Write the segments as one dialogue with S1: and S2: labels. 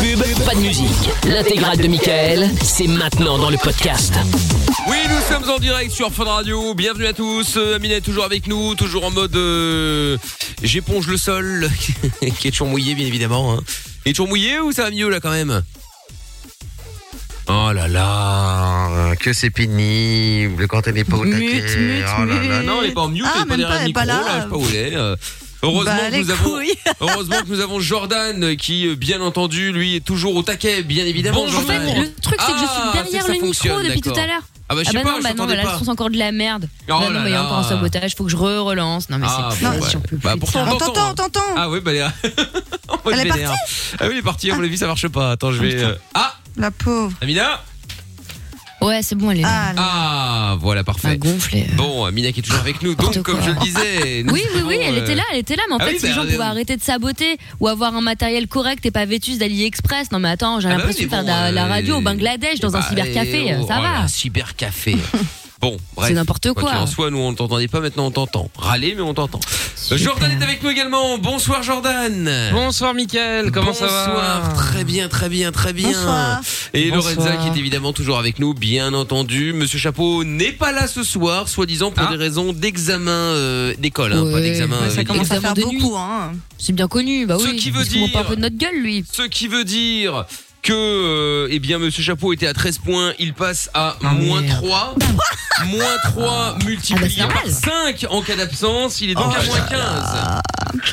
S1: pub, pas de musique. L'intégrale de Michael, c'est maintenant dans le podcast.
S2: Oui, nous sommes en direct sur Fun Radio. Bienvenue à tous. Euh, Amina est toujours avec nous, toujours en mode euh, j'éponge le sol, qui est toujours mouillé, bien évidemment. hein. Il est toujours mouillé ou ça va mieux là quand même Oh là là, que c'est pénible quand elle n'est pas au
S3: Mute,
S2: taquet.
S3: mute,
S2: oh là là,
S3: mute.
S2: non, elle n'est pas en mute,
S3: Ah,
S2: elle n'est pas
S3: même
S2: derrière
S3: pas, elle
S2: le
S3: est
S2: micro,
S3: pas
S2: là.
S3: là.
S2: je sais pas où elle est. Euh, Heureusement,
S3: Bah,
S2: que
S3: les
S2: nous avons,
S3: couilles.
S2: heureusement que nous avons Jordan euh, qui, euh, bien entendu, lui est toujours au taquet, bien évidemment.
S4: Bonjour. En fait,
S2: Jordan.
S4: le truc, c'est que je suis
S2: Ah,
S4: derrière
S2: c'est que ça
S4: le micro
S2: fonctionne,
S4: depuis
S2: d'accord.
S4: tout à l'heure.
S2: Ah bah je sais
S4: non,
S2: pas,
S4: bah non,
S2: j'entendais
S4: bah là,
S2: pas.
S4: je trouve encore de la merde.
S2: Oh
S4: bah
S2: là
S4: non, mais il y a
S2: là.
S4: encore un sabotage, faut que je re-relance. Non, mais
S2: Ah,
S4: c'est
S2: bon,
S4: triste,
S2: ouais.
S4: j'en peux
S2: Bah,
S4: plus.
S2: pourtant, on t'entend, hein. Ah oui, bah elle est, on va
S4: Elle
S2: se
S4: est partie
S2: vénère. Ah oui, elle est partie, à mon avis, ça marche pas. Attends, je vais. euh, Ah
S3: La pauvre.
S2: Amina
S4: Ouais, c'est bon, elle est là.
S2: Ah, voilà, parfait. Bon, Amina qui est toujours avec nous. Donc, comme je le disais. nous
S4: Oui, oui, oui,
S2: avons,
S4: elle
S2: euh,
S4: était là, elle était là, mais en
S2: Ah
S4: fait,
S2: oui,
S4: si les
S2: bah,
S4: gens pouvaient
S2: euh,
S4: arrêter de saboter ou avoir un matériel correct et pas vétus d'AliExpress. Non, mais attends, j'ai
S2: Ah bah oui,
S4: l'impression
S2: mais
S4: de faire de
S2: bon,
S4: la, la
S2: euh,
S4: radio au Bangladesh dans un
S2: bah,
S4: cybercafé,
S2: eh, oh,
S4: ça
S2: oh
S4: va.
S2: là, cybercafé. Bon, bref.
S4: C'est n'importe quoi.
S2: qu'il en soit, nous on t'entendait pas, maintenant on t'entend. Râler, mais on t'entend. Euh, Jordan est avec nous également. Bonsoir Jordan.
S5: Bonsoir Mickaël, comment ça va
S2: Bonsoir, très bien, très bien, très bien. Et
S5: Bonsoir.
S2: Lorenza qui est évidemment toujours avec nous, bien entendu. Monsieur Chapeau n'est pas là ce soir, soi-disant pour des raisons d'examen euh, d'école, hein, pas d'examen. euh,
S4: ça commence à faire beaucoup,
S3: hein.
S4: C'est bien connu, bah oui.
S2: Ce qui veut
S4: il se fout
S2: dire-
S4: pas un peu de notre gueule, lui.
S2: Ce qui veut dire que, euh, eh bien, Monsieur Chapeau était à 13 points, il passe à moins 3. moins 3 multiplié par 5 en cas d'absence, il est
S5: Oh,
S2: donc à moins 15.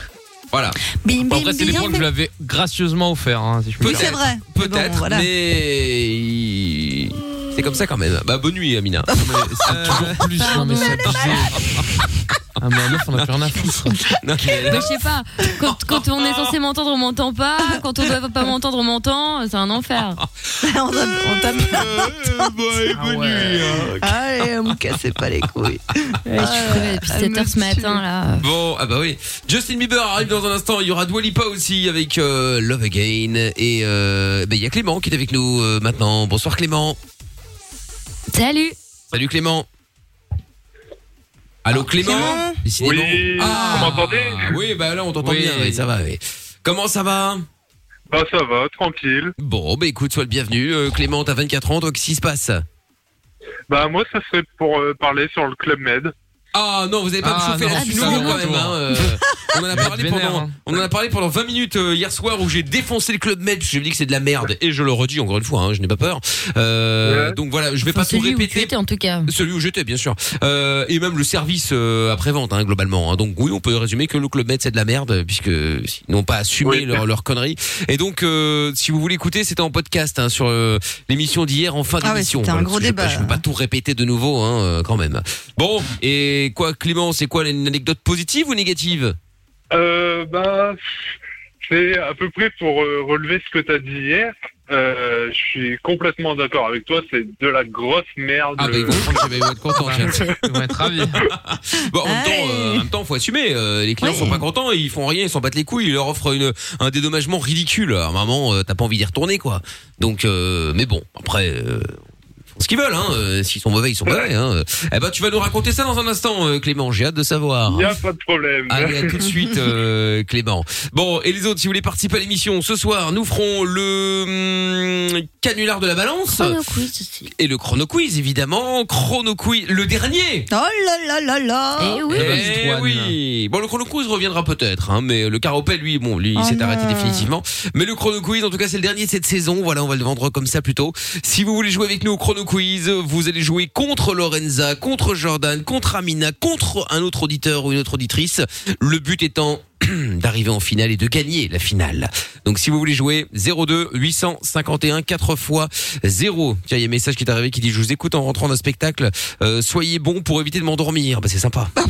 S2: Voilà.
S5: Après, c'est des points que je l'avais gracieusement offert, hein, si je puis
S2: Peut-être,
S5: dire.
S2: Peut-être, mais. il- C'est comme ça quand même. Bah, bonne nuit, Amina.
S6: Euh,
S2: c'est toujours plus. Non, mais c'est
S5: Ah, mais meuf, on a plus rien à foutre.
S4: Bah, je sais pas, quand, quand on est censé m'entendre, on m'entend pas. Quand on doit pas m'entendre, on m'entend. C'est un enfer.
S3: on
S2: Euh,
S3: t'a
S2: bah, hein.
S3: Allez, me cassez pas les couilles.
S4: Ouais, je suis crevée depuis 7h ce matin, là.
S2: Bon, ah bah oui. Justin Bieber arrive dans un instant. Il y aura Dua Lipa aussi avec euh, Love Again. Et euh, bah, il y a Clément qui est avec nous euh, maintenant. Bonsoir Clément.
S4: Salut
S2: Salut Clément. Allô Clément,
S7: Clément
S2: Décidément. Ah.
S7: Oui, vous m'entendez
S2: Oui, bah là on t'entend
S7: Oui.
S2: bien, oui, ça va. Oui. Comment ça va
S7: Bah ça va, tranquille.
S2: Bon, bah écoute, sois le bienvenu. Euh, Clément, t'as 24 ans, toi, qu'est-ce qui se passe
S7: Bah moi ça serait pour euh, parler sur le Club Med.
S2: Ah non, vous avez pas me chauffer là-dessus, nous, quand même. hein, euh, on, en a parlé
S7: vénère,
S2: pendant,
S7: hein.
S2: on en a parlé pendant 20 minutes euh, hier soir où j'ai défoncé le club Med. Je me dis que c'est de la merde. Et je le redis encore une fois, hein, je n'ai pas peur. Euh, Donc voilà, je vais pas tout
S4: Celui où tu
S2: répéter.
S4: étais, en tout cas.
S2: Celui où j'étais, bien sûr. Euh, et même le service euh, après-vente, hein, globalement. hein. Donc oui, on peut résumer que le Club Med, c'est de la merde, puisque ils n'ont pas assumé leur, leur connerie. Et donc, euh, si vous voulez écouter, c'était en podcast hein, sur euh, l'émission d'hier, en fin
S3: Ah ouais,
S2: d'émission.
S3: c'était un
S2: parce
S3: gros
S2: que je-
S3: débat.
S2: Je ne peux pas tout répéter de nouveau, hein, euh, quand même. Bon, et quoi, Clément, c'est quoi une anecdote positive ou négative
S7: Euh, bah c'est à peu près pour euh, relever ce que t'as dit hier. Euh, je suis complètement d'accord avec toi, c'est de la grosse merde.
S2: Ah bah ils vont comprendre que je vais être content, tiens.
S5: Ils vont être ravis.
S2: Bon, en même temps, euh, en même temps, faut assumer. euh, les clients sont pas contents, ils font rien, ils s'en battent les couilles, ils leur offrent une, un dédommagement ridicule. À un moment, euh, t'as pas envie d'y retourner, quoi. Donc, euh, mais bon, après. euh, ils font ce qu'ils veulent, hein. euh, S'ils sont mauvais, ils sont mauvais. Hein. Eh ben, tu vas nous raconter ça dans un instant, euh, Clément. J'ai hâte de savoir.
S7: Y a pas de problème.
S2: hein. Allez, à tout de suite, euh, Clément. Bon, et les autres, si vous voulez participer à l'émission, ce soir, nous ferons le hum, canular de la balance.
S3: Chrono
S2: Et le chrono quiz, évidemment. Chrono quiz, le dernier.
S3: Oh là là là là.
S2: Eh oui. Bon, le chrono quiz reviendra peut-être, hein, mais le caropet, lui, bon, lui, il
S3: Oh
S2: s'est
S3: non.
S2: arrêté définitivement. Mais le chrono quiz, en tout cas, c'est le dernier de cette saison. Voilà, on va le vendre comme ça plutôt. Si vous voulez jouer avec nous au chrono quiz, vous allez jouer contre Lorenza, contre Jordan, contre Amina, contre un autre auditeur ou une autre auditrice. Le but étant d'arriver en finale et de gagner la finale. Donc si vous voulez jouer 02 851 4 fois 0. Tiens, il y a un message qui est arrivé qui dit je vous écoute en rentrant d'un spectacle. Euh, soyez bon pour éviter de m'endormir. Bah c'est sympa. Ah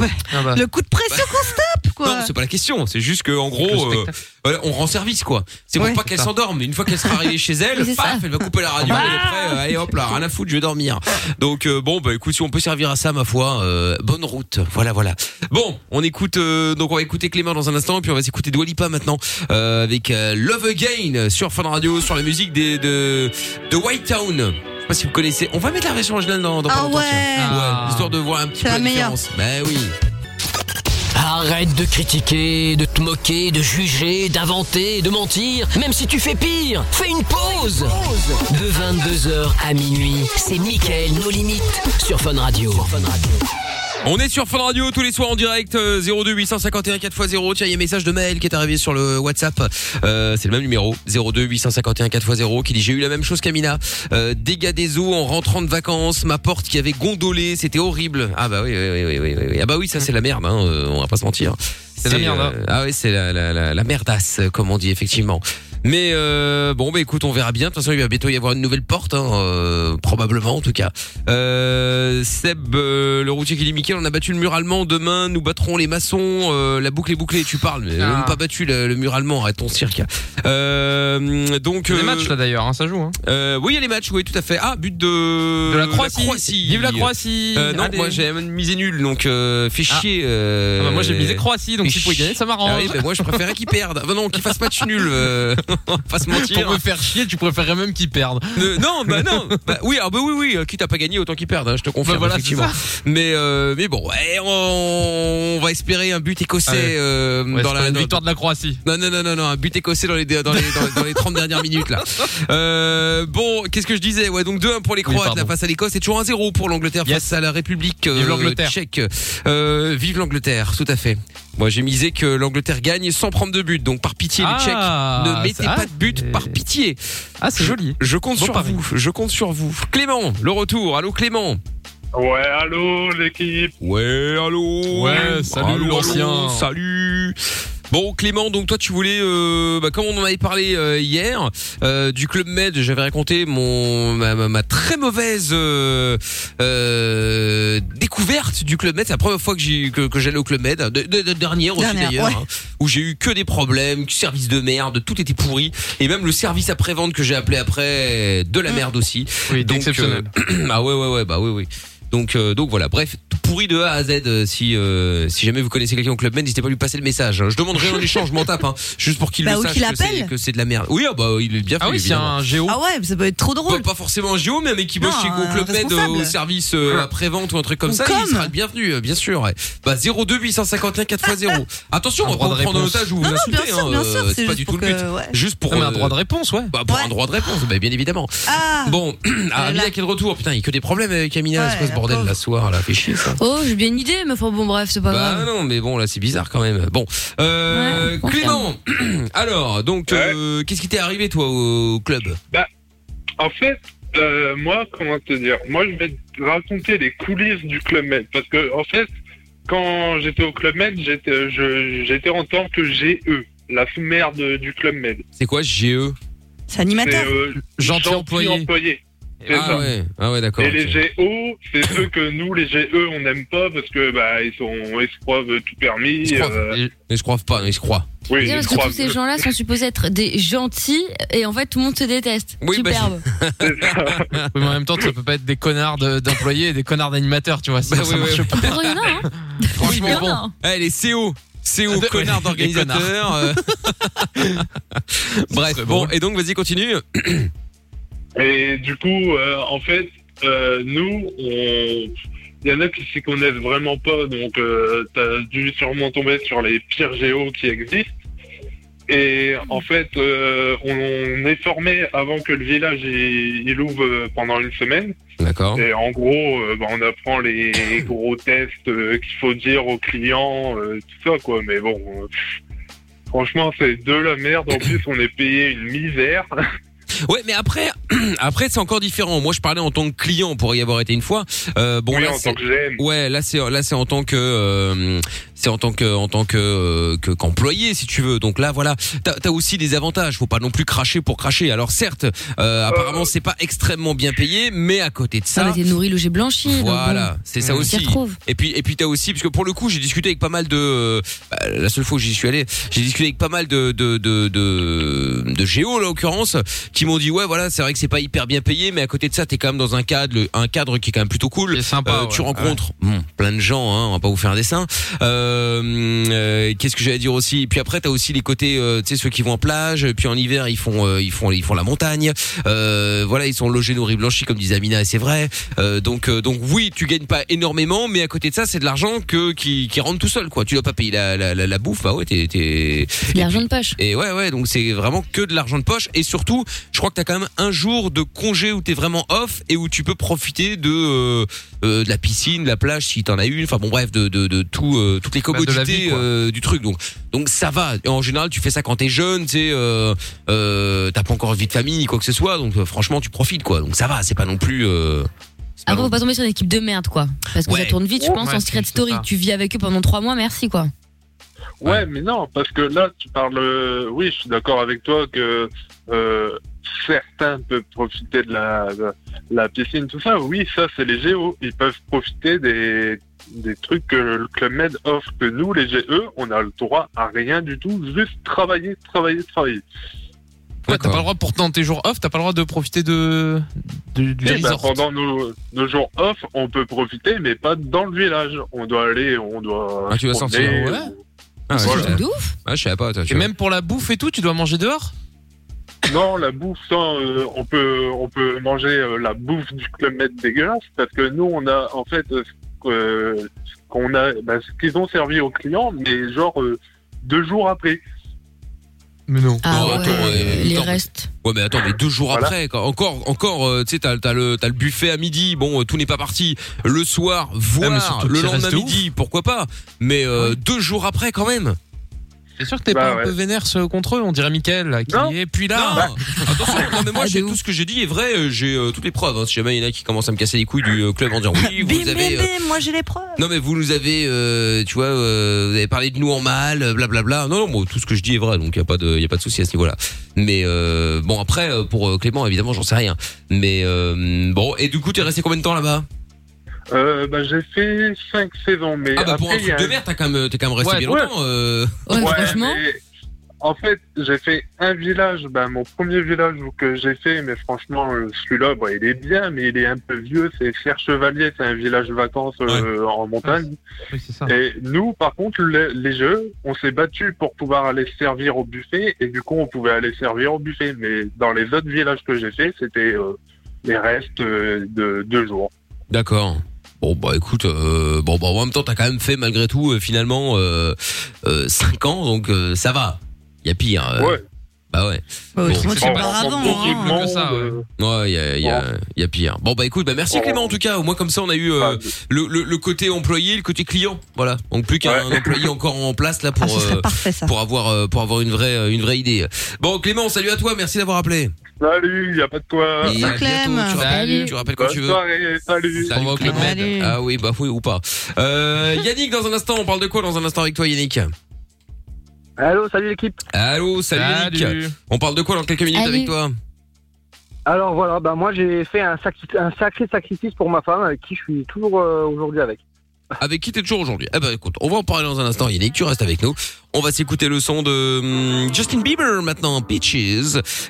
S2: bah.
S3: Le coup de pression qu'on se tape, quoi.
S2: Non, c'est pas la question. C'est juste que, en gros, euh, voilà, on rend service, quoi. C'est pour
S3: Ouais.
S2: pas qu'elle
S3: C'est ça.
S2: s'endorme. Une fois qu'elle sera arrivée chez elle,
S3: Oui, c'est
S2: paf,
S3: ça.
S2: elle va couper la radio. et après, euh, allez hop là, rien à foutre, je vais dormir. Donc euh, bon, bah écoute, si on peut servir à ça, ma foi, euh, bonne route. Voilà, voilà. Bon, on écoute. euh, donc on va écouter Clément dans un instant, puis on va s'écouter Dwalipa maintenant euh, avec euh, Love Again sur Fun Radio, sur la musique des, de de White Town. Je sais pas si vous connaissez. On va mettre la version originale dans, dans pas
S3: Ah
S2: longtemps, tiens.
S3: ouais.
S2: Ouais, histoire de voir un petit
S3: C'est
S2: peu
S3: la
S2: la
S3: meilleure.
S2: différence. Bah oui.
S1: Arrête de critiquer, de te moquer, de juger, d'inventer, de mentir. Même si tu fais pire, fais une pause. De 22h à minuit, c'est Mickaël, nos limites, sur Fun Radio.
S2: On est sur Fun Radio tous les soirs en direct euh, 02 851 4x0. Tiens, il y a un message de Maël qui est arrivé sur le WhatsApp. Euh, c'est le même numéro 02 851 4x0 qui dit j'ai eu la même chose qu'Amina. Euh, dégâts des eaux en rentrant de vacances, ma porte qui avait gondolé, c'était horrible. Ah bah oui oui oui oui oui. oui. Ah bah oui, ça c'est la merde hein, euh, on va pas se mentir.
S5: C'est la merde, hein.
S2: euh, ah oui, c'est la, la, la, la merdasse comme on dit effectivement.
S5: Bah,
S2: Mais euh, bon bah écoute, on verra bien. De toute façon, il va bientôt y avoir une nouvelle porte hein, euh, probablement en tout cas. Euh, Seb euh, le routier qui dit Mickaël, on a battu le mur allemand, demain nous battrons les maçons, euh, la boucle est bouclée, tu parles, mais on n'a même pas battu le, le mur allemand, arrête ton cirque. Euh, donc
S5: Les
S2: euh,
S5: matchs là d'ailleurs, hein, ça joue. Hein.
S2: euh, oui, il y a les matchs, oui, tout à fait. Ah, but de,
S5: De la Croatie.
S2: La Croatie.
S5: Vive la Croatie.
S2: Euh, non,
S5: Allez.
S2: moi j'ai misé nul, donc euh, fais
S5: Ah.
S2: chier. euh,
S5: Ah bah, moi j'ai misé Croatie, donc si vous pouvez gagner, ça m'arrange.
S2: Ah oui, bah, moi je préférais qu'ils perdent. Bah, non, qu'ils fassent match nul. Euh, on va pas se mentir.
S5: Pour me faire chier, tu préférerais même qu'ils perdent.
S2: Ne- non, bah non. Bah, oui, ah bah oui, oui. euh, Quitte à pas gagner, autant qu'ils perdent. hein, je te confirme
S5: Bah voilà, c'est
S2: effectivement.
S5: ça.
S2: Mais euh, mais bon, ouais, on, on va espérer un but écossais
S5: Ouais.
S2: euh,
S5: Ouais,
S2: dans
S5: c'est pas
S2: la
S5: une
S2: dans-
S5: victoire de la Croatie.
S2: non, non, non, non, non, un but écossais dans les, dans les, dans les, dans les 30 dernières minutes, là. Euh, bon, qu'est-ce que je disais Ouais, donc 2-1 pour les
S5: Oui,
S2: Croates,
S5: pardon.
S2: là, face à l'Écosse, et toujours 1-0 pour l'Angleterre
S5: Yes.
S2: face à la République euh,
S5: Vive l'Angleterre.
S2: tchèque. Euh, vive l'Angleterre, tout à fait. Moi, j'ai misé que l'Angleterre gagne sans prendre de but, donc par pitié, les
S5: Ah,
S2: Tchèques, ne mettez
S5: ça-
S2: pas de but,
S5: euh,
S2: par pitié.
S5: Ah, c'est joli.
S2: Je compte
S5: Bon
S2: sur
S5: pari.
S2: vous, je compte sur vous. Clément, le retour, allô Clément
S7: Ouais, allô l'équipe.
S2: Ouais, allô
S5: Ouais, salut,
S2: Allô,
S5: l'ancien.
S2: allô, Salut Bon Clément, donc toi tu voulais, euh, bah, comme on en avait parlé euh, hier, euh, du Club Med, j'avais raconté mon ma, ma- ma très mauvaise euh, euh, découverte du Club Med. C'est la première fois que j'ai que, que j'allais au Club Med, hein. de, de- de- dernière aussi
S3: Dernière,
S2: d'ailleurs,
S3: ouais.
S2: hein, où j'ai eu que des problèmes, que service de merde, tout était pourri, et même le service après vente que j'ai appelé après de
S3: Mmh.
S2: la merde aussi.
S5: Oui,
S2: Donc,
S5: exceptionnel.
S2: euh, ah ouais, ouais, ouais, bah oui, oui. Donc, euh, donc voilà, bref, tout pourri de A à Z. euh, si, euh, si jamais vous connaissez quelqu'un au Club Med, n'hésitez pas à lui passer le message. hein. Je demanderai en échange, je m'en tape, hein, juste pour qu'il
S3: Bah,
S2: le
S3: ou
S2: sache
S3: qu'il
S2: que c'est-
S3: appelle.
S2: que c'est de la merde. Oui, ah bah il est bien fait.
S5: Ah oui, c'est
S2: évidemment.
S5: un géo.
S3: Ah ouais, mais ça peut être trop
S2: Pas,
S3: drôle.
S2: pas forcément un JO, mais un mec qui bosse
S3: Non,
S2: chez au
S3: un
S2: Club Med euh,
S3: responsable.
S2: au service euh, après-vente ou un truc comme
S3: Ou
S2: ça, il
S3: comme.
S2: sera le bienvenu, euh, bien sûr. ouais. Bah 02 851 4x0. Attention,
S5: Un
S2: on va
S5: droit
S2: pas vous
S5: de
S2: prendre en
S5: réponse.
S2: otage ou vous
S3: non, non, bien
S2: insulter,
S3: sûr,
S2: hein,
S3: bien
S2: euh,
S3: sûr,
S2: c'est
S3: c'est
S2: pas
S3: juste
S2: du tout
S3: pour
S2: le but.
S3: que- ouais.
S2: Juste pour
S5: Ah, mais un
S2: euh,
S5: droit de réponse, ouais.
S2: bah, pour
S3: Ouais.
S2: un droit de réponse, bah, bien évidemment.
S3: Ah,
S2: Bon, ah, Amina,
S3: là.
S2: quel retour Putain, il y a que des problèmes avec Amina,
S3: Ouais,
S2: c'est quoi ce
S3: la
S2: bordel
S3: pauvre.
S2: là, ce soir, là, fait chier ça.
S4: Oh, j'ai bien une idée, mais enfin bon, bref, c'est pas
S2: Bah
S4: grave.
S2: non, mais bon, là c'est bizarre quand même. Bon, euh,
S4: Ouais,
S2: Clément, alors, donc, euh, qu'est-ce qui t'est arrivé toi au au club
S7: Bah, En fait, euh, moi, comment te dire Moi, je vais te raconter les coulisses du Club Med. Parce que, en fait, quand j'étais au Club Med, j'étais je- j'étais en tant que GE, la mère de- du Club Med.
S2: C'est quoi E GE
S3: c'est animateur.
S7: euh,
S5: Gentil
S7: gentil
S5: employé.
S7: C'est ça.
S2: Ah ouais, ah ouais, d'accord.
S7: Et les
S2: ok.
S7: GO, c'est ceux que nous, les GE, on n'aime pas parce que bah ils sont escroves tout permis.
S2: Escrocs.
S7: euh,
S2: Mais je crois pas, mais je crois.
S7: oui, euh,
S4: Bien, parce que tous
S7: escroves.
S4: ces gens-là sont supposés être des gentils et en fait tout le monde se déteste.
S2: Oui, bah,
S4: Superbe.
S7: C'est ça.
S5: Oui, mais en même temps, ça peut pas être des connards de- d'employés et des connards d'animateurs, tu vois. sinon
S2: Bah
S5: ça
S2: oui,
S5: marche
S2: oui.
S5: pas.
S4: Pour une, hein
S5: Franchement,
S4: Il y en a
S5: bon.
S4: un.
S2: Eh, les CO CO,
S5: Ouais,
S2: connard
S5: les
S2: d'organisateur. euh. Bref,
S5: serait
S2: bon,
S5: drôle.
S2: et donc vas-y, continue.
S7: Et du coup, euh, en fait, euh, nous, on... il y en a qui s'y connaissent vraiment pas, donc euh, t'as dû sûrement tomber sur les pires géos qui existent. Et en fait, euh, on, on est formé avant que le village il, il ouvre euh, pendant une semaine.
S2: D'accord.
S7: Et en gros, euh, bah, on apprend les gros tests euh, qu'il faut dire aux clients, euh, tout ça quoi. Mais bon, euh, pff, franchement, c'est de la merde. En plus, on est payé une misère.
S2: Ouais, mais après, après c'est encore différent. Moi, je parlais en tant que client pour y avoir été une fois. Euh, bon,
S7: oui,
S2: là,
S7: en
S2: c'est-
S7: tant que GM.
S2: Ouais, là c'est là c'est en tant que euh, c'est en tant que en tant que euh, que qu'employé si tu veux. Donc là voilà, t'as as aussi des avantages. Faut pas non plus cracher pour cracher. Alors certes, euh, apparemment c'est pas extrêmement bien payé, mais à côté de
S4: Ah,
S2: ça,
S4: bah, t'es nourri, logé, blanchi. donc bon,
S2: voilà, c'est ça
S4: on s'y
S2: aussi.
S4: retrouve.
S2: Et puis et puis t'as aussi parce que pour le coup j'ai discuté avec pas mal de euh, bah, la seule fois où j'y suis allé j'ai discuté avec pas mal de de de de, de géo en l'occurrence qui m'ont dit ouais voilà c'est vrai que c'est pas hyper bien payé mais à côté de ça t'es quand même dans un cadre un cadre qui est quand même plutôt cool. Euh, Tu
S5: ouais.
S2: rencontres bon, plein de gens hein, on va pas vous faire un dessin. Euh, euh, Qu'est-ce que j'allais dire aussi Et puis après t'as aussi les côtés euh, tu sais ceux qui vont en plage puis en hiver ils font euh, ils font ils font la montagne. Euh, voilà ils sont logés nourris blanchis comme disait Amina et c'est vrai. Euh, donc euh, donc oui tu gagnes pas énormément mais à côté de ça c'est de l'argent que qui qui rentre tout seul quoi. Tu dois pas payer la la, la, la bouffe bah ouais t'es t'es
S4: L'argent de poche.
S2: et ouais, ouais, donc c'est vraiment que de l'argent de poche. Et surtout, je crois que t'as quand même un jour de congé où t'es vraiment off et où tu peux profiter de, euh, euh, de la piscine, de la plage si t'en as une. Enfin bon, bref, de, de, de tout, euh, toutes les
S5: Bah, de la
S2: commodités
S5: vie, quoi.
S2: euh, du truc. Donc, donc ça va. Et en général, tu fais ça quand t'es jeune, tu sais, euh, euh, t'as pas encore de vie de famille, quoi que ce soit. Donc euh, franchement, tu profites, quoi. Donc ça va, c'est pas non plus. euh, c'est pas
S4: Après, faut
S2: non-
S4: pas tomber sur une équipe de merde, quoi. Parce que
S2: Ouais.
S4: ça tourne vite, je
S7: Ouais,
S4: pense, en
S5: c'est
S4: Secret
S5: juste
S4: Story.
S5: ça.
S4: Tu vis avec eux pendant trois mois, merci, quoi.
S7: Ouais, mais non, parce que là, tu parles. euh, oui, je suis d'accord avec toi que euh, certains peuvent profiter de la, de la piscine, tout ça. Oui, ça, c'est les géos. Ils peuvent profiter des, des trucs que le Club Med offre, que nous, les GE, on a le droit à rien du tout, juste travailler, travailler, travailler.
S5: Ouais, t'as
S2: D'accord.
S5: pas le droit pourtant tes jours off, t'as pas le droit de profiter de, de- du
S7: Eh ben,
S5: resort.
S7: pendant nos, nos jours off, on peut profiter, mais pas dans le village. On doit aller, on doit.
S2: Ah, tu vas
S7: se
S2: sortir,
S7: promener,
S2: ouais.
S7: ou-
S2: Ah, ouais,
S7: Voilà.
S2: je-
S4: De ouf.
S2: ah, je savais pas, toi, tu
S5: Et
S2: vois.
S5: même pour la bouffe et tout, tu dois manger dehors
S7: Non, la bouffe, ça, euh, on peut, on peut manger euh, la bouffe du Club Med dégueulasse parce que nous, on a en fait euh, ce que- euh, ce qu'on a, bah, ce qu'ils ont servi aux clients, mais genre euh, deux jours après.
S5: Mais non.
S4: Ah
S2: Non,
S4: ouais,
S2: attends, ouais,
S4: les
S2: attends.
S4: restes.
S2: Ouais mais attends mais deux jours
S7: Voilà.
S2: après quand, encore encore euh, tu sais t'as t'as le t'as le buffet à midi bon euh, tout n'est pas parti le soir
S5: Ah, mais
S2: voire
S5: surtout
S2: le
S5: qu'il reste
S2: lendemain
S5: de
S2: midi pourquoi pas mais euh, deux jours après quand même
S5: C'est sûr que t'es
S7: Bah
S5: pas
S7: ouais.
S5: un peu vénère ce- contre eux, on dirait Mickaël là, qui
S7: Non.
S5: est. Puis
S2: non
S5: là,
S2: attention non, mais moi
S4: Ah,
S2: j'ai
S4: de
S2: tout
S4: ouf.
S2: ce que j'ai dit est vrai euh, j'ai euh, toutes les preuves hein, si jamais il y en a qui commencent à me casser les couilles du euh, club en disant oui
S3: Bim,
S2: vous
S3: bim,
S2: avez euh,
S3: bim, moi j'ai les preuves.
S2: non mais vous nous avez euh, tu vois euh, vous avez parlé de nous en mal euh, blablabla non non moi, tout ce que je dis est vrai donc il y a pas de il y a pas de souci à ce niveau là mais euh, bon après euh, pour euh, Clément évidemment j'en sais rien mais euh, bon et du coup t'es resté combien de temps là-bas
S7: Euh, bah, j'ai fait cinq saisons, mais
S2: Ah bah
S7: après,
S2: pour un
S7: il y a
S2: truc
S7: un-
S2: de merde, t'as quand même, t'es quand même resté
S5: Ouais,
S2: bien
S7: ouais.
S2: longtemps. euh.
S4: Ouais,
S7: Ouais,
S4: franchement.
S7: mais En fait, j'ai fait un village, bah, mon premier village que j'ai fait, mais franchement, euh, celui-là, bah, il est bien, mais il est un peu vieux, c'est Serre Chevalier, c'est un village vacances euh, en montagne.
S5: oui, c'est ça.
S7: Et nous, par contre, le- les jeux, on s'est battu pour pouvoir aller se servir au buffet, et du coup, on pouvait aller servir au buffet. Mais dans les autres villages que j'ai fait, c'était euh, les restes euh, de deux jours.
S2: D'accord. Bon bah écoute, euh, bon bah en même temps t'as quand même fait malgré tout euh, finalement 5 ans, donc euh, ça va. Y a pire. euh,
S7: Ouais.
S2: Bah ouais.
S3: Bah,
S2: Bon,
S3: autrement, tu
S7: Bon,
S3: pars
S7: bah,
S3: avant.
S7: on
S3: hein.
S7: comprend
S5: que ça, ouais.
S7: euh,
S2: Ouais, y a, y a- y a pire. Bon bah écoute, bah merci
S7: Bon.
S2: Clément en tout cas. Au moins comme ça on a eu euh,
S7: pas de-
S2: le, le, le côté employé, le côté client. Voilà. Donc plus qu'un
S7: Ouais.
S2: employé encore en place là
S3: Ah,
S2: pour
S3: ce
S2: euh,
S3: serait parfait ça.
S2: pour avoir euh, pour avoir une vraie euh, une vraie idée. Bon Clément, salut à toi. Merci d'avoir appelé.
S7: Salut, y a pas de quoi.
S2: Et à
S3: Salut, Clem.
S2: bientôt. Tu rappelles,
S4: Salut.
S2: tu rappelles quand
S7: Bonne
S2: tu veux.
S7: soirée, salut.
S2: Salut,
S5: Provoque
S2: Clément.
S5: le
S3: Med. Salut.
S2: Ah oui, bah oui ou pas. Euh, Yannick, dans un instant, on parle de quoi dans un instant avec toi, Yannick
S8: Allô, salut l'équipe.
S2: Allô, salut, Yannick.
S5: Salut.
S2: On parle de quoi dans quelques minutes
S4: Salut.
S2: avec toi
S8: Alors voilà, bah moi j'ai fait un, sacri- un sacré sacrifice pour ma femme avec qui je suis toujours euh, aujourd'hui avec.
S2: Avec qui t'es toujours aujourd'hui Eh ben écoute, on va en parler dans un instant, Yannick, tu restes avec nous. On va s'écouter le son de hum, Justin Bieber maintenant, Peaches.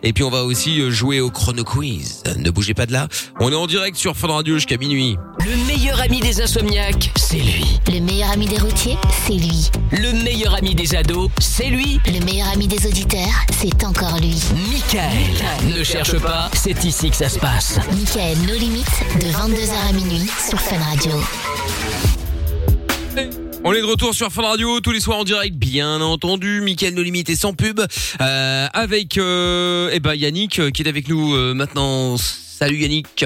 S2: Et puis on va aussi euh, jouer au Chrono Quiz. Ne bougez pas de là. On est en direct sur Fun Radio jusqu'à minuit.
S1: Le meilleur ami des insomniaques, c'est lui.
S9: Le meilleur ami des routiers, c'est lui.
S1: Le meilleur ami des ados, c'est lui.
S9: Le meilleur ami des auditeurs, c'est encore lui.
S1: Michael. Ne cherche pas, c'est ici que ça se passe.
S9: Michael, nos limites, de 22h à minuit sur Fun Radio.
S2: On est de retour sur Fun Radio tous les soirs en direct, bien entendu. Mickaël No Limite est sans pub euh, avec euh, eh ben Yannick euh, qui est avec nous euh, maintenant. Salut Yannick.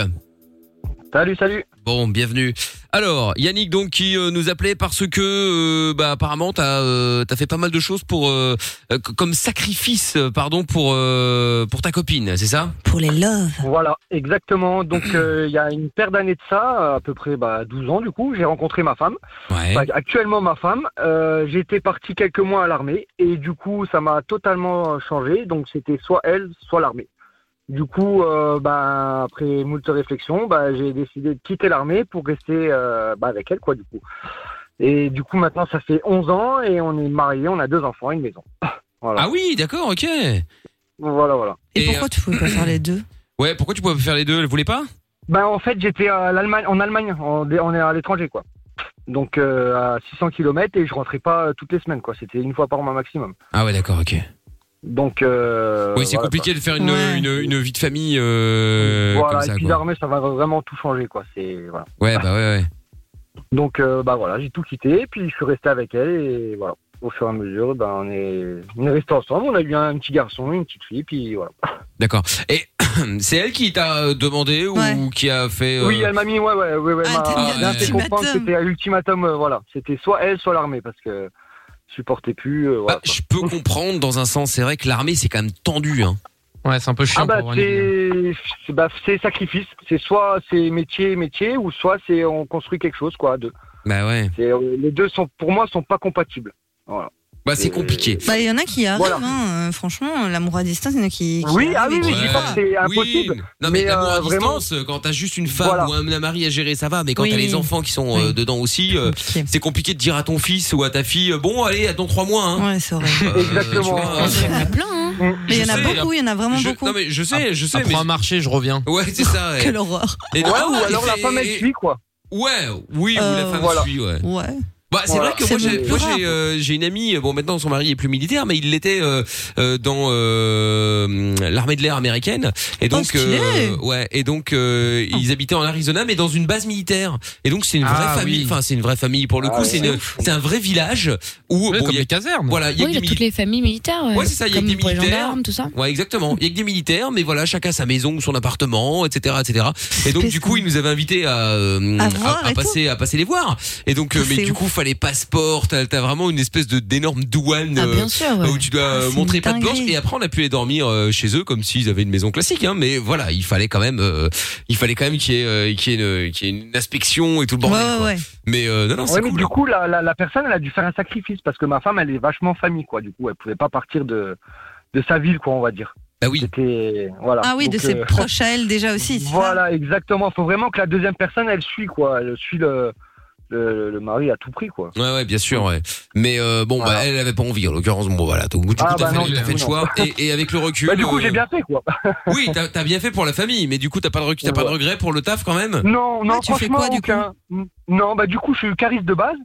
S8: Salut, salut.
S2: Bon, bienvenue. Alors Yannick donc qui euh, nous appelait parce que euh, bah apparemment t'as euh, t'as fait pas mal de choses pour euh, euh, c- comme sacrifice euh, pardon pour euh, pour ta copine, c'est ça
S3: Pour les loves.
S8: Voilà, exactement. Donc euh, il y a une paire d'années de ça, à peu près bah, 12 ans du coup, j'ai rencontré ma femme.
S2: Ouais.
S8: Enfin, actuellement ma femme. Euh, J'étais parti quelques mois à l'armée et du coup ça m'a totalement changé. Donc c'était soit elle, soit l'armée. Du coup, euh, bah, après moult réflexions, bah, j'ai décidé de quitter l'armée pour rester euh, bah, avec elle quoi du coup. Et du coup maintenant ça fait 11 ans et on est mariés, on a deux enfants et une maison. Voilà.
S2: Ah oui, d'accord, ok. euh,
S8: Voilà, voilà.
S3: Et, pourquoi tu pouvais pas faire les deux
S2: Ouais, pourquoi tu pouvais pas faire les deux Elle voulait pas
S8: Ben, en fait, j'étais à l'Allemagne, en Allemagne, en- on est à l'étranger, quoi. Donc, euh, à 600 km et je rentrais pas euh, toutes les semaines, quoi. C'était une fois par mois maximum.
S2: Ah ouais, d'accord, ok.
S8: Donc, euh,
S2: Oui, c'est
S8: voilà,
S2: compliqué de faire une,
S3: Ouais.
S2: une, une vie de famille euh,
S8: Voilà,
S2: comme
S8: et
S2: ça,
S8: puis
S2: quoi.
S8: l'armée, ça va vraiment tout changer, quoi. C'est voilà.
S2: Ouais, bah ouais, ouais.
S8: Donc, euh, bah voilà, j'ai tout quitté, puis je suis resté avec elle et voilà. Au fur et à mesure, ben on est, on est resté ensemble. On a eu un petit garçon, une petite fille, puis voilà.
S2: D'accord. Et c'est elle qui t'a euh, demandé ou
S3: Ouais.
S2: qui a fait. euh,
S8: Oui, elle m'a mis, ouais, ouais, ouais, ouais.
S3: Ah,
S8: m'a-
S3: t'as
S2: mis un
S8: elle m'a fait
S3: ultimatum.
S8: comprendre que c'était un ultimatum, euh, voilà. C'était soit elle, soit l'armée, parce que je supportais plus. euh, voilà.
S2: bah, je peux comprendre dans un sens. C'est vrai que l'armée, c'est quand même tendu. Hein.
S5: Ouais, c'est un peu chiant
S8: Ah bah
S5: pour organiser.
S8: c'est c'est- bah, c'est sacrifice, c'est soit c'est métier métier ou soit c'est on construit quelque chose quoi. à Deux.
S2: Bah ouais.
S8: C'est- euh, les deux sont pour moi sont pas compatibles.
S2: Bah c'est
S8: Et-
S2: compliqué.
S3: Bah, il y en a qui arrivent,
S8: Voilà.
S3: hein, euh, franchement, l'amour à distance, il y en a qui. qui
S8: Oui, ah oui,
S3: arrivent et
S8: oui,
S3: qui-
S8: je dis pas que c'est impossible.
S2: Oui. Non mais,
S8: mais,
S2: l'amour à
S8: euh, vraiment-
S2: distance, quand t'as juste une femme
S8: Voilà.
S2: ou un mari à gérer, ça va. Mais quand
S3: Oui.
S2: t'as les enfants qui sont euh,
S3: Oui.
S2: dedans aussi, euh,
S3: Compliqué.
S2: c'est compliqué de dire à ton fils ou à ta fille, euh, bon allez, attends trois mois. Hein.
S3: Ouais, c'est vrai.
S2: Euh,
S8: Exactement.
S2: tu vois,
S4: Il y en a plein, hein.
S3: Mais il y en a
S2: Je sais,
S3: beaucoup, il y en a vraiment
S2: je-
S3: beaucoup.
S2: non mais je sais, je sais.
S5: Apprends
S2: mais-
S5: à marcher, je reviens.
S2: Ouais, c'est ça. ouais.
S3: Quelle horreur. Ah
S2: Et
S8: Ouais,
S2: non,
S8: ou
S2: et
S8: alors la
S2: c'est-
S8: femme elle suit quoi.
S2: Ouais, oui, ou la
S3: Euh,
S2: femme
S8: voilà.
S2: suit, ouais.
S3: Ouais.
S2: Bah, c'est
S8: Voilà.
S2: vrai que
S3: C'est
S2: moi, j'ai,
S3: beaucoup
S2: moi,
S3: plus rare.
S2: j'ai, euh, j'ai une amie. Bon, maintenant son mari est plus militaire, mais il l'était euh, euh, dans euh, l'armée de l'air américaine. Et
S3: Oh,
S2: donc,
S3: stylé.
S2: euh, ouais, et donc euh, ils habitaient en Arizona, mais dans une base militaire. Et donc c'est une vraie
S5: Ah,
S2: famille.
S5: oui.
S2: Enfin, c'est une vraie famille pour le
S8: Ah,
S2: coup.
S8: ouais.
S2: c'est, une- c'est un vrai village où
S5: Ouais,
S2: bon,
S5: comme
S2: il y a-
S5: les casernes.
S2: voilà, il y a
S4: Oui, il
S2: des
S4: y a toutes les familles militaires. euh,
S2: Ouais, c'est ça, il y a
S4: comme
S2: des
S4: pour les
S2: militaires.
S4: gendarmes, tout ça.
S2: Ouais, exactement. Il y a que des militaires, mais voilà, chacun sa maison, son appartement, etc., etc. Et donc du coup, il nous avait invités à, euh,
S3: À voir et Ah,
S2: passer, à passer les voir. Et donc, euh, mais
S3: C'est
S2: du
S3: ouf.
S2: coup, fallait passeport. T'as t'as vraiment une espèce de d'énorme douane.
S4: Ah,
S2: euh,
S4: bien sûr. ouais.
S2: Où tu dois euh,
S3: Ah, c'est
S2: montrer
S3: une
S2: patte blanche
S3: dinguerie.
S2: et après on a pu les dormir euh, chez eux comme s'ils avaient une maison classique hein, mais voilà il fallait quand même euh, il fallait quand même qu'il y ait euh, qu'il y ait une, qu'il y ait une inspection et tout le
S3: Ouais,
S2: bordel
S3: ouais,
S2: quoi.
S3: ouais.
S2: mais euh, non non c'est
S8: Ouais, mais
S2: cool
S8: du coup la, la, la personne elle a dû faire un sacrifice parce que ma femme elle est vachement famille quoi. Du coup elle pouvait pas partir de de sa ville quoi on va dire.
S2: bah oui
S8: C'était voilà.
S3: Ah oui, de
S8: Donc,
S3: ses
S8: euh,
S3: proches à elle déjà aussi. c'est ça
S8: Voilà, exactement. Faut vraiment que la deuxième personne, elle suit, quoi. Elle suit le, le, le mari à tout prix, quoi.
S2: Ouais, ouais, bien sûr, ouais. Mais euh, bon, bah,
S8: Voilà.
S2: elle avait pas envie, en l'occurrence. Bon, voilà. Donc, du coup,
S8: Ah,
S2: t'as
S8: bah
S2: fait,
S8: non,
S2: t'as
S5: du
S2: fait le
S8: coup,
S2: choix. Et, et avec le recul.
S8: Bah, du coup,
S2: euh,
S8: j'ai bien fait, quoi.
S2: Oui, t'as t'as bien fait pour la famille, mais du coup, t'as pas de recul, t'as pas de regret pour le taf quand même.
S8: Non, non,
S3: Ouais, Ah, tu fais
S8: franchement,
S3: quoi, du
S8: aucun. Non, bah, du coup, je suis chariste de base.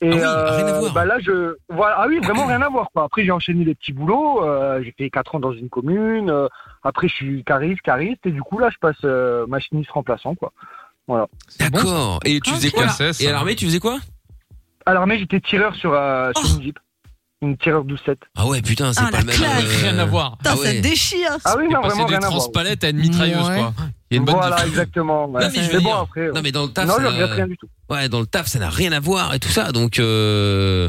S8: Et
S2: Ah oui, rien à voir.
S8: bah là, je. Voilà, ah oui, vraiment rien à voir, quoi. Après, j'ai enchaîné des petits boulots. euh, j'ai fait 4 ans dans une commune. euh, après, je suis chariste, chariste. Et du coup, là, je passe euh, machiniste remplaçant, quoi.
S5: C'est bon,
S2: D'accord. et
S3: Hein
S2: tu faisais quoi
S5: ça, ça.
S2: Et à l'armée, tu faisais quoi
S8: À l'armée, j'étais tireur sur, euh, sur une Jeep. Une tireur 12-7.
S2: Ah ouais, putain, c'est
S3: Oh Ah,
S2: pas
S3: la
S2: le même.
S3: claque.
S2: euh,
S5: Rien à voir.
S3: Putain,
S2: Ah ouais.
S3: ça déchire.
S8: Ah oui,
S5: T'es
S8: non,
S5: passé
S8: vraiment
S5: des
S8: rien à voir.
S5: transpalettes à une mitrailleuse,
S4: Ouais.
S5: quoi. Il y a une bonne
S8: Voilà,
S5: différence.
S8: exactement. ouais.
S2: Non, mais je veux
S8: bon,
S2: dire-
S8: après. euh,
S2: Non, mais dans le taf,
S8: Non,
S2: ça-
S8: je regrette rien du tout.
S2: ouais, dans le taf, ça n'a rien à voir et tout ça. Donc, euh...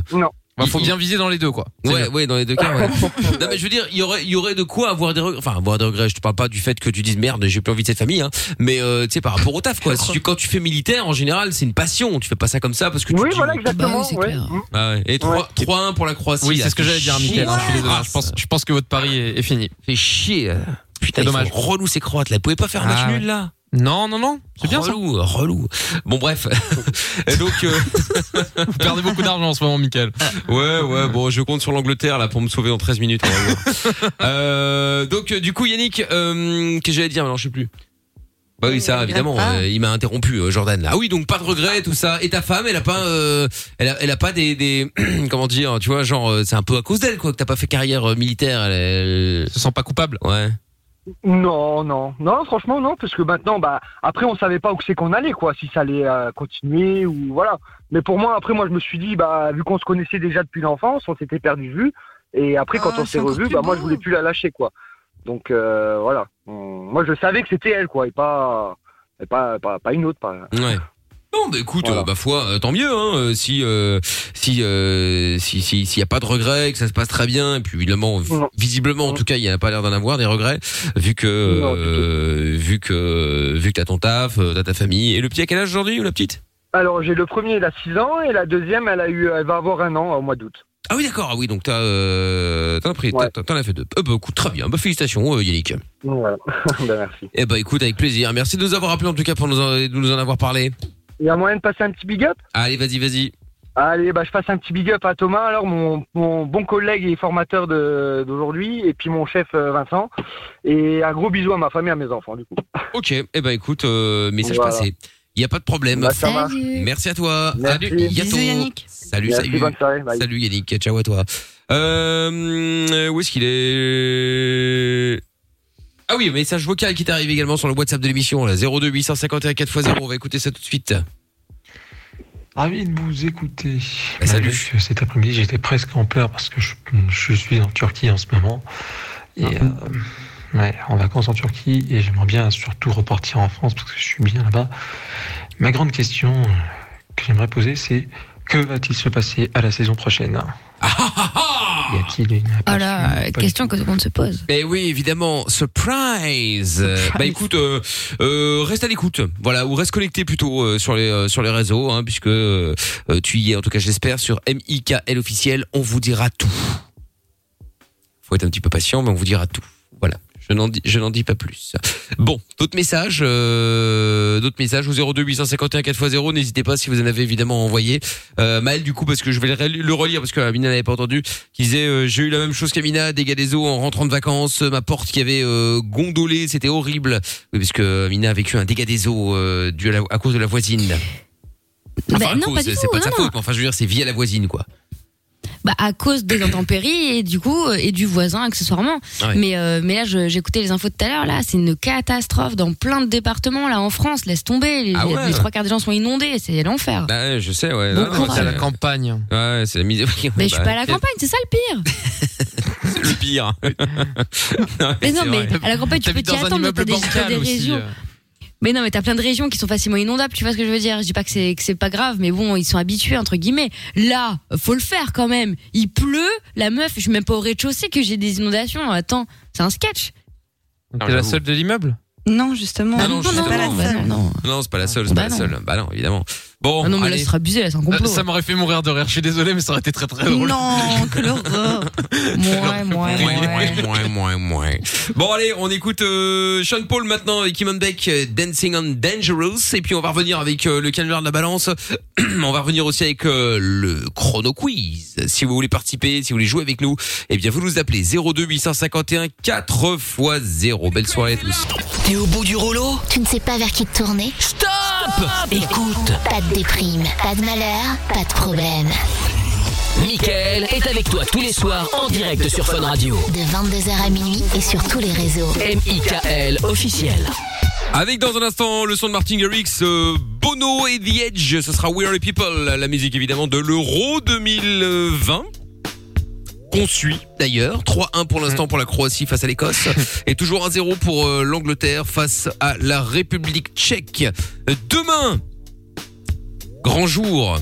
S5: Bah, faut
S2: Il-
S5: bien viser dans les deux, quoi. C'est
S2: ouais,
S5: bien.
S2: ouais, dans les deux cas. Ouais. non, mais je veux dire, il y aurait, il y aurait de quoi avoir des regrets. Enfin, avoir des regrets. Je te parle pas du fait que tu dises merde, j'ai plus envie de cette famille. Hein. Mais euh, tu sais, par rapport au taf, quoi. Si tu- quand tu fais militaire, en général, c'est une passion. Tu fais pas ça comme ça parce que tu.
S8: Oui,
S2: te dis,
S8: voilà,
S4: Bah
S8: exactement.
S4: oui, c'est
S8: ouais.
S4: clair.
S8: Mm.
S2: Ah ouais. Et 3, 3-1 pour la Croatie.
S5: Oui,
S2: là.
S5: c'est ce que j'allais dire, Mickaël. Je suis
S2: Chier.
S5: désolé. Je pense, je pense que votre pari est, est fini.
S2: Fait chier. euh. Putain,
S5: C'est
S2: dommage.
S5: dommage.
S2: Relou ces Croates là. Vous pouvez pas faire un match
S5: Ah ouais.
S2: nul là.
S5: Non, non, non. C'est bien ça.
S2: relou, euh, relou. Bon bref. Et donc euh,
S5: Vous perdez beaucoup d'argent en ce moment, Michael.
S2: ouais ouais bon je compte sur l'Angleterre là pour me sauver en 13 minutes. on va voir. Euh, donc euh, du coup Yannick euh, qu'est-ce que j'allais dire alors je sais plus. Bah oui ça évidemment
S3: Ah.
S2: euh, il m'a interrompu euh, Jordan là. Ah oui donc pas de regrets tout ça et ta femme elle a pas euh, elle a, elle a pas des, des comment dire tu vois genre euh, c'est un peu à cause d'elle quoi que t'as pas fait carrière euh, militaire elle- elle-
S5: Se sens pas coupable.
S2: ouais.
S8: Non, non, non, franchement, non, parce que maintenant, bah, après, on savait pas où c'est qu'on allait, quoi, si ça allait euh, continuer ou voilà. Mais pour moi, après, moi, je me suis dit, bah, vu qu'on se connaissait déjà depuis l'enfance, on s'était perdu de vue, et après, quand
S3: Ah,
S8: on
S3: c'est
S8: s'est
S3: encore
S8: revus,
S3: plus
S8: bah, moi,
S3: beau.
S8: je voulais plus la lâcher, quoi. Donc euh, voilà, On- moi, je savais que c'était elle, quoi, et pas, et pas, pas, pas une autre, pas.
S2: Ouais. Non, bah écoute, euh,
S8: Voilà.
S2: bah foi, euh, tant mieux. Hein, euh, si euh, si euh, si si- s'il y a pas de regrets, que ça se passe très bien, et puis évidemment, vi-
S8: Non.
S2: visiblement en tout cas, il y a pas l'air d'en avoir des regrets, vu que
S8: Non, du tout.
S2: euh, vu que vu que t'as ton taf, euh, t'as ta famille. Et le petit à quel âge aujourd'hui ou la petite
S8: Alors, j'ai le premier, il a 6 ans, et la deuxième, elle a eu, elle va avoir un an euh, au mois d'août.
S2: Ah oui, d'accord. Ah oui, donc t'as euh, t'en as pris,
S8: Ouais.
S2: t'as- t'en as fait deux. Euh, bah écoute, très bien. Bah félicitations, euh, Yannick.
S8: Donc, Voilà, Bah, merci.
S2: Eh bah écoute, avec plaisir. Merci de nous avoir appelé en tout cas pour nous en, de nous en avoir parlé.
S8: Il y a moyen de passer un petit big up
S2: Allez, vas-y, vas-y.
S8: Allez, bah, je passe un petit big up à Thomas, alors mon, mon bon collègue et formateur de- d'aujourd'hui, et puis mon chef euh, Vincent. Et un gros bisou à ma famille et à mes enfants, du coup.
S2: Ok, eh ben écoute, euh, message
S8: Voilà.
S2: passé. Il n'y a pas de problème.
S8: Bah, ça marche.
S2: Merci à toi.
S8: Merci.
S2: Salut,
S3: Bisous,
S2: bientôt.
S3: Yannick.
S2: Salut,
S8: Merci,
S2: salut.
S8: bonne soirée, bye.
S2: Salut Yannick, ciao à toi. Euh, euh, où est-ce qu'il est Ah oui, message vocal qui t'arrive également sur le WhatsApp de l'émission, là, 02 851 4x0, on va écouter ça tout de suite.
S10: Ravi de vous écouter.
S2: Bah, salut.
S10: Malgré que cet après-midi, j'étais presque en pleurs parce que je, je suis en Turquie en ce moment.
S2: Ah.
S10: Et euh, ouais, en vacances en Turquie. Et j'aimerais bien surtout repartir en France parce que je suis bien là-bas. Ma grande question euh, que j'aimerais poser, c'est que va-t-il se passer à la saison prochaine
S2: Ah.
S4: Ah,
S10: Y a-t-il une
S4: Oh là,
S10: aperçu Pas du
S4: question que tout le monde se pose.
S2: Eh oui, évidemment, surprise. Euh, Bah écoute, euh, euh, reste à l'écoute, voilà, ou reste connecté plutôt euh, sur les euh, sur les réseaux, hein, puisque euh, euh, tu y es, en tout cas j'espère, sur MIKL officiel, on vous dira tout. Faut être un petit peu patient, mais on vous dira tout. Voilà, je n'en dis je n'en dis pas plus. Bon, d'autres messages, euh, d'autres messages au 02 851 4x0. N'hésitez pas si vous en avez évidemment envoyé. Euh, Maël, du coup, parce que je vais le rel- le relire parce que euh, Amina n'avait pas entendu, qui disait euh, j'ai eu la même chose qu'Amina, dégâts des eaux en rentrant de vacances, ma porte qui avait euh, gondolé, c'était horrible. Oui, parce que euh, Amina a vécu un dégât des eaux euh, dû à, la- à cause de la voisine.
S4: Bah,
S2: à
S4: non,
S2: cause,
S4: pas du
S2: c'est
S4: tout,
S2: pas de sa
S4: non,
S2: faute,
S4: non.
S2: mais enfin je veux dire c'est via la voisine quoi.
S4: Bah, à cause des intempéries et du coup, euh, et du voisin accessoirement.
S2: Ouais.
S4: Mais, euh, mais là, je- j'écoutais les infos de tout à l'heure, là, c'est une catastrophe dans plein de départements, là, en France, laisse tomber. Les,
S2: Ah ouais.
S4: les trois quarts des gens sont inondés, c'est l'enfer.
S2: Bah je sais ouais.
S4: Bon
S2: Non, non,
S4: courage.
S2: c'est
S5: à
S2: la
S5: la
S2: camp-
S5: campagne.
S2: Ouais, c'est la misère.
S4: mais je suis pas à la campagne, c'est ça le pire.
S2: C'est le pire. Non,
S4: Mais non,
S2: c'est
S4: mais
S2: vrai.
S4: à la campagne, tu peux
S5: T'habites
S4: t'y
S5: dans un
S4: attendre, mais t'as
S5: immeuble
S4: des, t'as
S5: bancal
S4: des
S5: aussi.
S4: régions.
S5: euh.
S4: Mais non, mais t'as plein de régions qui sont facilement inondables, tu vois ce que je veux dire Je dis pas que c'est que c'est pas grave, mais bon, ils sont habitués entre guillemets. Là, faut le faire quand même. Il pleut, la meuf, je suis même pas au rez-de-chaussée que j'ai des inondations. Attends, c'est un sketch.
S5: T'es la
S2: j'avoue.
S5: seule de l'immeuble
S3: Non, justement.
S2: Ah non,
S3: c'est
S2: justement,
S3: pas la
S4: bah
S3: seule.
S4: non, non.
S2: Non, c'est pas la seule, c'est
S4: Bah
S2: pas la
S4: non.
S2: seule. Bah non, évidemment. Bon,
S4: Ah non, mais là,
S2: allez. Bah,
S4: c'est abusé, là, c'est un complot.
S5: Ça m'aurait fait mourir de rire, je suis désolé, mais ça aurait été très très drôle.
S3: Non, que l'horreur.
S4: Mouais, mouais,
S2: Mouais,
S4: mouais.
S2: mouais, mouais, mouais. Bon allez, on écoute euh, Sean Paul maintenant avec Iman Beck, euh, Dancing on Dangerous, et puis on va revenir avec euh, le calendrier de la balance. on va revenir aussi avec euh, le chrono quiz. Si vous voulez participer, si vous voulez jouer avec nous, eh bien vous nous appelez 02 851 4 x 0. Belle soirée à tous.
S1: T'es au bout du rouleau
S9: Tu ne sais pas vers qui te tourner
S1: Stop Écoute,
S9: Pas de déprime, pas de malheur, pas de problème.
S1: Mickaël est avec toi tous les soirs en direct sur Fun Radio.
S9: De 22h à minuit et sur tous les réseaux.
S1: M.I.K.L. officiel.
S2: Avec dans un instant le son de Martin Garrix, euh, Bono et The Edge, ce sera We Are the People, la musique évidemment de l'Euro 2020. Qu'on suit d'ailleurs. 3-1 pour l'instant pour la Croatie face à l'Écosse. Et toujours 1-0 pour euh, l'Angleterre face à la République tchèque. Euh, Demain, grand jour.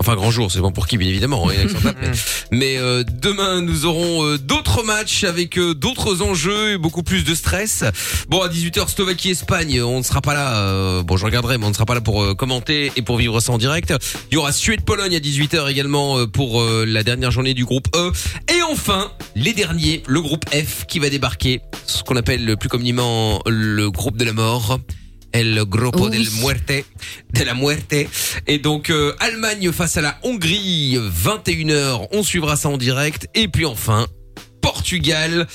S2: Enfin, grand jour, c'est bon pour qui, bien évidemment. hein, il y en a qui s'en tapent,
S6: Mm.
S2: mais mais, euh, demain, nous aurons euh, d'autres matchs avec euh, d'autres enjeux et beaucoup plus de stress. Bon, à 18h, Slovaquie-Espagne, on ne sera pas là. euh, bon, je regarderai, mais on ne sera pas là pour euh, commenter et pour vivre ça en direct. Il y aura Suède-Pologne à 18h également euh, pour euh, la dernière journée du groupe E. Et enfin, les derniers, le groupe F qui va débarquer, ce qu'on appelle le plus communément le groupe de la mort. El Grupo
S4: Oui.
S2: del Muerte, de la Muerte. Et donc, euh, Allemagne face à la Hongrie, 21h, on suivra ça en direct. Et puis enfin, Portugal,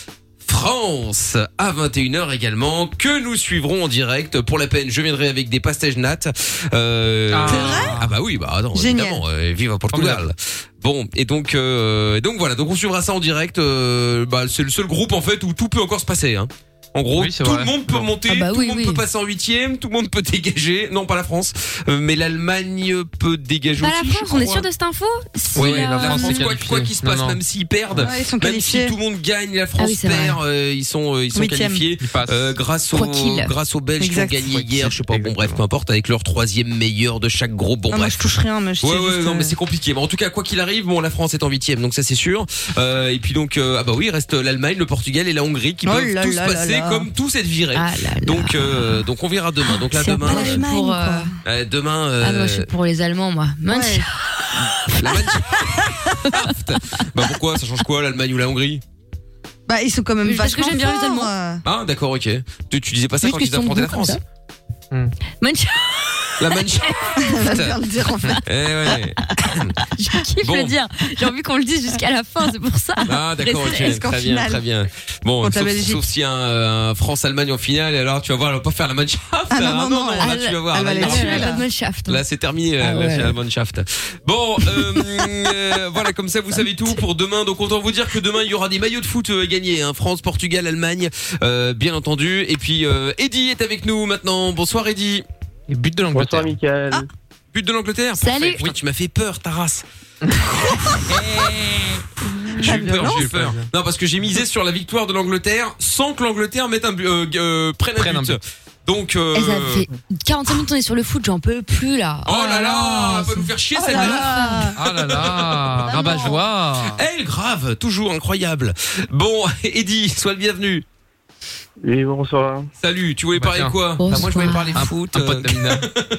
S2: France à 21h également, que nous suivrons en direct. Pour la peine, je viendrai avec des pastèges nattes. Euh,
S5: Ah. C'est vrai
S2: ah bah oui, bah attends,
S3: Génial.
S2: évidemment, euh, vive à Portugal. Bon, et donc, euh, et donc voilà, donc on suivra ça en direct. euh, bah, c'est le seul groupe en fait où tout peut encore se passer. Hein. En gros,
S5: Oui, c'est
S2: tout
S5: vrai.
S2: le monde peut
S5: Bon.
S2: monter,
S4: Ah bah
S2: tout
S4: oui,
S2: le monde
S4: oui.
S2: peut passer en huitième, tout le monde peut dégager. Non, pas la France, euh, mais l'Allemagne peut dégager
S4: Pas
S2: aussi.
S4: la
S2: je
S4: France, on est
S2: crois.
S4: sûr de cette info Si,
S5: Oui, la
S4: euh,
S2: La
S5: France,
S2: France,
S5: c'est
S2: quoi
S5: qualifié.
S2: quoi qu'il se
S5: Non,
S2: passe,
S5: non.
S2: même s'ils perdent,
S3: Ouais, ils sont
S2: même si
S3: qualifiés. Ah
S2: tout le monde gagne, la France
S4: oui, c'est
S2: perd, euh, ils sont, euh, ils sont
S3: Huitième.
S2: qualifiés.
S5: Il passe.
S2: Euh, grâce, aux,
S4: Quoi qu'il.
S2: grâce aux Belges
S3: Exact.
S2: qui ont gagné
S5: Quoi
S2: hier,
S5: qu'il.
S2: je sais pas, bon bref,
S5: Exactement.
S2: peu importe, avec leur troisième meilleur de chaque groupe, bon
S3: Non, Ah, moi,
S2: bref.
S3: je touche rien, mais je
S2: Ouais,
S3: sais
S2: ouais,
S3: juste,
S2: non,
S3: euh,
S2: mais c'est compliqué. Mais en tout cas, quoi qu'il arrive, bon, la France est en huitième, donc ça c'est sûr. Euh, et puis donc, euh, ah bah oui, reste l'Allemagne, le Portugal et la Hongrie qui
S3: Oh
S2: peuvent
S3: là
S2: tous
S3: là là
S2: passer
S3: là.
S2: comme tous être virés.
S4: Ah là là.
S2: Donc, euh, donc on verra demain. Donc là,
S4: C'est
S2: demain,
S3: pas
S4: euh,
S3: l'Allemagne,
S4: pour,
S3: quoi.
S4: euh,
S2: euh, demain,
S4: Ah, moi,
S2: euh,
S4: je suis pour les Allemands, moi. Mince.
S3: Ouais.
S2: l'Allemagne- bah pourquoi Ça change quoi, l'Allemagne ou la Hongrie
S3: Bah, ils sont quand même
S4: Mais parce que
S3: vachement
S4: j'aime bien les
S3: forts. euh.
S4: Allemands.
S2: Ah, d'accord, ok. Tu, tu disais pas ça
S4: Juste
S2: quand
S4: que
S2: ils
S4: je tombe
S2: affrontaient la
S4: comme
S2: France
S4: ça. Mince.
S2: La manche.
S4: Elle va bien le dire, en fait.
S2: Eh ouais.
S4: Je kiffe
S2: Bon.
S4: le dire. J'ai envie qu'on le dise jusqu'à la fin, c'est pour ça.
S2: Ah d'accord, ok,
S4: Restez-
S2: très bien, très bien. Bon,
S4: Contre la
S2: sauf,
S4: Belgique.
S2: sauf s'il y a un, un France-Allemagne en finale, alors tu vas voir, elle va pas faire la Mannschaft.
S4: Ah, non,
S2: Ah,
S4: non, non,
S2: là,
S4: elle-
S2: tu vas voir.
S4: elle va
S2: là,
S4: les
S2: là,
S4: tuer, là.
S2: Là, c'est terminé,
S4: Ah
S2: la-
S4: ouais.
S2: la Mannschaft. Bon, euh, euh, voilà, comme ça, vous savez tout pour demain. Donc, autant vous dire que demain, il y aura des maillots de foot euh, à gagner. hein. France, Portugal, Allemagne, euh, bien entendu. Et puis, euh, Eddy est avec nous maintenant. Bonsoir, Eddy. Et but de l'Angleterre. Bonsoir,
S8: Mickaël.
S2: But de l'Angleterre.
S8: Salut.
S2: Parfait. Putain, tu m'as fait peur, ta race. J'ai eu peur,
S8: violence.
S2: j'ai eu peur. Non, parce que j'ai misé sur la victoire de l'Angleterre sans que l'Angleterre mette un bu- euh, euh, prenne un but. Donc, euh,
S4: Et ça fait 45 minutes on est sur le foot, j'en peux plus là.
S2: Oh là là, elle va nous faire chier
S4: Oh
S2: cette
S4: là
S2: meuf.
S4: là.
S2: Ah là là, rabat joie. Elle grave, toujours incroyable. Bon, Eddy, sois le bienvenu.
S11: Oui, bonsoir.
S2: Salut, tu voulais parler de quoi Bah, Moi je voulais parler foot. euh,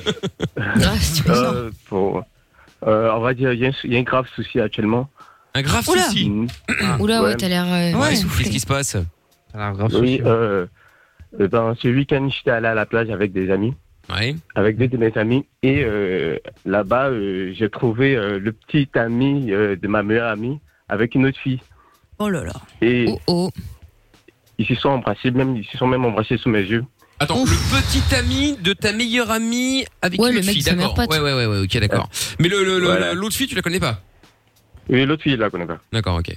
S11: Euh, pour- euh, on va dire, il y, a un- il y a un grave souci actuellement. Mmh.
S2: Un grave
S4: Oula.
S2: souci
S5: Ah.
S4: Oula, ouais,
S11: Ouais.
S4: t'as l'air. euh, essoufflé.
S2: Qu'est-ce qui se passe
S11: Oui,
S2: souci.
S10: hein.
S11: euh, euh, ben, ce week-end, j'étais allé à la plage avec des amis. Avec deux de mes amis. Et euh, là-bas, euh, j'ai trouvé euh, le petit ami euh, de ma meilleure amie avec une autre fille.
S3: Oh là là.
S11: Et
S4: oh.
S11: ils se sont embrassés, même, ils se sont même embrassés sous mes yeux.
S2: Attends, le petit ami de ta meilleure amie avec
S11: Ouais,
S2: une
S11: le
S2: autre
S11: mec,
S2: fille,
S11: c'est
S2: d'accord.
S11: meilleur
S2: Ouais,
S11: pote.
S2: ouais, ouais, ouais, ok, d'accord. Mais le- le- le- l'autre
S11: Euh, Voilà.
S2: fille, tu la connais pas
S11: Oui, l'autre fille, je la connais pas.
S2: D'accord, ok.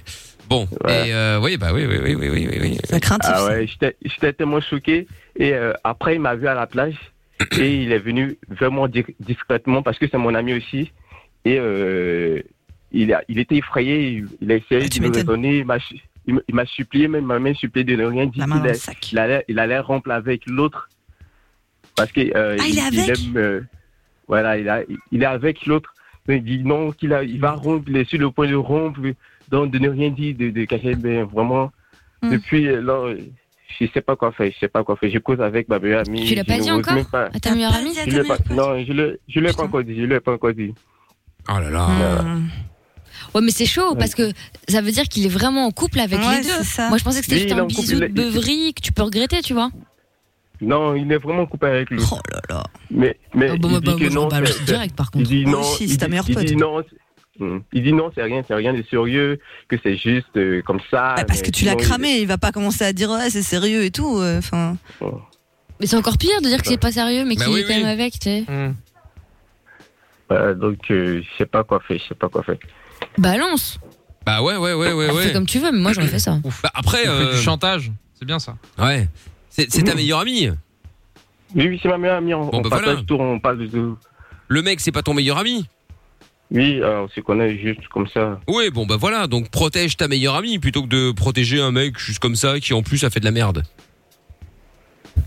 S2: Bon, et euh, oui, bah oui, oui, oui, oui, oui, oui, oui.
S11: Ah ouais, j'étais j'étais tellement choqué. Et euh, après, il m'a vu à la plage et il est venu vraiment di- discrètement parce que c'est mon ami aussi. Et euh, il, a, il était effrayé, il, il a essayé
S3: Ah,
S11: de me raisonner, il m'a su- il m'a- il m'a supplié, même il m'a même supplié de ne rien dire.
S3: main
S11: Il,
S3: dans le
S11: a-
S3: sac.
S11: il allait, il allait rompre avec l'autre parce que euh,
S3: Ah, il est avec
S11: aime, euh, voilà, il, a, il est avec l'autre. Il dit non, qu'il a, il va rompre, il est sur le point de rompre, donc de ne rien dire, de, de cacher, mais vraiment.
S4: Mm.
S11: Depuis euh, là, euh, je sais pas quoi faire, je sais pas quoi faire. Je cause avec ma meilleure amie.
S4: Tu l'as
S11: je
S4: pas
S11: ne
S4: dit
S11: ose
S4: encore
S11: même pas-
S4: à ta meilleure amie
S11: Je l'ai pas- Non, je l'ai, je l'ai pas encore dit, je l'ai pas encore dit.
S2: Oh là là.
S4: Ouais, mais c'est chaud parce que ça veut dire qu'il est vraiment en couple avec
S3: Ouais,
S4: les deux.
S3: c'est ça.
S4: Moi je pensais que c'était
S11: Oui,
S4: juste
S11: il est
S4: un
S11: en couple,
S4: bisou
S11: il
S4: de
S11: est- il est-
S4: beuverie que tu peux regretter, tu vois.
S11: Non, il est vraiment coupé avec lui. Oh
S3: là là.
S11: Mais, mais
S4: Ah bah,
S11: il
S4: bah,
S11: dit
S4: bah,
S11: que
S4: moi, je
S11: non.
S4: remballe
S11: c'est-
S4: direct, par
S11: Il
S4: contre.
S11: dit
S4: Moi
S11: non.
S4: aussi,
S11: il
S4: c'est ta
S11: dit-
S4: meilleure
S11: il
S4: pote.
S11: dit non, c'est- Hmm. Il dit non, c'est rien, c'est rien de sérieux, que c'est juste euh, comme ça.
S3: Bah, Parce que tu l'as
S11: Ah
S3: cramé, il va pas commencer à dire ouais, c'est sérieux et tout. euh, Enfin.
S4: Mais c'est encore pire de dire que c'est pas sérieux mais
S11: Bah
S4: qu'il
S11: oui,
S4: est quand
S11: oui.
S4: même avec, tu sais.
S3: Hmm.
S11: Voilà, donc, euh, je sais pas quoi faire, je sais pas quoi faire.
S4: Balance.
S2: Bah ouais, ouais, ouais, ouais,
S4: Fais
S2: ouais.
S4: Ah, comme tu veux, mais moi j'aurais fait ça.
S2: Bah, après,
S5: On fait du
S2: chantage, c'est bien ça. Ouais. C'est c'est ta meilleure amie.
S11: Oui, oui, c'est ma meilleure amie. On,
S2: Bon,
S11: on
S2: bah,
S11: partage
S2: voilà.
S11: tout, on parle de tout.
S2: Le mec, c'est pas ton meilleur ami.
S11: Oui, euh, on se connaît juste comme ça.
S2: Oui, bon bah voilà, donc protège ta meilleure amie plutôt que de protéger un mec juste comme ça qui en plus a fait de la merde.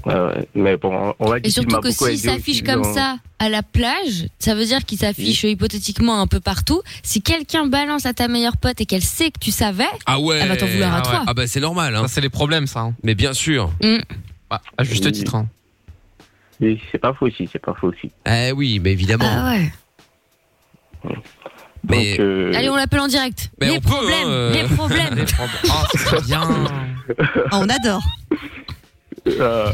S11: Euh, mais bon, on va dire
S4: Et
S11: qu'il
S4: surtout
S11: m'a
S4: que
S11: beaucoup
S4: s'il
S11: aidé aussi
S4: s'affiche comme
S11: dans-
S4: ça à la plage, ça veut dire qu'il s'affiche hypothétiquement un peu partout. Si quelqu'un balance à ta meilleure pote et qu'elle sait que tu savais,
S2: Ah ouais.
S4: elle va t'en vouloir à
S2: ah ouais.
S4: toi.
S2: Ah bah c'est normal. Hein. c'est les problèmes ça. Mais bien sûr.
S4: Mm.
S2: Ah, à juste titre.
S11: Oui, c'est pas faux aussi, c'est pas faux aussi.
S2: Eh oui, mais évidemment.
S4: Ah ouais.
S2: Mais
S11: euh,
S4: Allez, on l'appelle en direct.
S2: Mais
S4: les,
S2: on peut,
S4: problèmes,
S2: hein, euh.
S4: les problèmes,
S2: Les problèmes. Ah, c'est bien.
S3: Ah, on adore.
S11: Ah.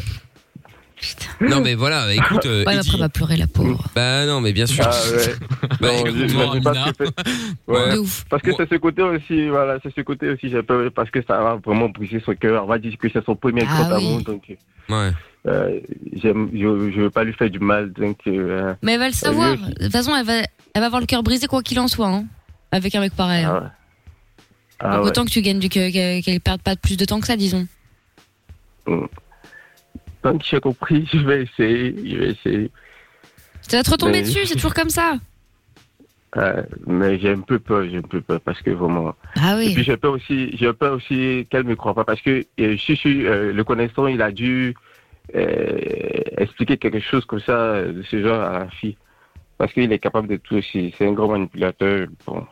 S2: Non mais voilà, écoute. euh,
S4: Ouais, mais
S2: Eddie-
S4: après, on va pleurer la pauvre.
S2: Bah non, mais bien sûr.
S11: Ah ouais.
S2: bah,
S11: Non,
S2: écoute,
S11: je-
S2: moi,
S11: je sais pas
S2: Amina.
S11: ce que c'est. Ouais.
S2: De
S11: Parce que c'est ce côté aussi, voilà, c'est ce côté aussi, j'ai peur, parce que ça va vraiment briser son cœur. On va dire que c'est son premier
S4: Ah
S11: grand
S4: oui.
S11: amour, donc.
S2: Ouais.
S11: Euh, j'aime- je, je veux pas lui faire du mal, donc. euh,
S4: Mais elle va le
S11: euh,
S4: savoir.
S11: lui
S4: De
S11: aussi.
S4: toute façon, elle va, elle va avoir le cœur brisé quoi qu'il en soit, hein, avec un mec pareil. hein.
S11: Ah
S4: Donc
S11: ouais.
S4: autant que tu gagnes du que- que- qu'elle perde pas plus de temps que ça, disons.
S11: Donc j'ai compris, je vais essayer, je vais essayer.
S4: Ça va te retomber
S11: Mais-
S4: dessus, c'est toujours comme ça.
S11: Euh, mais j'ai un peu peur, j'ai un peu peur parce que vraiment.
S4: Ah oui.
S11: Et puis j'ai peur aussi, j'ai peur aussi qu'elle me croit pas parce que euh, je suis euh, le connaissant, il a dû euh, expliquer quelque chose comme ça euh, de ce genre à la fille parce qu'il est capable de tout aussi. C'est un grand manipulateur. Bon.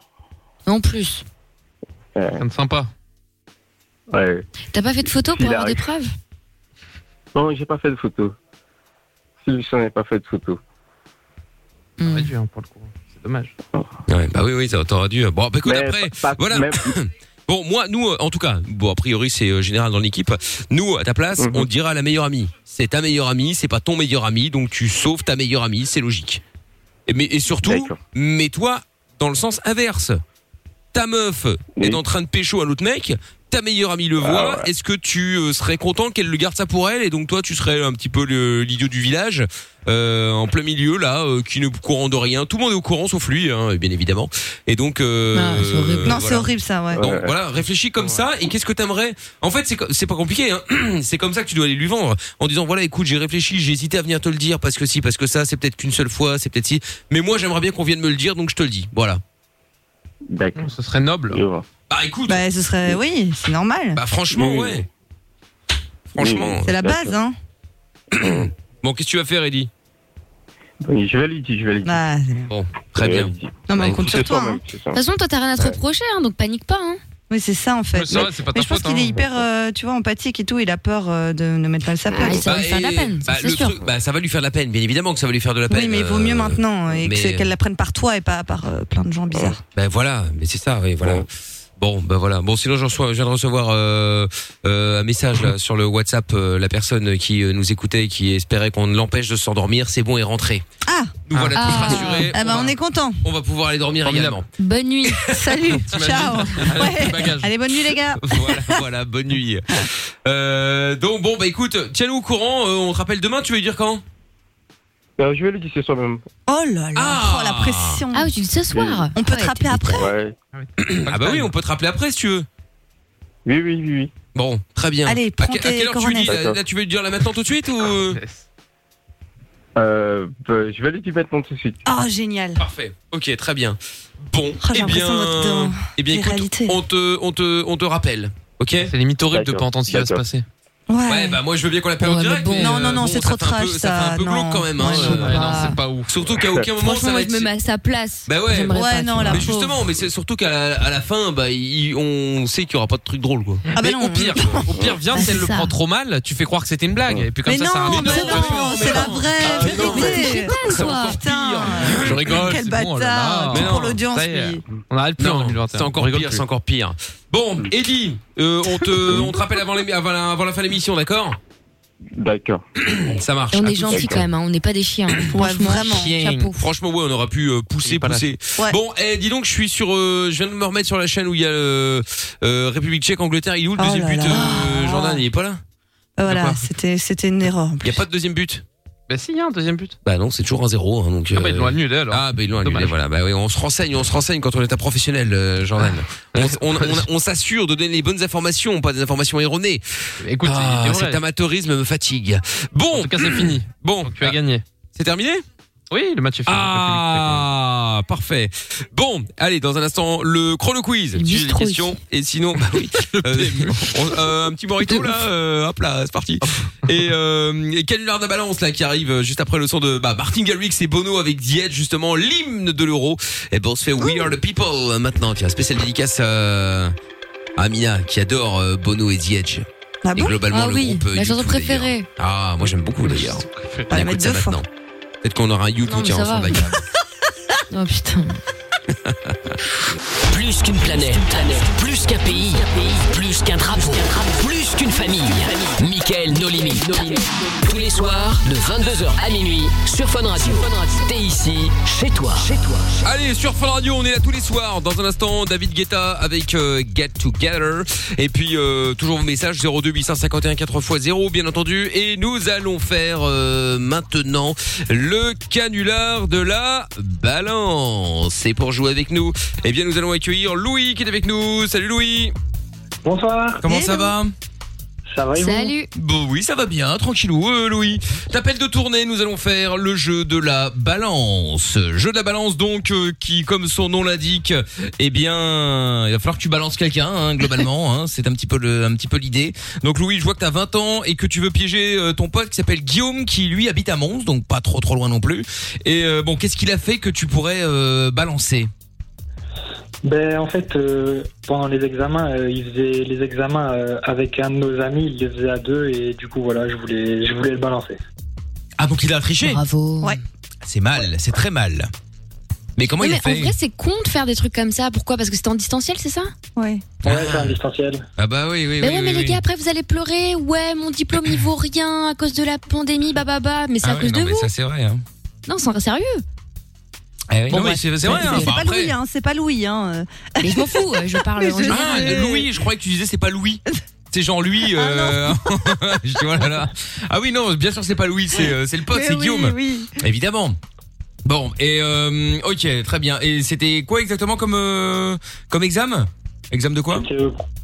S4: En plus,
S11: Euh,
S5: sympa.
S11: Ouais.
S4: t'as pas fait de photo
S11: Il
S4: pour avoir des
S11: arrive.
S4: preuves
S11: Non, j'ai pas fait de photo. Solution n'a pas fait de photo.
S5: Aurait dû, hein, pour le coup. C'est dommage.
S2: Ouais, bah oui, oui, ça t'aurais dû. Bon, bah écoute,
S5: Mais
S2: après,
S5: pas-
S2: voilà.
S5: mais-
S2: Bon, moi, nous, euh, en tout cas, bon, a priori, c'est euh, général dans l'équipe. Nous, à ta place,
S5: Mhm.
S2: on te dira à la meilleure amie. C'est ta meilleure amie, c'est pas ton meilleur ami, donc tu sauves ta meilleure amie, c'est logique. Et, mais, et surtout, mets-toi dans le sens inverse. Ta meuf est en train de pécho un autre mec, ta meilleure amie le voit, est-ce que tu euh, serais content qu'elle le garde ça pour elle, et donc toi, tu serais un petit peu le- l'idiot du village, euh, en plein milieu, là, euh, qui ne courant de rien. Tout le monde est au courant, sauf lui, hein, bien évidemment. Et donc... euh, euh,
S3: non, Ah, c'est
S2: voilà.
S3: horrible ça, ouais.
S2: Donc voilà, réfléchis comme ça et qu'est-ce que t'aimerais En fait, c'est co- c'est pas compliqué. hein. C'est comme ça que tu dois aller lui vendre en disant voilà, écoute, j'ai réfléchi, j'ai hésité à venir te le dire parce que si, parce que ça, c'est peut-être qu'une seule fois, c'est peut-être si. Mais moi, j'aimerais bien qu'on vienne me le dire, donc je te le dis. Voilà.
S11: D'accord.
S5: Ce serait noble.
S2: Bah écoute.
S3: Bah, ce serait, oui, c'est normal.
S2: Bah franchement,
S3: Oui.
S2: ouais. Franchement.
S3: C'est la base, hein.
S2: Bon, qu'est-ce que tu vas faire, Eddie
S11: Oui, je vais lui dire, je vais lui dire.
S3: Bah,
S2: Bon, très bien.
S3: Non, mais
S11: Bah,
S3: on compte
S11: écoute,
S3: sur
S11: c'est
S3: toi.
S11: toi-même,
S3: hein.
S11: c'est
S4: De toute façon, toi, t'as rien à te reprocher, hein, donc panique pas. Hein.
S3: Oui, c'est ça en fait.
S4: Mais ça va, c'est pas ta
S3: je pense
S4: faute,
S3: qu'il
S4: hein.
S3: est hyper, euh, tu vois, empathique et tout. Il a peur euh, de ne mettre mal sa
S4: Ah,
S3: place.
S2: Bah, et- bah, le truc- bah, ça va lui faire de la peine, bien évidemment que ça va lui faire de la peine.
S3: Oui, mais il vaut mieux
S2: euh,
S3: maintenant hein, et que
S2: mais-
S3: c'est- qu'elle la prenne par toi et pas par euh, plein de gens bizarres.
S2: Ben voilà, mais c'est ça, oui, voilà. Bon, ben voilà. Bon, sinon, j'en reçois- je viens de recevoir euh, euh, un message là, sur le WhatsApp. euh, la personne qui euh, nous écoutait et qui espérait qu'on ne l'empêche de s'endormir, c'est bon, est rentrée.
S3: Ah
S2: Nous voilà tous
S3: Ah.
S2: rassurés.
S3: Ah, bah, on est content.
S2: On va pouvoir aller dormir également.
S4: Bonne nuit.
S3: Salut. Ciao. Ouais.
S2: Les bagages.
S3: Allez, bonne nuit les gars.
S2: voilà, voilà, bonne nuit. Euh, donc, bon, bah écoute, tiens-nous au courant. euh, on te rappelle demain, tu veux lui dire quand
S11: Euh, je vais lui dire ce soir même.
S3: Oh là là,
S2: Ah.
S3: oh, la pression.
S4: Ah, oui, tu dis ce soir.
S3: On peut te rappeler après.
S11: Ouais.
S2: Ah, bah oui, on peut te rappeler après si tu veux.
S11: Oui, oui, oui, oui.
S2: Bon, très bien.
S3: Allez,
S2: À que-
S3: prends
S2: à,
S3: tes
S2: quelle heure tu
S3: coronets.
S2: dis là,
S11: D'accord.
S2: là, tu veux lui dire là maintenant tout de suite ou
S11: Euh, bah, je vais lui dire maintenant tout de suite.
S3: Oh, génial.
S2: Parfait. Eh, Ok, très bien. Bon,
S3: Oh, j'ai
S2: eh bien,
S3: l'impression d'être dans
S2: eh bien,
S3: les
S2: écoute,
S3: réalités.
S2: on te, on te, on te rappelle. Ok. C'est
S5: limite horrible de pas entendre ce qui va se passer.
S3: Ouais.
S2: bah moi je veux bien qu'on l'appelle en
S5: Ouais, mais
S2: direct.
S5: bon.
S2: mais,
S5: Non,
S2: euh,
S5: non, non,
S2: bon,
S5: c'est trop
S2: fait un peu-
S5: trash,
S2: Ça fait
S5: ça,
S2: un peu
S5: non.
S2: glauque quand même. hein,
S5: Ouais,
S2: euh,
S5: ouais, non, c'est pas ouf.
S2: Surtout qu'à aucun moment ça
S4: Franchement,
S2: va
S4: moi, je me
S2: être.
S4: mets à sa place.
S2: Bah ouais.
S4: J'aimerais pas, tu vois.
S2: Mais justement, mais c'est surtout qu'à la, à la fin, bah, il- on sait qu'il y aura pas de truc drôle quoi.
S3: Ah, bah
S2: mais
S3: non.
S2: au pire,
S5: Au pire, viens,
S4: Bah,
S5: si
S4: c'est
S5: elle le
S4: ça.
S5: prend trop mal, tu fais croire que c'était une blague. Et puis comme
S3: Mais
S5: ça, ça
S3: non,
S5: ramène.
S3: mais non, c'est la
S6: Ah,
S3: vraie vérité.
S4: Toi.
S5: Je rigole.
S3: Quel
S5: c'est bon, oh là là.
S3: bâtard. Tout
S5: Mais
S3: pour
S5: non,
S3: l'audience,
S5: ça y est,
S3: lui.
S5: On arrête plus
S2: Non,
S5: en 2021.
S2: c'est encore
S5: On rigole
S2: pire,
S5: plus.
S2: c'est encore pire. Bon, Eddie, euh, on te, on te rappelle avant, les- avant la, avant la fin de l'émission, d'accord
S11: D'accord.
S2: Ça marche.
S4: Et on
S2: à
S4: est
S2: tout de
S4: gentils
S2: suite.
S4: quand même, hein, on n'est pas des chiens. hein. Franchement,
S3: vraiment.
S4: Chapeau. Ah,
S2: Franchement, ouais, on aurait pu euh, pousser, pousser.
S3: Ouais.
S2: Bon, eh, dis donc, je suis sur. euh, je viens de me remettre sur la chaîne où il y a euh, euh, République Tchèque, Angleterre. Il est où le
S3: Oh
S2: deuxième
S3: là
S2: but
S3: là.
S2: euh, Jordan, il est pas là
S3: Voilà,
S2: D'accord.
S3: c'était c'était une erreur.
S2: Il y a pas de deuxième but
S5: Bah si, il y a un deuxième but.
S2: Bah non, c'est toujours un 0 hein, donc.
S5: Ah bah ils l'ont annulé alors.
S2: Ah bah ils l'ont annulé,
S5: Dommage.
S2: voilà. Bah oui, on se renseigne, on se renseigne quand on est un professionnel, euh, Jordan.
S5: Ah.
S2: On, on- on- on s'assure de donner les bonnes informations, pas des informations erronées.
S5: Écoute,
S2: Ah,
S5: il est vrai.
S2: cet amateurisme me fatigue. Bon,
S5: En tout cas, c'est fini.
S2: bon,
S5: Tu as gagné.
S2: c'est terminé
S5: Oui, le match est fini.
S2: Ah, parfait. Bon, allez, dans un instant, le chrono quiz. Tu
S4: Il
S2: as des
S4: bistrouille.
S2: questions et sinon, bah oui, euh, on- euh, un petit morito là, euh, hop là, c'est parti. Et, euh, et canular de balance là qui arrive euh, juste après le son de bah, Martin Garrix et Bono avec Diète justement l'hymne de l'euro. Et ben on se fait We Are the People euh, maintenant. Tiens, spécial dédicace euh, à Amina qui adore euh, Bono et Diète.
S3: Ah bah,
S2: et
S3: bon
S2: globalement
S4: Ah
S2: le
S4: oui,
S2: groupe. euh,
S4: la chanson
S2: YouTube, d'ailleurs.
S4: préférée.
S2: Ah, moi j'aime
S4: Bah,
S2: beaucoup d'ailleurs. On
S3: la
S2: écoute
S3: mettre
S2: ça
S3: deux fois.
S2: maintenant. Peut-être qu'on aura un
S4: Non,
S2: YouTube
S4: mais
S2: qui est
S4: ça
S2: en
S4: va.
S2: de la gamme.
S4: Oh putain.
S1: Plus qu'une planète, plus qu'un pays, plus qu'un drapeau, plus qu'une famille. Mickaël nos limites. Tous les soirs de 22h à minuit sur Fun Radio. T'es ici, chez toi. Chez toi.
S2: Allez, sur Fun Radio, on est là tous les soirs. Dans un instant, David Guetta avec euh, Get Together. Et puis, euh, toujours vos messages 02 851 4x0, bien entendu. Et nous allons faire euh, maintenant le canular de la balance. Et pour jouer avec nous, eh bien, nous allons accueillir Louis qui est avec nous. Salut Louis
S12: Bonsoir,
S2: Comment ça
S3: Hello.
S2: va
S12: ça va et vous
S4: Salut.
S2: Bon oui, ça va bien, tranquillou, euh, Louis. T'appelles de tournée, nous allons faire le jeu de la balance. Jeu de la balance donc euh, qui, comme son nom l'indique, eh bien, il va falloir que tu balances quelqu'un hein, globalement. hein, c'est un petit peu le, un petit peu l'idée. Donc Louis, je vois que t'as 20 ans et que tu veux piéger euh, ton pote qui s'appelle Guillaume, qui lui habite à Mons, donc pas trop trop loin non plus. Et euh, bon, qu'est-ce qu'il a fait que tu pourrais euh, balancer
S12: Ben, En fait, euh, pendant les examens, euh, il faisait les examens euh, avec un de nos amis, il les faisait à deux et du coup, voilà, je voulais, je voulais le balancer.
S2: Ah donc il a triché.
S4: Bravo.
S3: Ouais.
S2: C'est mal, c'est très mal.
S6: Mais comment
S4: Oui,
S6: il a
S4: mais
S6: fait
S4: en vrai, c'est con de faire des trucs comme ça. Pourquoi Parce que c'était en distanciel, c'est ça
S3: Ouais.
S5: Ouais, c'est un distanciel.
S6: Ah bah oui, oui, oui.
S4: Mais ouais,
S6: oui,
S4: mais les
S6: oui.
S4: gars, après vous allez pleurer. Ouais, mon diplôme il vaut rien à cause de la pandémie, bababa. Mais c'est
S6: Ah
S4: à
S6: oui,
S4: cause
S6: non,
S4: de
S6: mais
S4: vous.
S6: ça c'est vrai. Hein.
S4: Non, c'est sérieux.
S6: Eh oui,
S4: Bon,
S6: non, mais
S4: bref.
S6: c'est c'est vrai.
S3: C'est
S6: hein. Bah,
S3: pas
S6: après-
S3: Louis, hein, c'est pas Louis. Hein.
S4: hein, Mais je m'en fous, euh, je parle
S3: en
S2: Ah,
S3: général.
S2: Louis, je croyais que tu disais c'est pas Louis. C'est genre Louis.
S4: Ah,
S2: euh, je dis, voilà, là. Ah oui, non, bien sûr, c'est pas Louis, c'est euh, c'est le pote,
S6: Mais
S2: c'est
S6: oui,
S2: Guillaume.
S3: Eh oui.
S2: Évidemment. Bon, et euh, ok, très bien. Et c'était quoi exactement comme, euh, comme examen Examen de quoi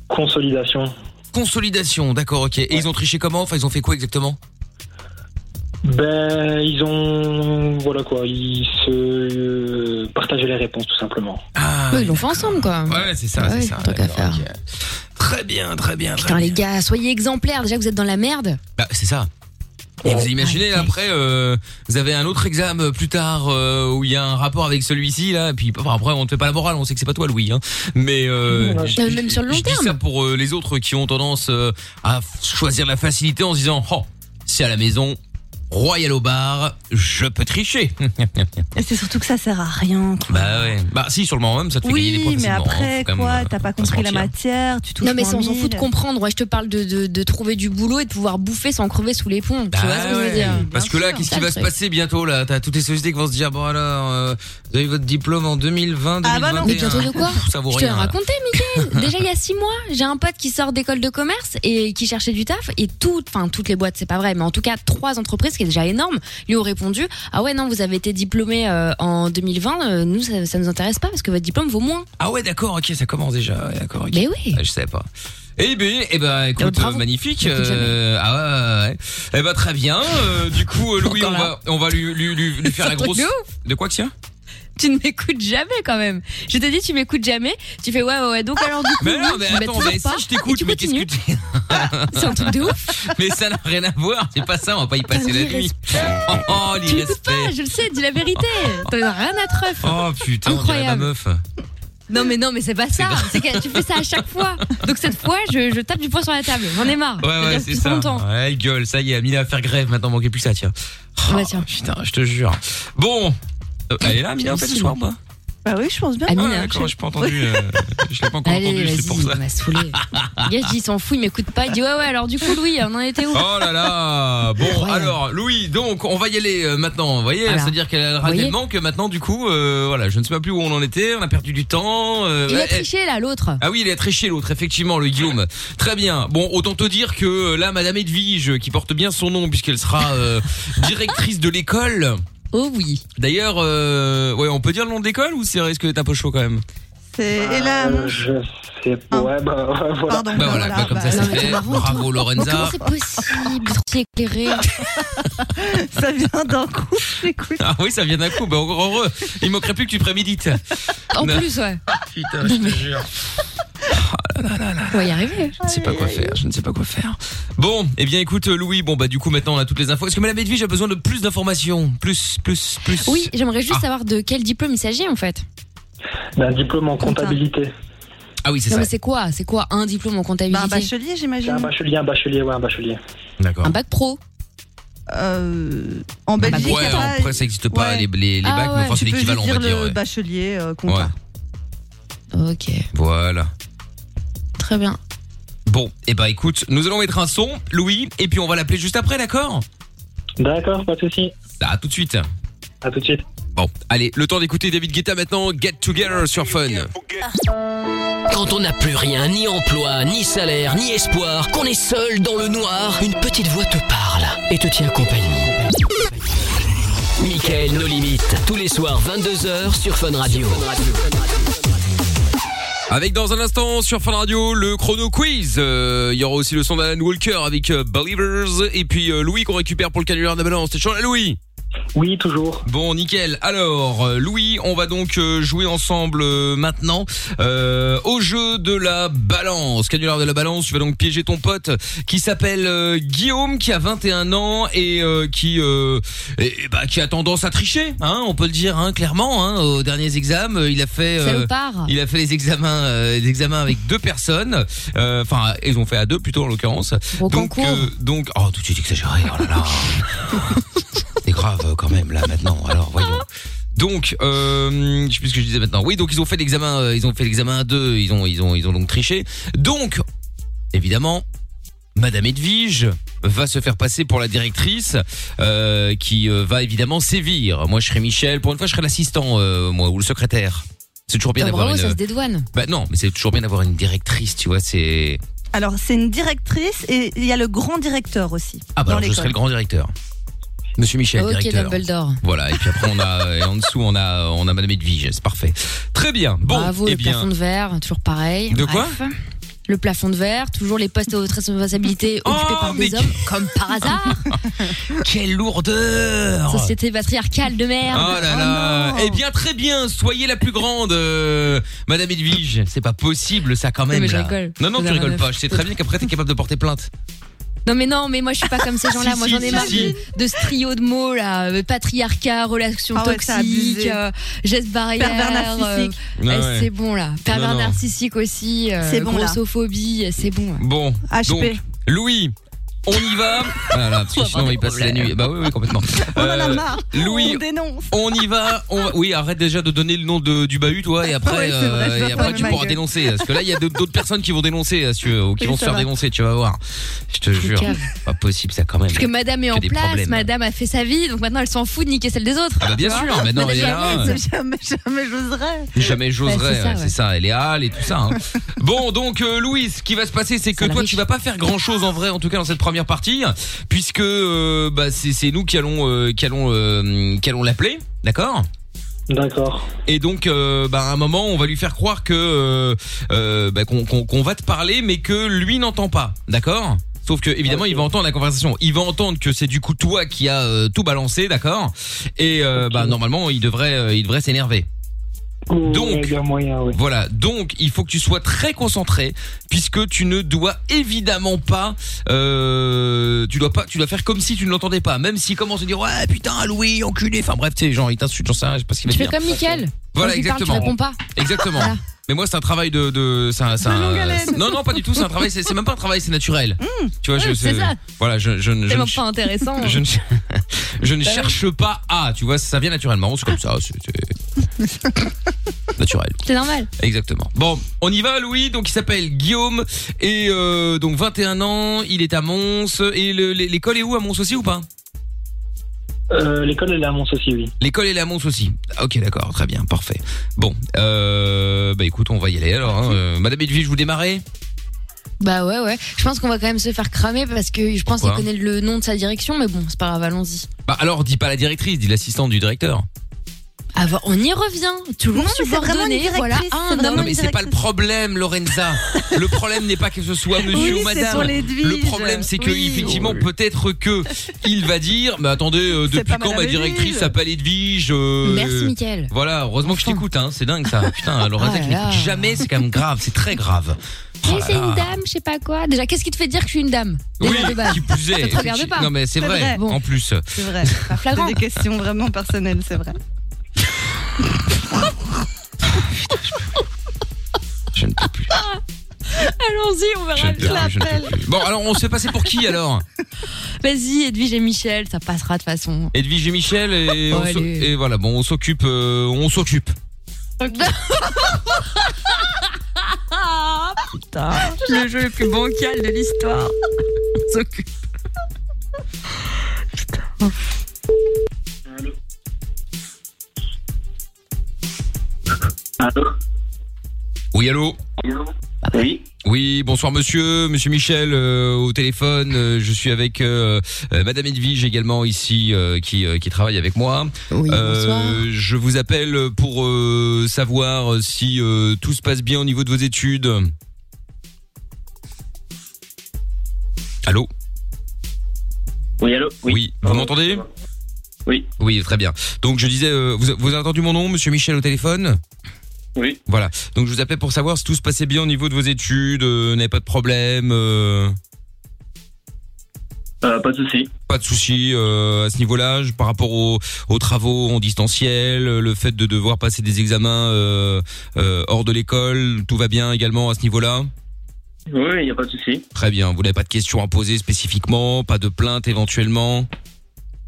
S5: Consolidation.
S2: Consolidation, d'accord, ok. Et ils ont triché comment Enfin, ils ont fait quoi exactement
S5: Ben, ils ont. Voilà quoi, ils se partageaient les réponses tout simplement.
S4: Ouais, Bah, ils l'ont fait ensemble, quoi.
S2: Ah
S4: Bah
S2: Ouais, c'est ça,
S4: c'est
S2: ça.
S4: Truc Ah à faire.
S2: Très bien, très bien.
S4: Putain, les gars, soyez exemplaires. Déjà que vous êtes dans la merde.
S2: Bah, c'est ça.
S4: Oh.
S2: Et vous imaginez
S4: Ah,
S2: après, euh, vous avez un autre examen plus tard euh, où il y a un rapport avec celui-ci là, et puis enfin, après on te fait pas la morale, on sait que c'est pas toi Louis, hein. Mais euh,
S4: Non, non.
S2: je-
S4: Euh, même sur le long
S2: je dis
S4: terme.
S2: ça pour euh, les autres qui ont tendance euh, à f- choisir la facilité en se disant, oh, c'est à la maison, royal au bar, je peux tricher.
S3: Et c'est surtout que ça sert à rien.
S2: bah ouais, bah si sur le moment même ça te fait gagner des points
S3: Oui, mais
S2: facilement, hein,
S3: après,
S2: faut quand même,
S3: quoi
S2: euh,
S3: T'as pas
S2: faut se
S3: compris la
S2: mentir.
S3: matière, tu touches
S4: Non mais ça, on
S3: moins
S4: s'en fout de
S3: mille.
S4: comprendre. Ouais, je te parle de, de, de trouver du boulot et de pouvoir bouffer sans crever sous les ponts. tu vois ce que je
S2: Bah ouais,
S4: veux dire
S2: Parce que là, qu'est-ce
S4: Ça,
S2: qui
S4: le
S2: va se
S4: truc.
S2: passer bientôt là T'as toutes les sociétés qui vont se dire bon alors, euh, vous avez votre diplôme en 2020, 2021.
S4: Ah bah non, mais bientôt de quoi
S2: Pff, Ça vaut
S4: Je te l'ai
S2: rien. là.
S4: raconté, Mickaël. Déjà il y a six mois, j'ai un pote qui sort d'école de commerce et qui cherchait du taf et toutes, enfin toutes les boîtes, c'est pas vrai, mais en tout cas trois entreprises, ce qui est déjà énorme, lui ont répondu ah ouais non vous avez été diplômé euh, en 2020, euh, nous ça, ça nous intéresse pas parce que votre diplôme vaut moins.
S2: Ah ouais, d'accord, ok, ça commence déjà. ouais, d'accord, ok.
S4: Mais oui.
S2: Ah, je savais pas. Eh ben, eh ben, écoute,
S4: bravo.
S2: euh, magnifique.
S4: N'écoute jamais.
S2: euh, ah ouais, ouais, ouais. Eh ben, très bien. euh, du coup, euh, Louis, on va, on va lui, lui, lui, lui faire la
S4: C'est un truc
S2: grosse.
S4: de ouf.
S2: De quoi que c'est
S4: Tu ne m'écoutes jamais quand même. Je t'ai dit tu m'écoutes jamais. Tu fais ouais ouais, ouais, donc alors du coup
S2: Mais non,
S4: oui,
S2: mais
S4: tu- bah,
S2: attends,
S4: toujours
S2: mais si
S4: pas.
S2: je t'écoute, mais qu'est-ce que tu.
S4: C'est un truc de ouf.
S2: Mais ça n'a rien à voir. C'est pas ça. On va pas y passer la nuit. Oh, oh
S4: Tu m'écoutes
S2: l'irrespect.
S4: pas, je le sais, dis la vérité. T'en as rien à te refaire.
S2: Oh putain, on dirait ma
S4: Incroyable.
S2: meuf.
S4: Non mais non mais c'est pas ça. C'est que tu fais ça à chaque fois. Donc cette fois, je, je tape du poing sur la table. J'en ai marre.
S2: Ouais, ouais,
S4: reste
S2: c'est
S4: Ah, plus
S2: ça.
S4: longtemps.
S2: Ouais, gueule, ça y est, Amina va faire grève maintenant, manquez plus que ça, tiens. Oh,
S4: Bah,
S2: Putain, je te jure. Bon, Euh, elle est là, Amina, en fait, ce soir, ou pas
S3: Bah oui, je pense bien.
S2: Ah, d'accord, j'ai pas entendu. euh, je l'ai pas encore
S4: hein, Allez,
S2: entendu, c'est
S4: vas-y,
S2: pour ça.
S4: on va se fouler. Le gars, je dis, il s'en fout, il m'écoute pas. Il dit ouais ouais. Alors du coup, Louis, on en était où
S2: Oh là là Bon,
S4: Incroyable.
S2: alors, Louis, donc, on va y aller euh, maintenant, vous voyez
S4: Voilà.
S2: C'est-à-dire qu'elle a
S4: Vous
S2: raté
S4: voyez
S2: le manque, maintenant, du coup, euh, voilà, je ne sais pas plus où on en était, on a perdu du temps. euh,
S4: Il a
S2: elle-
S4: triché là, l'autre.
S2: Ah oui, il a triché l'autre, effectivement, le Guillaume. Très bien. Bon, autant te dire que euh, là, Madame Edwige, qui porte bien son nom puisqu'elle sera euh, directrice de l'école.
S4: Oh oui.
S2: D'ailleurs, euh, ouais, on peut dire le nom de l'école ou c'est est-ce que t'es un peu chaud quand même
S3: C'est et là,
S5: Euh, je sais pas. Ouais, bah ouais, voilà.
S3: Pardon. Bah
S2: voilà, quoi, comme ça c'est fait. Bravo
S4: Mais comment
S2: Lorenza.
S4: c'est possible Tu es éclairé.
S3: ça vient d'un coup. J'écoute.
S2: Ah oui, ça vient d'un coup. Bah encore heureux. Il manquerait plus que tu prémédites.
S4: En
S2: Non. Ah,
S4: plus, ouais.
S2: Putain, je te jure.
S4: On va y arriver.
S2: Je ne sais pas quoi faire. Je ne sais pas quoi faire. Bon, eh bien écoute euh, Louis, bon bah du coup maintenant on a toutes les infos. Est-ce que Madame Edwige a besoin de plus d'informations Plus, plus, plus.
S4: Oui, j'aimerais juste
S2: Ah.
S4: savoir de quel diplôme il s'agit en fait.
S5: D'un diplôme en comptabilité.
S2: Ah oui,
S4: Non mais c'est quoi C'est quoi un diplôme en comptabilité
S3: un bachelier,
S5: Un
S3: j'imagine.
S5: bachelier, un bachelier, ouais, un bachelier.
S2: D'accord.
S4: Un bac pro. Ah, bah,
S3: Euh, en Belgique,
S2: Ouais,
S3: il y a pas-
S2: après ça n'existe pas
S3: Ouais.
S2: les, les, les
S3: Ah
S2: bacs, mais
S3: ouais.
S2: enfin c'est
S3: Tu peux
S2: l'équivalent, on
S3: juste
S2: va
S3: dire
S2: dire.
S3: le
S2: ouais.
S3: bachelier euh, compta.
S2: Ouais,
S4: Ok,
S2: voilà.
S4: très bien.
S2: Bon, eh ben écoute, nous allons mettre un son, Louis, et puis on va l'appeler juste après, d'accord
S5: D'accord, pas de souci.
S2: À tout de suite.
S5: À tout de suite.
S2: Bon, allez, le temps d'écouter David Guetta maintenant, Get Together sur Fun.
S1: Quand on n'a plus rien, ni emploi, ni salaire, ni espoir, qu'on est seul dans le noir, une petite voix te parle et te tient compagnie. Michael, nos limites, tous les soirs 22h sur Fun Radio.
S2: Avec dans un instant sur Fun Radio le chrono quiz. Euh, Il y aura aussi le son d'Alan Walker avec euh, Believers et puis euh, Louis qu'on récupère pour le canular de la balance. T'es chaud là, Louis
S5: Oui, toujours.
S2: Bon, nickel. Alors, euh, Louis, on va donc euh, jouer ensemble euh, maintenant euh, au jeu de la balance. Canular de la balance, tu vas donc piéger ton pote qui s'appelle euh, Guillaume, qui a 21 ans et euh, qui euh, et- et bah, qui a tendance à tricher, hein, on peut le dire hein, clairement. Hein, aux derniers examens, euh, il a fait
S4: Salopard.
S2: il a fait les examens euh, les examens avec deux personnes. Euh, Enfin, ils ont fait à deux plutôt en l'occurrence.
S4: Au
S2: Donc,
S4: concours.
S2: donc, oh, tout de euh, suite exagéré. Oh là là. C'est grave euh, quand même là maintenant. Alors voyons. Donc, euh, je sais plus ce que je disais maintenant. Oui, donc ils ont fait l'examen, euh, ils ont fait l'examen à deux, ils ont, ils ont, ils ont donc triché. Donc, évidemment, Madame Edwige va se faire passer pour la directrice, euh, qui euh, va évidemment sévir. Moi, je serai Michel. Pour une fois, je serai l'assistant, euh, moi, ou le secrétaire. C'est toujours bien
S4: Bah,
S2: d'avoir
S4: bravo,
S2: une.
S4: ça se dédouane.
S2: Bah non, mais c'est toujours bien d'avoir une directrice, tu vois. C'est
S3: Alors, c'est une directrice et il y a le grand directeur aussi.
S2: ah bah
S3: dans
S2: alors, je
S3: l'école.
S2: serai le grand directeur. Monsieur Michel,
S4: ok,
S2: directeur.
S4: Dumbledore.
S2: Voilà, et puis après on a et en dessous on a on a Madame Edwige, c'est parfait. Très bien. Bon,
S4: Bravo,
S2: eh
S4: le
S2: bien,
S4: plafond de verre, toujours pareil.
S2: De quoi
S4: Bref. Le plafond de verre, toujours les postes à haute responsabilité
S2: Oh,
S4: occupés par des hommes, comme par hasard.
S2: Ah, Quelle lourdeur
S4: Société patriarcale de merde.
S2: Oh là là Eh bien, très bien, soyez la plus grande, euh, Madame Edwige. C'est pas possible, ça, quand
S4: Non,
S2: même.
S4: mais je
S2: là.
S4: rigole.
S2: Non, non,
S4: C'est
S2: tu
S4: la
S2: rigoles
S4: meuf.
S2: pas. Je sais très bien qu'après, t'es capable de porter plainte.
S4: Non mais non, mais moi je suis pas comme ces gens-là.
S2: Si,
S4: moi
S2: si,
S4: j'en ai
S2: si,
S4: marre
S2: si.
S4: de, de ce trio de mots là, euh, patriarcat, relations
S3: Ah ouais, c'est
S4: toxiques,
S3: abusé.
S4: euh, gestes barrières,
S3: Pervers narcissique.
S2: Ah
S4: euh, eh,
S2: ouais.
S4: C'est bon là, pervers
S2: Non, non.
S4: narcissique aussi, euh,
S3: C'est bon, là.
S4: grossophobie, eh, c'est bon.
S2: Bon,
S4: HP.
S2: donc, Louis, on y va. Voilà, parce que sinon, il passe la nuit. Bah oui, oui, complètement.
S3: On en a
S2: Euh,
S3: marre.
S2: Louis,
S3: On dénonce.
S2: on y va. On... va- Oui, arrête déjà de donner le nom de, du bahut, toi, et après,
S3: Ah, Ouais, c'est vrai,
S2: euh,
S3: je
S2: et
S3: vais
S2: après
S3: fermer
S2: tu
S3: ma
S2: pourras
S3: gueule.
S2: dénoncer. Parce que là, il y a d'autres d'autres personnes qui vont dénoncer, là, si tu veux, ou qui
S4: Oui,
S2: vont se
S4: ça
S2: faire
S4: va.
S2: dénoncer, tu vas voir. Je te jure.
S4: cave.
S2: Pas possible, ça, quand même.
S4: Parce que Madame est
S2: Que
S4: en
S2: des
S4: place,
S2: problèmes.
S4: Madame a fait sa vie, donc maintenant elle s'en fout de niquer celle des autres.
S2: Ah bah, bien
S4: Tu
S2: sûr,
S4: vois
S2: maintenant,
S4: Madame
S2: elle est là.
S4: Yael,
S2: Ouais.
S3: Jamais, jamais j'oserais.
S2: Jamais
S4: Bah,
S2: j'oserais,
S4: c'est ça,
S2: ouais,
S4: ouais.
S2: c'est ça, elle est hâle et tout ça. hein. bon, donc euh, Louis, ce qui va se passer, c'est que toi, tu vas pas faire grand chose en vrai, en tout cas dans cette première partie, puisque euh, bah, c'est c'est nous qui allons, euh, qui allons, euh, qui allons l'appeler, d'accord
S5: D'accord.
S2: et donc, euh, bah, à un moment, on va lui faire croire que euh, euh, bah, qu'on qu'on- qu'on va te parler, mais que lui n'entend pas, d'accord Sauf que évidemment, il va entendre la conversation. Il va entendre que c'est du coup toi qui a euh, tout balancé, d'accord Et euh, bah, normalement, il devrait, euh, il devrait s'énerver. Donc, voilà. Donc, il faut que tu sois très concentré, puisque tu ne dois évidemment pas, euh, tu dois pas, tu dois faire comme si tu ne l'entendais pas, même s'il commence à dire ouais putain Louis enculé. Enfin bref, tu sais, genre il t'insulte, j'en sais rien, je sais pas ce qu'il va
S4: Tu fais
S2: dire.
S4: comme Michael.
S2: Voilà,
S4: Quand il parle,
S2: exactement.
S4: tu réponds pas.
S2: Exactement.
S4: Voilà.
S2: Mais moi, c'est un travail de, de, c'est un- c'est
S4: De
S2: un-
S4: longue haleine.
S2: non, non, pas du tout. C'est un travail. C'est c'est même pas un travail, c'est naturel. Tu vois,
S4: Mmh,
S2: je,
S4: c'est ça.
S2: Voilà, je, je, ne- je, ne
S4: Tellement
S2: ch-
S4: pas intéressant.
S2: je ne, ch- je ne
S4: Bah oui.
S2: cherche pas à. Tu vois, ça vient naturellement. C'est comme ça. c'est- c'est naturel. Ah.
S4: C'est normal.
S2: Exactement. Bon, on y va, Louis. Donc, il s'appelle Guillaume et euh, donc 21 ans. Il est à Mons et le- l'é- l'école est où à Mons aussi ou pas
S5: Euh, L'école elle est à Mons aussi, oui.
S2: L'école est à Mons aussi. Ah, Ok, d'accord, très bien, parfait. Bon, euh, bah écoute, on va y aller alors. hein. Euh, Madame Edwige, vous démarrez
S4: Bah ouais, ouais. Je pense qu'on va quand même se faire cramer parce que je pense qu'il
S2: Pourquoi
S4: connaît le nom de sa direction, mais bon, c'est pas grave, allons-y.
S2: Bah alors, dis pas la directrice, dis l'assistante du directeur.
S4: Ah bah, on y revient. Toujours
S3: Non, mais c'est vraiment une
S4: subordonné,
S3: directrice,
S4: voilà, à
S3: c'est
S4: un
S3: vraiment
S4: homme.
S2: Non mais c'est pas le problème Lorenza. le problème n'est pas que ce soit monsieur
S3: Oui,
S2: ou
S3: c'est
S2: madame.
S3: pour l'Edwige.
S2: le problème c'est que
S3: Oui.
S2: effectivement peut-être que il va dire mais attendez euh,
S3: C'est
S2: depuis
S3: pas
S2: quand ma
S3: madame
S2: directrice
S3: Edwige.
S2: s'appelle Edwige euh,
S4: Merci, Mickaël.
S2: Voilà, heureusement que je t'écoute hein, c'est dingue ça. Putain, Lorenza
S4: Ah
S2: qui
S4: là
S2: m'écoute
S4: là.
S2: jamais, c'est quand même grave, c'est très grave. Oh
S4: Mais
S2: là
S4: c'est une
S2: là.
S4: dame, je sais pas quoi. Déjà, qu'est-ce qui te fait dire que je suis une dame
S2: Oui,
S4: Déjà, de base.
S2: qui plus est.
S4: Ça te regarde pas.
S2: Non mais c'est
S4: C'est
S2: vrai,
S4: vrai.
S2: en plus.
S3: C'est vrai. C'est des questions vraiment personnelles, c'est vrai.
S2: Je ne peux plus.
S4: Allons-y, on
S2: Je
S4: verra
S2: ne peux
S4: bien.
S2: plus, Ah, je ne peux plus. Bon, alors on se fait passer pour qui alors
S4: Vas-y, Edwige et Michel, ça passera de toute façon.
S2: Edwige et Michel et,
S4: Oh,
S2: on s'o-
S4: allez.
S2: et voilà, bon, on s'occupe euh, on s'occupe.
S4: Ah, putain, le jeu le plus bancal de l'histoire. On s'occupe.
S2: Oui, allô
S11: Oui.
S2: Oui, bonsoir monsieur, monsieur Michel euh, au téléphone, Euh, je suis avec euh, euh, madame Edwige également ici euh, qui euh, qui travaille avec moi.
S4: Oui,
S2: bonsoir. je vous appelle pour euh, savoir si euh, tout se passe bien au niveau de vos études. Allô
S11: Oui, allô
S2: Oui. vous m'entendez
S11: Oui.
S2: Oui, très bien. Donc je disais euh, vous vous avez entendu mon nom monsieur Michel au téléphone
S11: Oui.
S2: Voilà. Donc je vous appelais pour savoir si tout se passait bien au niveau de vos études, euh, n'avez pas de problème, euh,
S11: Euh, pas de souci.
S2: pas de soucis euh, à ce niveau-là, je- par rapport aux, aux travaux en distanciel, euh, le fait de devoir passer des examens euh, euh, hors de l'école, tout va bien également à ce niveau-là.
S11: Oui, il n'y a pas de souci.
S2: Très bien. Vous n'avez pas de questions à poser spécifiquement, pas de plainte éventuellement.
S5: Mm,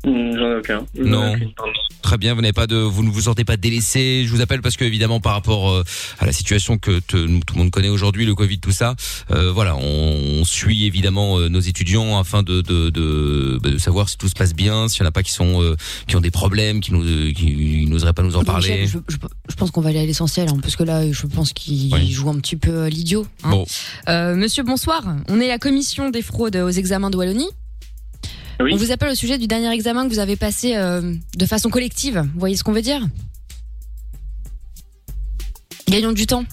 S11: Hmm, J'en ai aucun.
S2: Non.
S11: J'en ai aucune, pardon.
S2: très bien. Vous n'avez pas de, vous ne vous sentez pas délaissé. Je vous appelle parce que évidemment par rapport euh, à la situation que te- nous, tout le monde connaît aujourd'hui, le Covid, tout ça. euh, voilà, on, on suit évidemment euh, nos étudiants afin de de, de, bah, de savoir si tout se passe bien, s'il y en a pas qui sont euh, qui ont des problèmes, qui nous euh, qui n'oseraient pas nous en
S4: Ah Bon,
S2: parler.
S4: Michel, je, je- je pense qu'on va aller à l'essentiel, hein, parce que là, je pense qu'il
S2: Oui.
S4: joue un petit peu euh, l'idiot. hein.
S2: Bon.
S4: Euh, monsieur, bonsoir. On est la commission des fraudes aux examens de Wallonie. On vous appelle au sujet du dernier examen que vous avez passé euh, de façon collective. Vous voyez ce qu'on veut dire Gagnons du temps.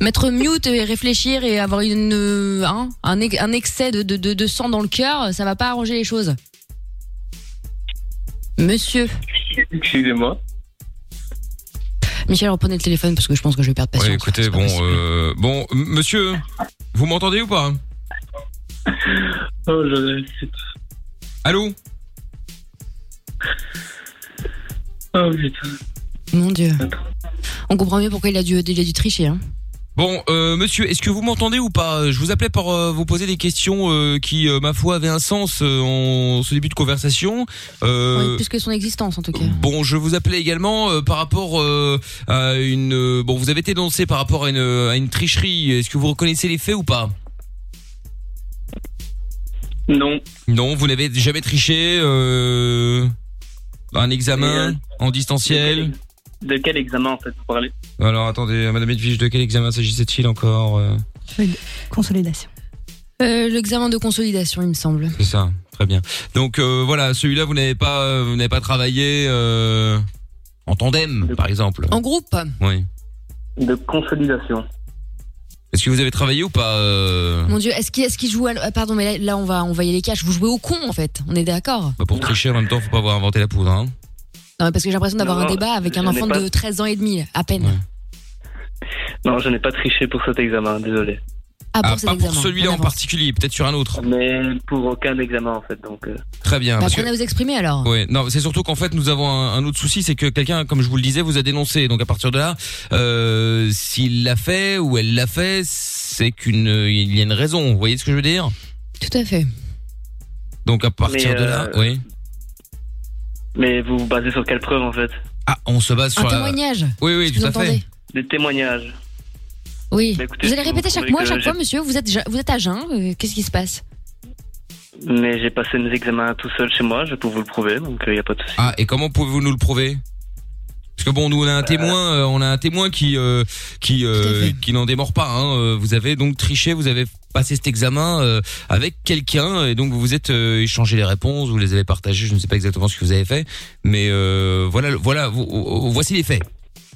S4: Mettre mute et réfléchir et avoir une, euh, hein, un, ex- un excès de, de- de- de sang dans le cœur, ça va pas arranger les choses. Monsieur,
S5: Excusez-moi.
S4: Michel, reprenez le téléphone parce que je pense que je vais perdre patience.
S2: Ouais, écoutez, bon, euh, bon, m- monsieur, vous m'entendez ou pas
S5: Oh, je...
S2: Allô
S5: oh putain.
S4: Mon Dieu. On comprend mieux pourquoi il a dû, il a dû tricher. Hein.
S2: Bon, euh, monsieur, est-ce que vous m'entendez ou pas Je vous appelais pour euh, vous poser des questions euh, qui, euh, ma foi, avaient un sens euh, en ce début de conversation. Euh,
S4: Plus que son existence, en tout cas.
S2: Bon, je vous appelais également euh, par rapport euh, à une. euh, bon, vous avez été dénoncé par rapport à une, euh, à une tricherie. Est-ce que vous reconnaissez les faits ou pas
S5: Non.
S2: Non, vous n'avez jamais triché. Euh, un examen
S5: Et, euh,
S2: en distanciel.
S5: De quel examen en fait vous parlez
S2: Alors, attendez, Madame Edwige, de quel examen s'agissait-il encore euh
S4: Consolidation. Euh, L'examen de consolidation, il me semble.
S2: C'est ça, très bien. Donc euh, voilà, celui-là, vous n'avez pas, euh, vous n'avez pas travaillé euh, en tandem, par exemple.
S4: En groupe
S2: Oui.
S5: De consolidation.
S2: Est-ce que vous avez travaillé ou pas euh,
S4: Mon Dieu, est-ce qu'il est qu'il joue à l- ah, Pardon, mais là, là, on, va, on va y aller cash. Vous jouez au con, en fait. On est d'accord
S2: bah, Pour tricher en même temps, faut pas avoir inventé la poudre. Hein.
S4: Non, mais parce que j'ai l'impression d'avoir
S5: Non,
S4: un débat avec un
S5: je n'ai
S4: enfant
S5: pas-
S4: de 13 ans et demi, à peine.
S2: Ah,
S5: Non, je n'ai pas triché pour cet examen, désolé.
S4: Ah, pour
S2: Ah,
S4: cet
S2: pas
S4: examen.
S2: pour celui-là en particulier, peut-être sur un autre.
S5: Mais pour aucun examen en fait, donc. euh,
S2: Très bien.
S4: Bah,
S2: parce que-
S4: prenez à vous exprimer, alors.
S2: Ouais, non, c'est surtout qu'en fait nous avons un, un autre souci, c'est que quelqu'un, comme je vous le disais, vous a dénoncé. Donc à partir de là, euh, s'il l'a fait ou elle l'a fait, c'est qu'une, il y a une raison. Vous voyez ce que je veux dire
S4: Tout à fait.
S2: Donc à partir
S5: Mais,
S2: de là,
S5: euh,
S2: oui.
S5: Mais vous vous basez sur quelle preuve en fait
S2: Ah, on se base
S4: Un
S2: sur. la-
S4: témoignage
S2: Oui, oui,
S4: Est-ce que
S2: tout
S4: vous
S2: à fait.
S4: entendez
S5: Des témoignages.
S4: Oui.
S5: Bah, écoutez,
S4: vous allez
S5: si vous
S4: répéter chaque
S5: trouvez
S4: mois,
S5: que
S4: chaque
S5: j'ai-
S4: fois, monsieur. Vous êtes, ja- vous êtes à jeun. euh, Qu'est-ce qui se passe
S5: Mais j'ai passé mes examens tout seul chez moi, je peux vous le prouver, donc il n'y a pas de souci.
S2: Ah, et comment pouvez-vous nous le prouver Parce que bon, nous on a un témoin, euh, on a un témoin qui euh, qui euh, qui n'en démord pas. Hein. Euh, Vous avez donc triché, vous avez passé cet examen euh, avec quelqu'un et donc vous vous êtes euh, échangé les réponses, vous les avez partagées. Je ne sais pas exactement ce que vous avez fait, mais euh, voilà, le- voilà, vo- vo- voici les faits.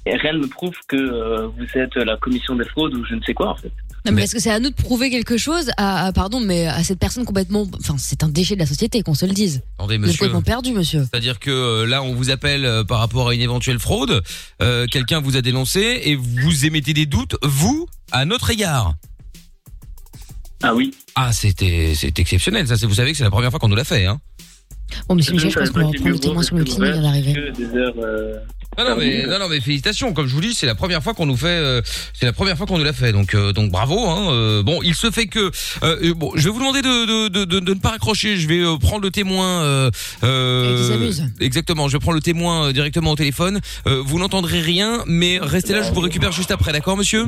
S5: Et rien ne me prouve que euh, vous êtes la commission des fraudes ou je ne sais quoi en fait.
S4: Non, mais, parce que c'est à nous de prouver quelque chose à, à- pardon, mais à cette personne complètement. Enfin, c'est un déchet de la société, qu'on se le dise.
S2: Attendez,
S4: Vous êtes
S2: monsieur.
S4: complètement perdu, monsieur.
S2: C'est-à-dire que euh, là, on vous appelle euh, par rapport à une éventuelle fraude. euh, Quelqu'un vous a dénoncé et vous émettez des doutes, vous, à notre égard.
S5: Ah oui.
S2: Ah, c'était c'est exceptionnel. Ça, c'est- vous savez que c'est la première fois qu'on nous l'a fait. Hein.
S4: Bon, monsieur oh, Michel, je
S5: ne
S4: pense qu'on
S5: savais
S4: va
S5: pas
S4: reprendre le
S5: si le
S4: témoin
S5: bureau
S4: sur le
S5: était
S4: climat, il vient d'arriver.
S5: Que des heures. euh,
S2: Non, non, mais,
S5: terminées.
S2: non, non, mais félicitations. Comme je vous dis, c'est la première fois qu'on nous fait. euh, c'est la première fois qu'on nous l'a fait. Donc, euh, donc bravo. Hein. Euh, bon, il se fait que. euh, bon, je vais vous demander de, de, de, de- de ne pas raccrocher. Je vais euh, prendre le témoin. Euh, euh,
S13: Qui s'amuse.
S2: exactement. Je prends le témoin euh, directement au téléphone. Euh, vous n'entendrez rien, mais restez là. Je vous récupère juste après. D'accord, monsieur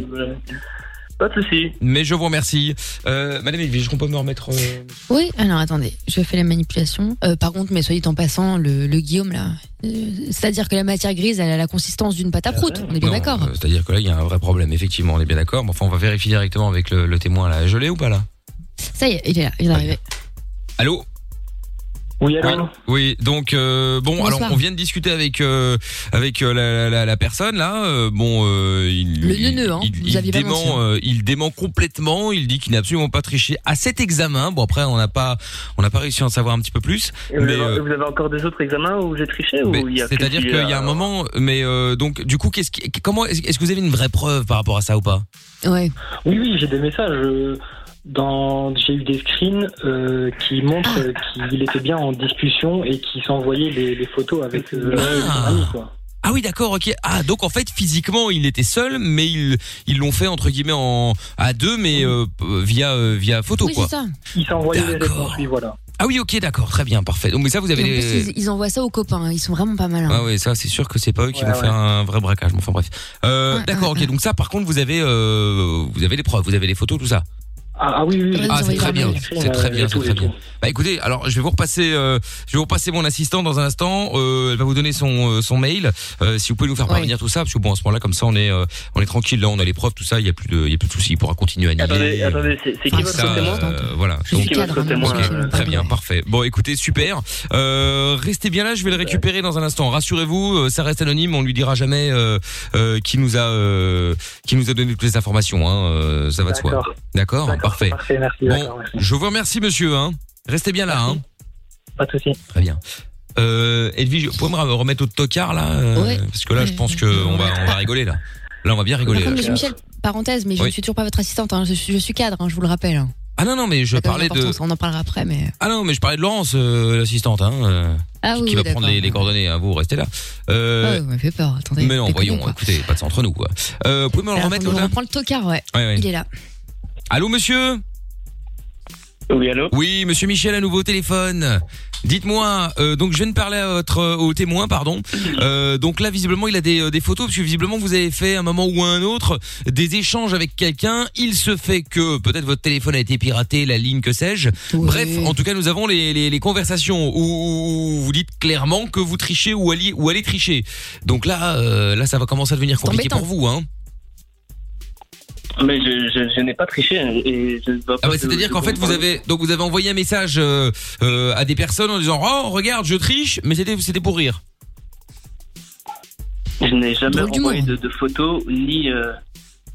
S5: Pas de souci.
S2: Mais je vous remercie, euh, Madame Edwige. qu'on peut me remettre. euh,
S4: Oui, alors attendez, je fais la manipulation. Euh, par contre, mais soyez en passant, le, le Guillaume là, euh, c'est-à-dire que la matière grise, elle a la consistance d'une pâte à prout, on est bien
S2: Non,
S4: d'accord
S2: euh, C'est-à-dire que là, il y a un vrai problème. Effectivement, on est bien d'accord. Mais enfin, on va vérifier directement avec le, le témoin là. Je l'ai ou pas là
S4: Ça y est, il est là, il est arrivé.
S2: Allô
S5: Oui,
S2: allô Oui, donc euh, bon,
S4: Bonsoir.
S2: alors on vient de discuter avec euh, avec euh, la, la, la personne là. euh, bon, euh, il,
S4: Le
S2: il-
S4: neuneu, hein,
S2: il,
S4: vous
S2: il
S4: aviez pas menti,
S2: dément,
S4: hein.
S2: euh, il dément complètement. Il dit qu'il n'a absolument pas triché à cet examen. Bon, après, on n'a pas on n'a pas réussi à en savoir un petit peu plus.
S5: Et vous,
S2: mais,
S5: avez,
S2: euh,
S5: vous avez encore des autres examens où j'ai triché ou
S2: mais
S5: il y a que
S2: C'est-à-dire
S5: celui-
S2: qu'il y a un
S5: euh,
S2: moment, mais euh, donc du coup, qu'est-ce qui, comment est-ce est-ce que vous avez une vraie preuve par rapport à ça ou pas
S4: Ouais.
S14: Oui, oui, j'ai des messages. euh, Dans, j'ai eu des screens euh, qui montrent euh, qu'il était bien en discussion et qui s'envoyaient les, les photos avec. euh,
S2: Ah.
S14: les amis, quoi.
S2: Ah oui, d'accord, ok. Ah, donc en fait, physiquement, il était seul, mais ils ils l'ont fait entre guillemets en à deux, mais euh, p- via euh, via photo
S14: Oui,
S2: quoi.
S14: c'est ça. Ils s'envoyaient les
S2: D'accord.
S14: réponses, oui, voilà.
S15: Ah oui, ok, d'accord, très bien, parfait. Donc, mais ça, vous
S4: Et
S15: avez.
S4: en plus,
S15: les-
S4: ils, ils envoient ça aux copains. hein, Ils sont vraiment pas malins.
S2: Ah oui, ça c'est sûr que c'est pas eux qui
S4: Ouais,
S2: vont
S4: ouais.
S2: faire un vrai braquage. mais Enfin bref. Euh, D'accord, ok. Donc ça, par contre, vous avez, euh, vous avez les preuves, vous avez les photos, tout ça.
S16: Ah, ah oui, oui, oui.
S2: Ah, c'est très bien, c'est très bien, c'est très bien. Bah écoutez, alors je vais vous repasser, euh, je vais vous repasser mon assistant dans un instant. Euh, elle va vous donner son euh, son mail. Euh, si vous pouvez nous faire parvenir tout ça, parce que bon, à ce moment-là, comme ça, on est euh, on est tranquille. Là, on a les preuves, tout ça. Il y a plus de, il y a plus de soucis. Il pourra continuer à nier.
S5: Attendez,
S2: euh,
S5: attendez, c'est c'est qui
S2: tout
S5: votre
S2: ça,
S5: témoin
S2: euh, Voilà.
S5: C'est qui votre témoin,
S2: ok,
S5: euh,
S2: Très bien, parfait. Bon, écoutez, super. Euh, restez bien là, je vais le récupérer dans un instant. Rassurez-vous, euh, ça reste anonyme. On lui dira jamais euh, euh, qui nous a euh, qui nous a donné toutes les informations. Hein, euh, ça va de soi.
S16: D'accord.
S2: D'accord, parfait.
S16: Parfait, merci,
S2: Bon,
S16: d'accord, merci.
S2: je vous remercie, monsieur. Hein. Restez bien là. Hein.
S16: Pas de souci.
S2: Très bien. Euh, Edwige, vous pouvez me remettre au tocard là euh,
S4: Ouais.
S2: Parce que là, je pense que on va on va rigoler là. Là, on va euh, bien rigoler.
S4: Par contre,
S2: là, je
S4: Monsieur
S2: pense.
S4: Michel, parenthèse, mais je
S2: Oui.
S4: ne suis toujours pas votre assistante. hein. Je, suis- je suis cadre, hein, je vous le rappelle. hein.
S2: Ah non non, mais je
S4: Ça a quand
S2: parlais
S4: même
S2: de.
S4: l'importance, On en parlera après, mais.
S2: Ah non, mais je parlais de Laurence, euh, l'assistante, hein, euh,
S4: Ah
S2: qui,
S4: oui,
S2: qui va
S4: oui,
S2: prendre les, les coordonnées. hein, vous restez là. Euh,
S4: Ah, vous m'avez fait peur, attendez.
S2: mais non, voyons, écoutez, pas de ça entre nous quoi. Euh, vous pouvez me le
S4: Alors,
S2: remettre
S4: on
S2: Lola
S4: reprend le tocard, ouais.
S2: Ouais, ouais.
S4: Il est là.
S2: Allô, monsieur
S5: Oui, allô
S2: Oui, monsieur Michel, à nouveau au téléphone. Dites-moi, euh, donc je viens de parler à votre euh, au témoin, pardon. Euh, donc là, visiblement, il a des, euh, des photos, parce que visiblement, vous avez fait à un moment ou à un autre des échanges avec quelqu'un. Il se fait que peut-être votre téléphone a été piraté, la ligne, que sais-je. Bref, en tout cas, nous avons les, les, les conversations où vous dites clairement que vous trichez ou allez, ou allez tricher. Donc là, euh, là, ça va commencer à devenir compliqué pour vous, hein.
S5: Mais je, je, je n'ai pas triché hein, et je ne dois pas.
S2: Ah ouais, c'est-à-dire qu'en fait vous avez donc vous avez envoyé un message euh, euh, à des personnes en disant oh regarde je triche mais c'était c'était pour rire.
S5: Je n'ai jamais
S2: Drôle d'humour.
S5: envoyé de, de photos ni euh,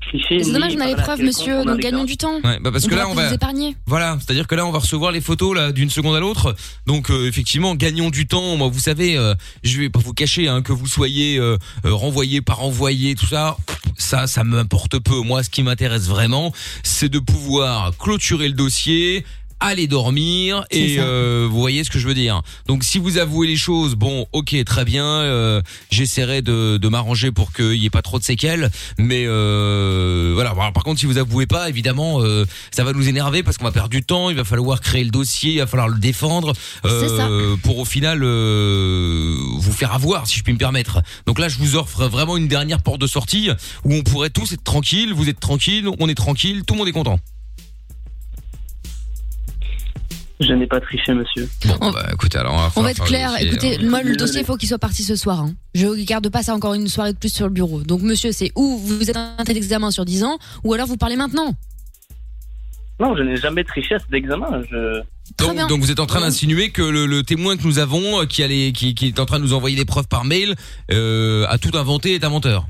S5: triché.
S4: C'est
S5: ni
S4: dommage, on a
S5: parlé
S4: les
S5: à
S4: preuves,
S5: quelqu'un
S4: monsieur,
S5: qu'on a
S4: donc
S5: des
S4: gagnons du temps.
S2: Ouais, bah parce que
S4: pourra
S2: là, on
S4: plus
S2: va-
S4: vous épargner.
S2: Voilà, c'est-à-dire que là on va recevoir les photos là d'une seconde à l'autre. Donc euh, effectivement gagnons du temps. Moi vous savez euh, je vais pas vous cacher hein, que vous soyez euh, euh, renvoyé par renvoyé tout ça ça ça m'importe peu. Moi ce qui m'intéresse vraiment c'est de pouvoir clôturer le dossier aller dormir et euh, vous voyez ce que je veux dire. Donc si vous avouez les choses, bon, ok, très bien, euh, j'essaierai de, de m'arranger pour qu'il y ait pas trop de séquelles, mais euh, voilà. Bon, alors, par contre, si vous avouez pas, évidemment, euh, ça va nous énerver parce qu'on va perdre du temps. Il va falloir créer le dossier, il va falloir le défendre euh, pour au final euh, vous faire avoir, si je puis me permettre. Donc là, je vous offre vraiment une dernière porte de sortie où on pourrait tous être tranquilles. Vous êtes tranquille, on est tranquille, tout le monde est content.
S5: gens. Je n'ai pas triché, monsieur.
S2: Bon, bah, écoutez, alors
S4: On va être clair. Écoutez,
S2: euh,
S4: moi, le dossier, il
S5: faut.
S4: faut qu'il soit parti ce soir. hein. Je garde pas ça encore une soirée de plus sur le bureau. Donc, monsieur, c'est ou vous êtes un tête d'examen sur 10 ans, ou alors vous parlez maintenant.
S5: Non, je n'ai jamais triché à cet examen. Je...
S2: Donc, donc vous êtes en train d'insinuer que le, le témoin que nous avons, euh, qui, a les- qui, qui est en train de nous envoyer des preuves par mail, euh, a tout inventé et est un menteur.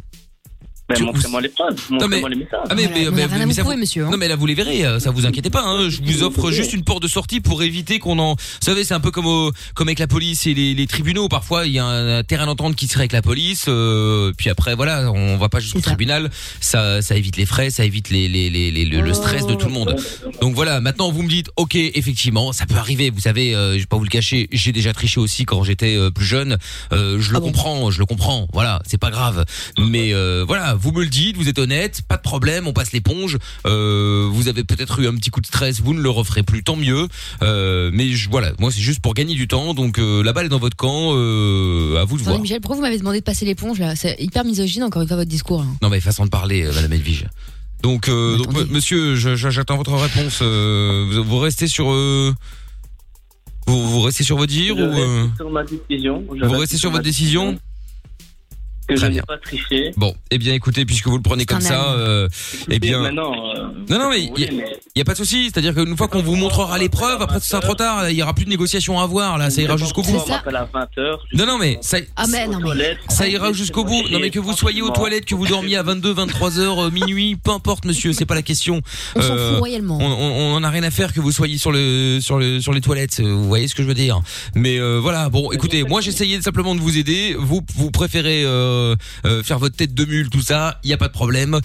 S5: Mais
S2: Tu-
S5: montrez-moi les preuves, montrez-moi les messages.
S2: Ah, mais, mais- mais- mais ça vous-
S4: monsieur. hein.
S2: Non mais là vous les verrez, euh, ça vous inquiétez pas. hein, je vous offre juste une porte de sortie pour éviter qu'on en. Vous savez, c'est un peu comme au- comme avec la police et les, les tribunaux. Parfois, il y a un, un terrain d'entente qui serait avec la police. euh, puis après, voilà, on va pas jusqu'au tribunal. Ça, ça évite les frais, ça évite les, les, les- les- le,
S5: Oh.
S2: le stress de tout le monde. Donc voilà. Maintenant, vous me dites, ok, effectivement, ça peut arriver. Vous savez, euh, je vais pas vous le cacher, j'ai déjà triché aussi quand j'étais euh, plus jeune. Euh, je le comprends, je le comprends. Voilà, c'est pas grave. Mais euh, voilà, vous me le dites, vous êtes honnête, pas de problème, on passe l'éponge. Euh, vous avez peut-être eu un petit coup de stress, vous ne le referez plus, tant mieux. Euh, mais je, voilà, moi c'est juste pour gagner du temps. Donc euh, la balle est dans votre camp. euh, à vous de
S4: Attendez,
S2: voir.
S4: Michel, pourquoi vous m'avez demandé de passer l'éponge là C'est hyper misogyne encore une fois votre discours. hein.
S2: Non mais façon de parler, euh, Madame Edwige. Donc, euh, donc, m- monsieur, je- je- j'attends votre réponse. euh, vous, vous restez sur, euh, vous, vous restez sur vos
S5: Je
S2: dires ou
S5: reste
S2: euh,
S5: sur ma décision. je
S2: vous
S5: reste
S2: restez sur
S5: ma
S2: votre décision
S5: Que je
S2: Très
S5: n'ai
S2: bien.
S5: pas triché.
S2: Bon, eh bien, écoutez, puisque vous le prenez comme ça, euh, eh bien,
S5: Maintenant, euh,
S2: Non, non, mais il n'y a, y a pas de souci. C'est-à-dire qu'une fois qu'on vous montrera les preuves, après, ce sera trop tard. Il n'y aura plus de négociation à avoir. Là, ah, ça ira jusqu'au bout.
S5: on m'appelle à 20h.
S2: Non, non, mais ça,
S4: Ah, mais non, mais-
S2: ça ira jusqu'au bout. Non, mais que vous soyez aux toilettes, que vous dormiez à 22, 23 heures, euh, minuit, peu importe, monsieur, c'est pas la question. Euh,
S4: On s'en fout royalement.
S2: On, on, on en a rien à faire que vous soyez sur le, sur le, sur les toilettes. euh, Vous voyez ce que je veux dire. Mais euh, voilà.
S7: Bah,
S2: Bon, écoutez, moi j'essayais simplement de vous aider. Vous, vous préférez euh, euh, faire votre tête de mule, tout ça. Il y a pas de problème.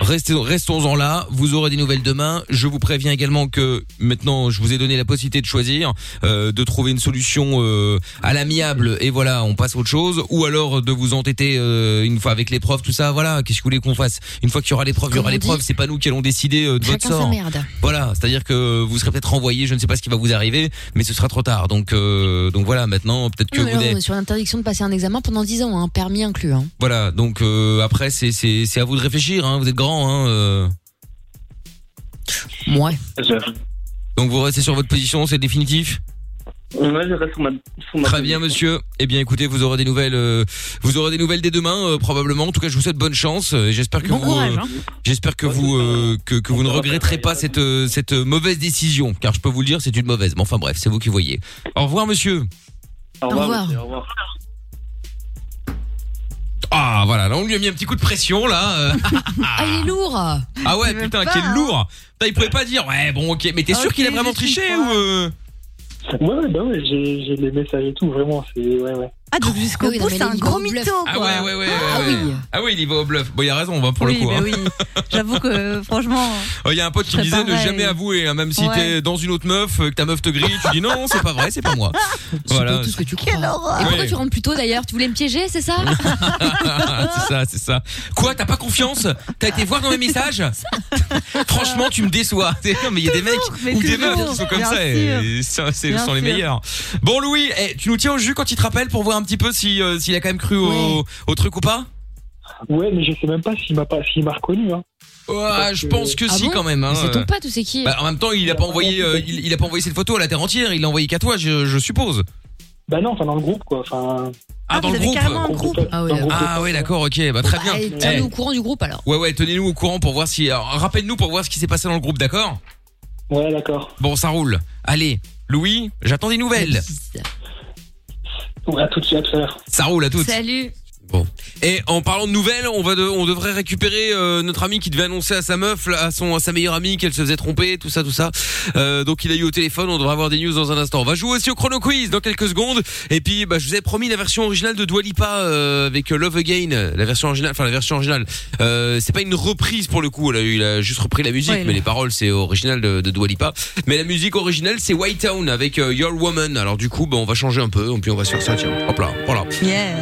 S2: Restez- Restons-en là. Vous aurez des nouvelles demain. Je vous préviens également que maintenant, je vous ai donné la possibilité de choisir, euh, de trouver une solution euh, à l'amiable et voilà, on passe à autre chose, ou alors de vous entêter euh, une fois avec l'épreuve, tout ça. Voilà, qu'est-ce que vous voulez qu'on fasse Une fois qu'il y aura l'épreuve, il y
S7: Comme
S2: aura
S7: on
S2: l'épreuve.
S7: dit,
S2: C'est pas nous qui allons décider euh, de votre
S7: chacun sa
S2: sort.
S7: merde.
S2: Voilà, c'est-à-dire que vous serez peut-être renvoyé. Je ne sais pas ce qui va vous arriver, mais ce sera trop tard. Donc, euh, donc voilà. Maintenant, peut-être que
S4: Non, mais
S2: vous
S4: là,
S2: n'êtes-
S4: on est sur l'interdiction de passer un examen pendant 10 ans, hein, permis inclus. hein.
S2: Voilà, donc euh, après c'est c'est c'est à vous de réfléchir. Hein, vous êtes grand. Hein, euh.
S4: Ouais.
S2: Donc vous restez sur votre position, c'est définitif Très bien, monsieur. Eh bien, écoutez, vous aurez des nouvelles, euh, vous aurez des nouvelles dès demain, euh, probablement. En tout cas, je vous souhaite bonne chance. euh, et J'espère que vous,
S7: courage,
S2: euh,
S7: hein.
S2: j'espère que vous, euh, que, que vous ne regretterez pas cette, euh, cette euh, mauvaise décision, car je peux vous le dire, c'est une mauvaise. Mais enfin, bref, c'est vous qui voyez. Au revoir, monsieur.
S17: Au
S4: revoir.
S17: au revoir.
S2: Ah, voilà. Là, on lui a mis un petit coup de pression, là. euh.
S4: Ah, il est lourd
S2: ah ouais, putain, quel
S4: hein.
S1: hein.
S2: lourd. Putain, il pouvait pas dire. Ouais, bon, ok. Mais t'es sûr
S5: Ah, Ok,
S2: qu'il a vraiment
S5: je suis
S2: triché
S5: pas.
S2: ou euh
S5: Ouais, ouais, bah ouais, j'ai j'ai les messages et tout, vraiment, c'est. Ouais, ouais.
S3: Ah,
S4: Oh,
S3: donc jusqu'au bout, c'est un gros mytho,
S2: Ah
S3: quoi.
S2: ouais, ouais, ouais. ouais, ouais. Ah oui, il y va au bluff. Bon, il a raison, on va pour
S3: oui,
S2: le coup.
S3: bah
S2: hein. Oh,
S3: oui. J'avoue que, franchement.
S2: Il y a un pote qui
S3: Je
S2: me
S3: serais
S2: disait ne
S3: pareil.
S2: jamais avouer, hein, même si
S3: Ouais.
S2: t'es dans une autre meuf, euh, que ta meuf te grille, tu dis non, c'est pas vrai, c'est pas moi. Voilà.
S4: Tout ce que tu crois. Et
S2: Oui.
S4: pourquoi tu rentres plus tôt d'ailleurs Tu voulais me piéger, c'est ça
S2: c'est ça, c'est ça. Quoi, t'as pas confiance T'as été voir dans mes messages Franchement, tu me déçois. Non, mais il y a des mecs
S7: mais
S2: ou des
S7: toujours,
S2: meufs qui sont comme
S7: bien
S2: ça. et c'est- c'est- ce
S7: Bien
S2: sont les
S7: sûr.
S2: meilleurs. Bon, Louis, eh, tu nous tiens au jus quand il te rappelle pour voir un petit peu si, euh, s'il a quand même cru au, au truc ou pas
S5: Ouais, mais je sais même pas s'il m'a pas, s'il m'a reconnu. Hein.
S2: Ouais, je pense que
S4: Ah
S2: si
S4: bon
S2: quand même. hein.
S4: Mais C'est ton pote ou c'est qui
S2: Bah, en même temps, il a pas envoyé, euh, il, il a pas envoyé cette photo à la terre entière. Il l'a envoyé qu'à toi, je, je suppose.
S5: Bah non, enfin dans le groupe quoi. Enfin.
S2: Ah, dans le groupe.
S4: Ah ouais,
S2: Ah ouais, d'accord, ok, bah très bien.
S4: Ah, Et
S2: Eh,
S4: tiens-nous au courant du groupe alors.
S2: Ouais, ouais, tenez-nous au courant pour voir si. alors, Rappelle-nous pour voir ce qui s'est passé dans le groupe, d'accord
S5: Ouais, d'accord.
S2: Bon, ça roule. Allez, Louis, j'attends des nouvelles.
S5: Ouais, à tout de suite, à tout à l'heure.
S2: Ça roule à toutes.
S4: Salut.
S2: Et en parlant de nouvelles, on va de- on devrait récupérer euh, notre ami qui devait annoncer à sa meuf, là, à son à sa meilleure amie qu'elle se faisait tromper, tout ça, tout ça. Euh, donc il a eu au téléphone, on devrait avoir des news dans un instant. On va jouer aussi au chrono quiz dans quelques secondes. Et puis bah, je vous ai promis la version originale de Dua Lipa euh, avec euh, Love Again, la version originale, enfin la version originale. Euh, c'est pas une reprise pour le coup, elle a, il a juste repris la musique,
S7: Ouais,
S2: mais
S7: non.
S2: les paroles c'est original de, de Dua Lipa. Mais la musique originale c'est White Town avec euh, Your Woman. Alors du coup bah, on va changer un peu, et puis on va se faire ça tiens. Hop là, voilà.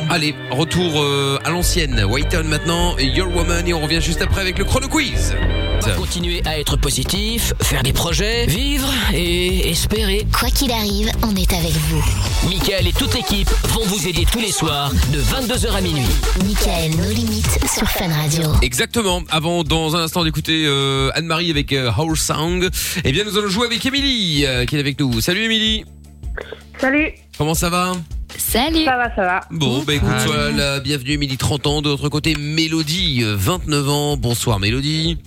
S2: Allez, retour euh, à l'ancienne. Whitehall maintenant, et Your Woman, et on revient juste après avec le chrono quiz.
S1: Continuer à être positif, faire des projets, vivre et espérer.
S9: Quoi qu'il arrive, on est avec vous.
S1: Michael et toute l'équipe vont vous aider tous les soirs de 22h à minuit.
S9: Michael, nos limites sur Fun Radio.
S2: Exactement. Avant, dans un instant, d'écouter euh, Anne-Marie avec euh, Howl Sound. Eh bien, nous allons jouer avec Émilie, euh, qui est avec nous. Salut Émilie.
S6: Salut.
S2: Comment ça va
S4: Salut.
S6: Ça va, ça va.
S2: Bon, bah écoute, sois la bienvenue Émilie, 30 ans. De l'autre côté, Mélodie, euh, 29 ans. Bonsoir Mélodie.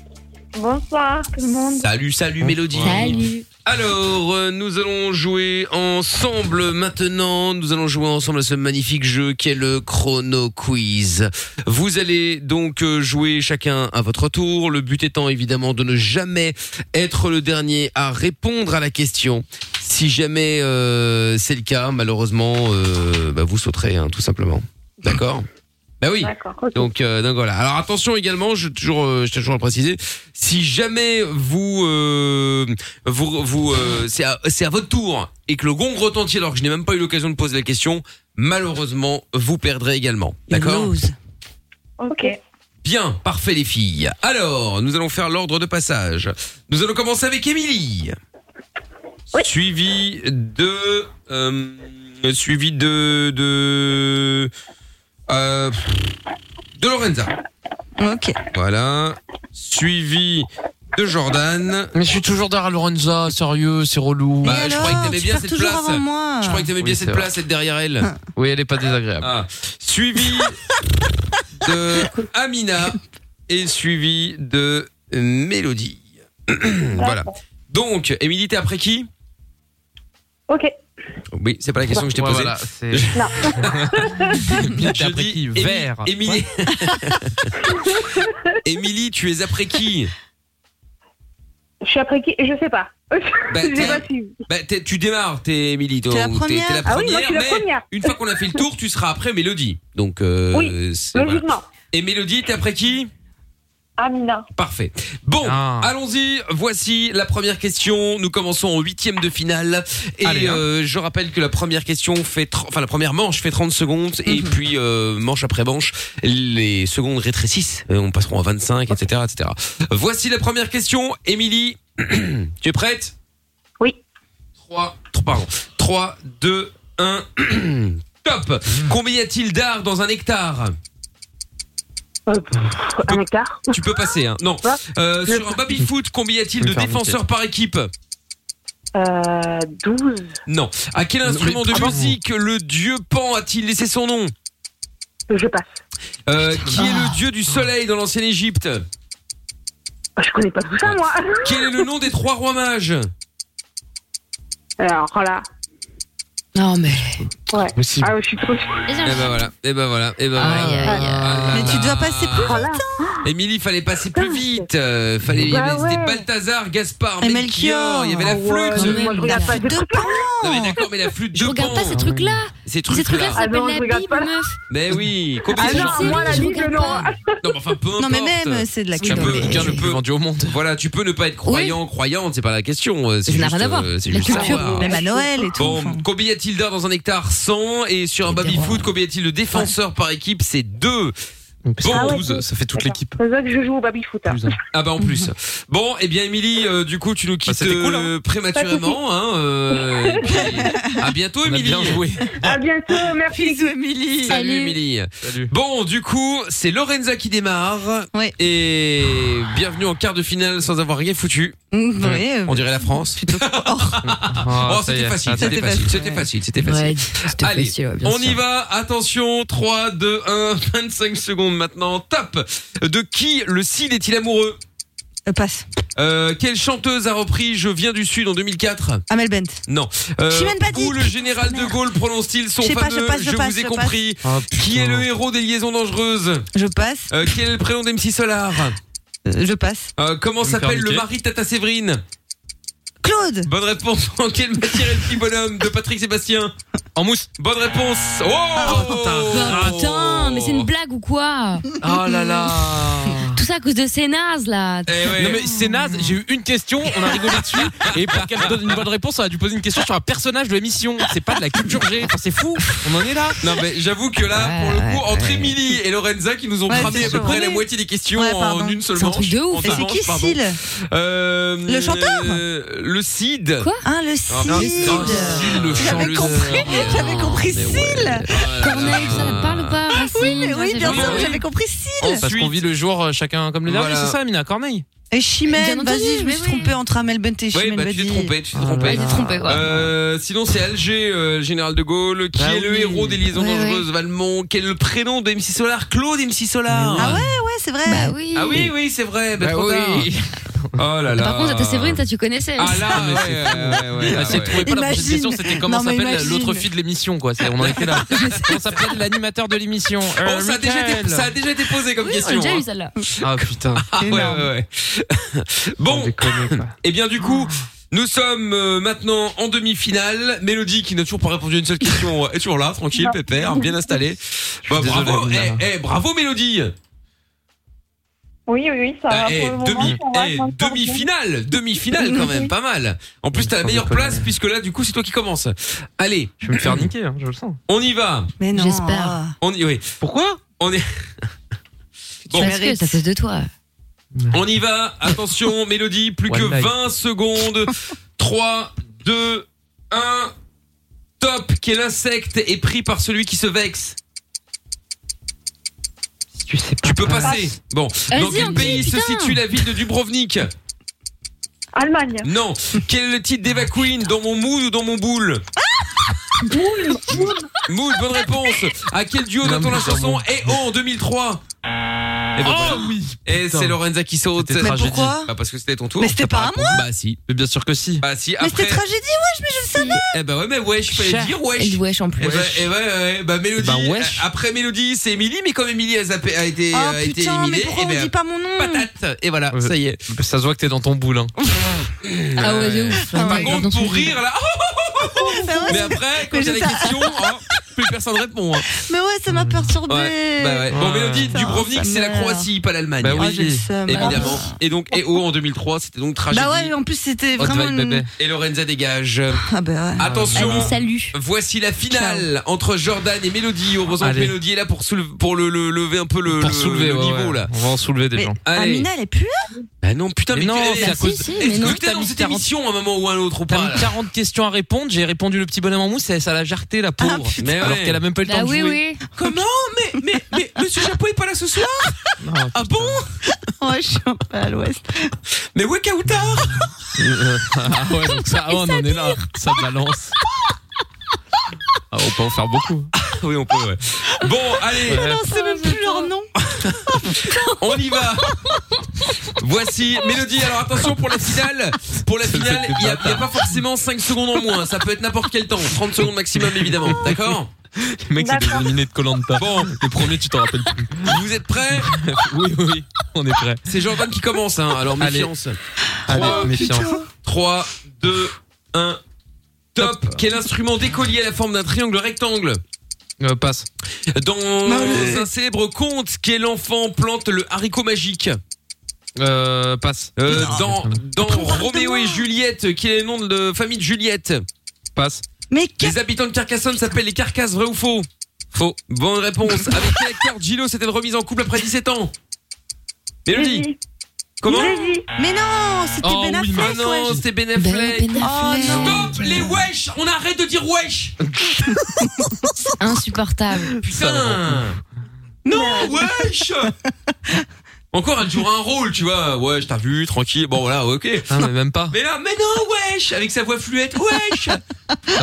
S6: Bonsoir tout le monde.
S2: Salut, salut Mélodie. Alors, euh, nous allons jouer ensemble maintenant. Nous allons jouer ensemble à ce magnifique jeu qu'est le Chrono Quiz. Vous allez donc euh, jouer chacun à votre tour. Le but étant évidemment de ne jamais être le dernier à répondre à la question. Si jamais euh, c'est le cas, malheureusement, euh, bah, vous sauterez, hein, tout simplement. D'accord bah oui. Donc, euh, donc voilà. Alors attention également, je toujours, euh, je tiens toujours à le préciser. Si jamais vous, euh, vous, vous, euh, c'est à, c'est à votre tour et que le gong retentit alors que je n'ai même pas eu l'occasion de poser la question, malheureusement, vous perdrez également. D'accord
S6: Ok.
S2: Bien, parfait les filles. Alors, nous allons faire l'ordre de passage. Nous allons commencer avec Émilie. Suivi de... euh, suivi de... De... euh, de Lorenza.
S3: euh, Ok.
S2: Voilà. Suivi de Jordan.
S18: Mais je suis toujours derrière Lorenza, sérieux, c'est relou.
S2: Bah, je croyais que t'aimais bien cette place.
S3: avant moi.
S2: Je croyais que t'aimais
S18: Oui,
S2: bien
S18: c'est
S2: cette
S18: vrai.
S2: place, être derrière elle.
S18: Oui, elle est pas désagréable.
S2: Ah. Suivi de Amina et suivi de Mélodie. voilà. Donc, Émilie, t'es après qui
S6: Ok.
S2: Oui, c'est pas la question que je t'ai
S18: Ouais,
S2: posée.
S18: voilà, c'est-
S6: Non.
S2: je dis Émi-
S18: Vert.
S2: Émilie. Émilie, tu es après qui
S6: Je suis après qui Je sais pas. je
S2: t'es-
S6: sais pas si.
S2: Bah, t'es- tu démarres, t'es Émilie.
S6: T'es la
S2: t'es
S6: première.
S2: t'es la
S6: Ah oui, moi, je suis la
S2: mais
S6: première.
S2: Une fois qu'on a fait le tour, tu seras après Mélodie. Donc, euh,
S6: Oui,
S2: c'est- voilà.
S6: logiquement.
S2: Et Mélodie, t'es après qui
S19: Amina.
S2: Parfait. Bon,
S5: Ah.
S2: allons-y. Voici la première question. Nous commençons en huitième de finale. Et
S5: Allez, hein.
S2: euh, je rappelle que la première question fait, tr- enfin la première manche fait 30 secondes et
S5: Mhm.
S2: puis euh, manche après manche, les secondes rétrécissent. Euh, on passeront à 25, etc., etc. Voici la première question. Émilie, tu es prête
S19: Oui.
S2: 3, pardon. 3, 2, 1. Top. Combien y a-t-il d'art dans un hectare
S19: Euh, pff, un hectare.
S2: Tu peux passer, hein. Non. Euh, sur un baby-foot, combien y a-t-il de
S19: faire
S2: défenseurs par équipe
S19: Euh, 12.
S2: Non. À quel
S19: Non,
S2: instrument
S19: mais-
S2: de
S19: Ah bon
S2: musique le dieu Pan a-t-il laissé son nom
S19: Je passe.
S2: Euh, Qui est le dieu du soleil dans l'ancienne Égypte
S19: Je connais pas tout ça, moi.
S2: Quel est le nom des trois rois mages
S19: Alors là.
S4: Non, mais.
S19: Ouais.
S2: Mais si.
S19: Ah, je suis trop.
S2: Eh ben voilà, eh ben voilà, eh ben voilà. Ah là
S3: Mais tu
S2: là. Ah,
S3: dois passer plus
S19: Oh là.
S2: Émilie, fallait passer plus vite. euh, fallait, il y
S19: Bah
S2: avait- c'était
S19: ouais.
S2: Balthazar, Gaspard,
S19: Et
S2: Melchior. Il y avait la
S19: Ah ouais,
S2: flûte.
S19: mais moi, je regarde pas ces trucs-là.
S2: Non mais d'accord, mais la flûte de Je
S4: regarde pas ces trucs-là.
S2: Ces
S4: Ces trucs-là,
S2: trucs-là.
S4: ça s'appelle
S19: Ah non, je
S4: la
S19: regarde
S4: Bible,
S19: pas.
S4: meuf.
S2: Mais oui,
S4: Ah
S2: complètement.
S4: non, moi, la
S2: Non,
S4: Bible, non.
S2: mais enfin, peu importe.
S3: Non, mais même, c'est de la
S2: tu
S3: culture.
S2: peux, tu peux- Voilà, tu peux ne pas être croyant, croyante, c'est pas la question. euh, C'est
S3: Ça n'a
S2: juste,
S3: rien à voir.
S2: euh, c'est
S3: La
S2: juste
S3: culture,
S2: savoir.
S3: même à Noël et tout,
S2: Bon,
S3: enfin.
S2: combien y a-t-il d'heures dans un hectare 100 et sur un baby-foot, combien y a-t-il de défenseurs par équipe C'est 2. Bon,
S19: Ah ouais.
S2: 12, ça fait toute l'équipe.
S19: C'est ça que je joue au baby-foot. hein.
S2: Ah bah en plus. Bon, eh bien Émilie, euh, du coup tu nous quittes euh, prématurément. Hein, euh, et puis, à bientôt Émilie. Bien joué.
S19: À bientôt, merci. Bisous, Émilie.
S2: Salut Émilie. Bon, du coup, c'est Lorenza qui démarre. Et bienvenue en quart de finale sans avoir rien foutu.
S3: Mm, ouais, euh,
S2: On dirait la France.
S6: Ah,
S2: oh,
S5: ça y
S2: c'était
S5: est,
S2: facile,
S5: attends.
S2: c'était facile, c'était facile, c'était facile. Allez,
S5: facile, ouais, bien
S2: on y
S5: sûr.
S2: va. Attention, 3, 2, 1, 25 secondes maintenant. Top. De qui le Cid est-il amoureux
S3: euh, passe.
S2: euh, quelle chanteuse a repris Je viens du Sud en 2004
S3: Amel Bent.
S2: Non. Euh,
S3: Chimène Badi.
S2: où le général de Gaulle prononce-t-il son
S3: Je sais
S2: fameux
S3: pas, je passe, je passe,
S2: vous ai
S3: je
S2: compris
S5: Ah,
S3: passe.
S2: Qui est le héros des liaisons dangereuses
S3: Je passe.
S2: Euh, Quel est le prénom d'MC Solar
S3: Je passe.
S2: Euh, Comment
S3: Je vais me
S2: s'appelle
S3: faire
S2: le
S3: niquer.
S2: mari de Tata Séverine
S3: Claude
S2: Bonne réponse. En quelle matière est le petit bonhomme de Patrick Sébastien En mousse. Bonne réponse. Oh,
S4: Bah, putain, mais c'est une blague ou quoi
S2: Oh là là Eh
S4: Tout ça à cause de ces nazes, là.
S20: Non mais c'est naze, j'ai eu une question, on a rigolé dessus, et pour qu'elle me donne une bonne réponse, on a dû poser une question sur un personnage de l'émission. C'est pas de la culture G, Enfin, c'est fou, on en est là.
S2: Non mais j'avoue que là, pour le coup, entre Émilie et Lorenza qui nous ont
S20: Ouais,
S2: cramé
S20: c'est
S2: à peu
S20: chaud.
S2: près la moitié des questions
S20: Ouais,
S2: en
S20: pardon.
S2: une seule
S20: C'est un
S2: manche.
S20: truc de ouf.
S2: En
S20: Et
S2: deux
S20: c'est
S2: manches,
S20: qui,
S2: pardon.
S20: Syl
S2: Euh,
S3: Le chanteur
S2: euh, Le Cid
S3: Ah, le
S2: Ah, non,
S3: Cid
S2: Cid, le
S3: J'avais
S2: chanteur.
S3: compris, j'avais compris Cid
S4: Corneille,
S6: Ah,
S4: ça te parle ou pas
S3: Oui, mais
S4: Racine,
S3: oui,
S4: ça,
S3: bien
S4: c'est
S3: sûr,
S4: vrai.
S3: j'avais compris
S2: Oh,
S3: Cid
S20: Parce qu'on vit le jour euh, chacun comme le dernier,
S2: Voilà.
S20: c'est ça, Mina Corneille.
S3: Et
S20: Bien
S3: Eh, Chimène,
S20: entendu,
S3: vas-y, je me
S20: mais
S3: suis
S20: oui.
S3: trompée entre Amel Bent et
S2: Oui,
S3: Chimène
S2: bah, tu t'es
S3: Badi.
S2: trompé, tu t'es trompé.
S4: Bah,
S3: Ouais, t'es trompé, ouais.
S2: Euh, sinon, c'est Alger, euh, général de Gaulle, qui
S3: Bah
S2: est le
S3: oui.
S2: héros des liaisons
S3: Ouais,
S2: dangereuses, Valmont. Quel est le prénom de MC Solar Claude MC Solar
S3: Ah ouais, ouais, c'est vrai.
S4: Bah oui.
S2: Ah oui, oui, c'est vrai, bah,
S4: Bah
S2: trop
S4: oui.
S2: tard. Oh là là.
S4: Par contre, t'as Séverine, ça tu connaissais.
S2: Ah là, mais c'est- ouais, ouais, ouais,
S20: Ah, c'est
S2: ouais.
S20: trouvé pas la prochaine
S4: Imagine.
S20: question, c'était comment
S4: Non, mais
S20: s'appelle
S4: imagine.
S20: l'autre fille de l'émission, quoi. C'est- On en était là. comment s'appelle l'animateur de l'émission euh,
S2: Oh, ça a déjà été- ça a déjà été posé comme
S4: Oui, on
S2: question.
S4: l'a déjà
S2: hein.
S4: eu celle-là.
S20: Ah putain.
S2: Ah ouais, ouais, ouais. Bon, et bien du coup, nous sommes euh, maintenant en demi-finale. Mélodie qui n'a toujours pas répondu à une seule question est toujours là, tranquille, pépère, bien installée. Bah,
S20: désolé,
S2: bravo,
S20: Luna.
S2: eh, eh, bravo Mélodie
S19: Oui, oui, oui, ça va.
S2: Eh,
S19: pour le moment,
S2: demi,
S19: on va
S2: eh,
S19: s'en sortir.
S2: demi-finale, demi-finale quand même, pas mal. En plus, t'as la meilleure place puisque là, du coup, c'est toi qui commences. Allez, je vais me faire
S5: hein,
S2: niquer, hein. je le sens. On y va.
S4: J'espère.
S2: On y, oui. Pourquoi On est. Bon.
S4: Parce que c'est à cause de toi.
S2: On y va, attention, Mélodie, plus que 20 secondes. 3, 2, 1. Top, quel insecte est pris par celui qui se vexe tu, peux passer. Bon, dans
S19: Vas-y, on
S2: quel
S19: dit,
S2: pays se
S19: putain.
S2: situe la ville de Dubrovnik
S19: Allemagne.
S2: Non. Quel est le titre d'Eva Queen Dans mon mood ou dans mon boule
S19: Moule, moule.
S2: Mood, bonne réponse. À quel duo
S20: Non,
S2: donne-t-on
S20: mais Oh,
S2: la chanson
S20: sûrement.
S2: Eh oh en 2003 et oui Et c'est Lorenza qui saute.
S20: C'était Mais tragédie. pourquoi
S2: Bah parce que c'était ton tour.
S20: Mais c'était
S2: T'as
S20: pas à
S2: répondu.
S20: moi
S2: Bah si.
S20: Mais bien sûr que si.
S2: Bah si,
S3: Mais
S2: après.
S3: c'était tragédie, wesh, mais je le savais
S2: Eh bah ouais, mais wesh, fallait
S20: Cher.
S2: dire wesh.
S4: Et du wesh en plus.
S2: Eh bah, eh bah, ouais, bah Mélodie.
S20: Bah, wesh.
S2: euh, Après Mélodie, c'est Émilie, mais comme Émilie a, zappé- a été,
S3: Oh
S2: euh, a été
S3: putain, mais
S2: éliminée,
S3: pourquoi
S2: eh
S3: on
S2: ben,
S3: dit pas mon nom
S2: patate. Et voilà, ça y est.
S5: Ah,
S20: Ça se voit que t'es dans ton boule. Hein.
S4: Ah ouais, de ouf.
S2: Par contre, pour rire là.
S3: ouais,
S2: mais
S3: c'est-
S2: après, quand
S3: mais
S2: j'ai
S3: je
S2: la
S3: sais.
S2: question, oh,
S20: Plus personne répond. hein.
S3: Mais ouais, ça m'a Ah, perturbé.
S2: Ah. Ouais, bah ouais. Bon,
S20: Ouais.
S2: Mélodie
S20: Putain,
S2: Dubrovnik,
S20: sa
S2: c'est la
S20: mère.
S2: Croatie, pas l'Allemagne.
S20: Bah oui. Ah, j'ai le seum.
S2: évidemment. Et donc, EO en 2003, c'était donc tragédie.
S3: Bah ouais, en plus, c'était
S20: Oh,
S2: Hot
S3: vraiment.
S2: Vibe
S3: une-
S2: Bébé. Et Lorenza dégage.
S3: Ah bah ouais.
S2: Attention.
S3: Allez, salut.
S2: Voici la finale entre Jordan et Mélodie. Heureusement que
S20: Allez.
S2: Mélodie est là pour, souleve- pour le, le- lever un peu le,
S20: Pour
S2: le-
S20: soulever,
S2: le
S20: ouais,
S2: niveau
S20: ouais.
S2: là.
S20: On va en soulever des
S3: Mais
S20: gens.
S3: Amina, Ah, elle est plus là
S2: Bah non, putain,
S20: mais,
S2: mais
S20: non,
S2: tu-
S20: c'est à
S2: si,
S20: cause.
S3: si,
S2: Est-ce
S3: mais non.
S2: que t'as dans cette émission à un moment ou à un autre ou
S20: T'as
S2: pas
S20: mis 40 questions à répondre, j'ai répondu le petit bonhomme en mousse, et ça l'a jarté
S3: Ah,
S20: la pauvre. Alors
S2: Mais Eh Ah ouais. Bah
S20: qu'elle a même pas
S3: Bah
S20: eu le temps de jouer.
S4: oui.
S2: Comment mais, mais, mais Monsieur Chapeau est pas là ce soir Ah bon
S3: Oh, Ouais, je suis un peu à l'ouest.
S2: Mais Wakaouta
S20: ah ouais, donc ça, ah ouais, on en est là. Ça balance. Ah, on peut en faire beaucoup.
S2: oui, on peut, ouais. Bon, allez,
S3: Oh Non, c'est même plus leur nom.
S2: on y va. Voici Mélodie. Alors attention pour la finale. Pour la finale, il n'y a, il y a pas forcément 5 secondes en moins. Ça peut être n'importe quel temps. 30 secondes maximum, évidemment. D'accord
S20: Le mec, c'est éliminé de Colanta.
S2: Bon,
S20: le premier, tu t'en rappelles plus.
S2: Vous êtes prêts
S20: Oui, oui, on est prêts.
S2: C'est Jordan qui commence, hein. alors
S20: Allez.
S2: méfiance.
S20: Allez,
S2: Trois,
S20: méfiance.
S2: putain. 3, 2, 1. Top. Quel instrument décollier à la forme d'un triangle rectangle
S20: passe.
S2: Dans un célèbre conte, quel enfant plante le haricot magique
S20: Euh, passe.
S2: Euh, Dans, dans Roméo et Juliette, quel est le nom de la famille de Juliette
S20: Passe.
S3: Mais
S2: Les habitants de Carcassonne s'appellent les carcasses, vrai ou faux Faux. Bonne réponse. Avec quel acteur Gillo s'est-elle remise en couple après 17 ans Mélodie Comment
S3: Mais non, c'était
S2: Oh,
S3: Ben
S2: oui,
S3: Affleck.
S2: mais non,
S3: wesh.
S2: c'était Ben Affleck. Ben Affleck.
S3: Oh non.
S2: Stop les wesh On arrête de dire wesh
S4: Insupportable.
S2: Putain Non, wesh Encore, elle jouera un rôle, tu vois. Wesh, t'as vu, tranquille. Bon, voilà, ok.
S20: Ah, mais même pas.
S2: Mais là, mais non, wesh Avec sa voix fluette, wesh
S20: Ça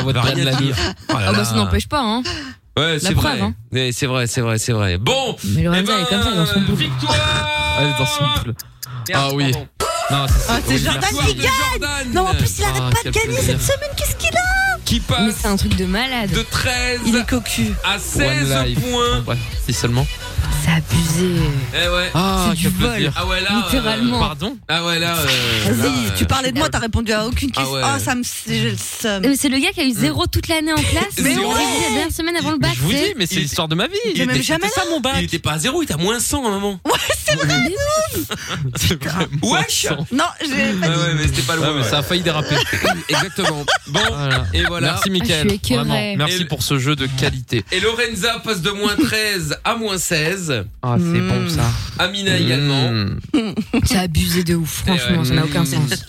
S20: va te
S2: rien
S20: prendre la
S2: dire.
S20: vie.
S2: Oh là
S4: Ah bah
S2: là.
S4: ça n'empêche pas, hein.
S2: Ouais, c'est
S4: preuve,
S2: vrai.
S4: hein.
S2: Ouais, C'est vrai, c'est vrai, c'est vrai. Bon
S4: Mais Lorenza
S2: eh
S4: est comme ça, dans son
S2: ben, Victoire
S20: Elle est dans son poule.
S2: Merde,
S20: Ah oui.
S2: pardon.
S20: Non,
S3: Ah, c'est Jordan qui
S2: de
S3: gagne
S2: Jordan.
S3: Non, en plus, il arrête
S20: Ah,
S3: pas de
S20: quel
S3: gagner
S20: plaisir.
S3: cette semaine, qu'est-ce qu'il a
S2: Qui
S4: Mais
S2: passe
S4: c'est un truc de malade.
S2: de 13
S3: Il est cocu.
S2: à 16
S20: One life.
S2: points.
S20: Ouais, si seulement.
S4: C'est abusé.
S2: Eh ouais.
S20: Ah,
S4: C'est du
S20: que
S4: vol.
S20: plaisir.
S2: Ah ouais, là. euh,
S4: Littéralement.
S20: Pardon
S2: Ah ouais, là. euh, là,
S3: Vas-y,
S2: euh,
S3: tu parlais de moi, t'as répondu à aucune
S2: Ah
S3: question.
S2: ouais.
S3: Ah, ça me. J'ai le seum.
S4: Euh, C'est le gars qui a eu zéro toute l'année en classe.
S2: Mais
S4: il a
S2: ouais.
S4: révisé la dernière semaine avant le bac.
S20: Je vous
S4: tu sais.
S20: dis, mais c'est
S2: Il-
S20: l'histoire de ma vie.
S2: il
S3: même
S2: était-
S3: jamais
S2: c'était ça mon bac. Il était pas à zéro, il était à moins 100 à un moment.
S20: C'est vraiment
S2: Wesh
S20: sang.
S3: Non, j'ai pas
S2: Ouais,
S3: dit.
S2: ouais, mais c'était pas
S20: Ah,
S2: loin.
S20: mais
S2: ouais.
S20: ça a failli déraper.
S2: Exactement. Bon,
S20: Voilà.
S2: et voilà.
S20: Merci
S4: Ah, je suis
S20: Mickaël.
S4: écœurée.
S20: Vraiment,
S2: Et
S20: merci
S2: le-
S20: pour ce jeu de qualité.
S2: Et Lorenza passe de moins 13 à moins 16.
S20: Ah, c'est bon ça.
S2: Amina également.
S20: Mm.
S4: C'est abusé de ouf, franchement,
S2: ouais.
S4: ça n'a aucun sens.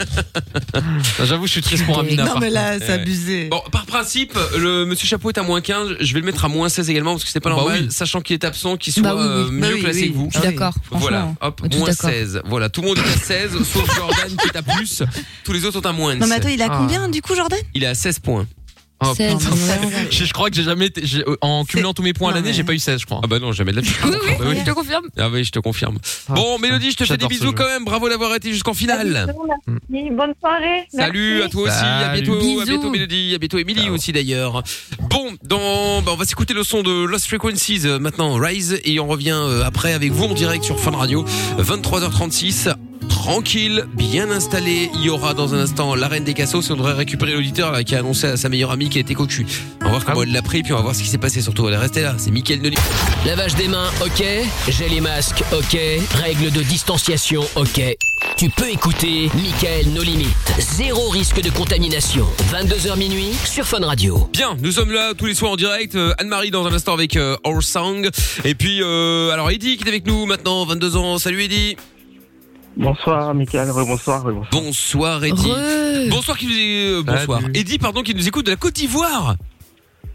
S20: J'avoue, je suis triste pour Amina.
S3: Non,
S20: par
S3: mais
S20: contre.
S3: là, c'est
S2: Ouais.
S3: abusé.
S2: Bon, par principe, le monsieur Chapeau est à moins 15. Je vais le mettre à moins 16 également parce que c'est pas
S20: Bah
S2: normal,
S20: oui.
S2: sachant qu'il est absent, qu'il soit
S4: Bah oui, oui.
S2: euh,
S3: Bah
S2: mieux
S3: oui,
S2: classé
S3: oui.
S2: que vous.
S4: Je suis d'accord.
S2: Voilà,
S4: franchement.
S2: hop,
S4: On est tous
S2: moins
S4: d'accord.
S2: 16. Voilà, tout le monde est à 16, sauf Jordan qui est à plus. Tous les autres sont à moins.
S3: Non, mais attends, il a
S20: Ah.
S3: combien du coup, Jordan
S2: Il est à 16 points.
S20: Oh, putain.
S4: 16, ouais.
S20: Je je crois que j'ai jamais été. j'ai- euh, En cumulant tous mes points à
S3: Non,
S20: l'année,
S3: mais-
S20: j'ai pas eu 16, je crois.
S2: Ah bah non, jamais de la vie.
S4: Oui, oui,
S2: Ah oui.
S4: je te confirme.
S2: Ah oui, je te confirme. Bon, Mélodie, je te fais des
S20: Ah, J'adore ce
S2: bisous
S20: jeu.
S2: quand même. Bravo d'avoir été jusqu'en finale.
S19: Merci, Bonne soirée.
S2: Salut à toi aussi. À
S20: Salut.
S2: bientôt, à
S4: Bisous.
S2: bientôt Mélodie, à bientôt Émilie aussi d'ailleurs. Bon, dans, bah, on va s'écouter le son de Lost Frequencies euh, maintenant, Rise, et on revient euh, après avec vous en direct sur Fun Radio, 23h36. Tranquille, bien installé. Il y aura dans un instant la reine des cassos. Et on devrait récupérer l'auditeur là qui a annoncé à sa meilleure amie qu'elle était cocu. On va voir comment elle l'a pris, puis on va voir ce qui s'est passé surtout. Allez, restez là. C'est Mickaël Denis.
S1: Lavage des mains, ok. Gel et masque, ok. Règles de distanciation, ok. Tu peux écouter Michael No Limites. Zéro risque de contamination. 22h minuit sur Fun Radio.
S2: Bien, nous sommes là tous les soirs en direct. Euh, Anne-Marie dans un instant avec euh, Our Song. Et puis, euh, alors Eddy qui est avec nous maintenant, 22 ans. Salut Eddy.
S11: Bonsoir, Michael. Rebonsoir, rebonsoir.
S2: Bonsoir Eddy.
S4: Re.
S2: Bonsoir qui nous est- euh, bonsoir.
S20: Salut.
S2: Eddy pardon qui nous écoute de la Côte d'Ivoire.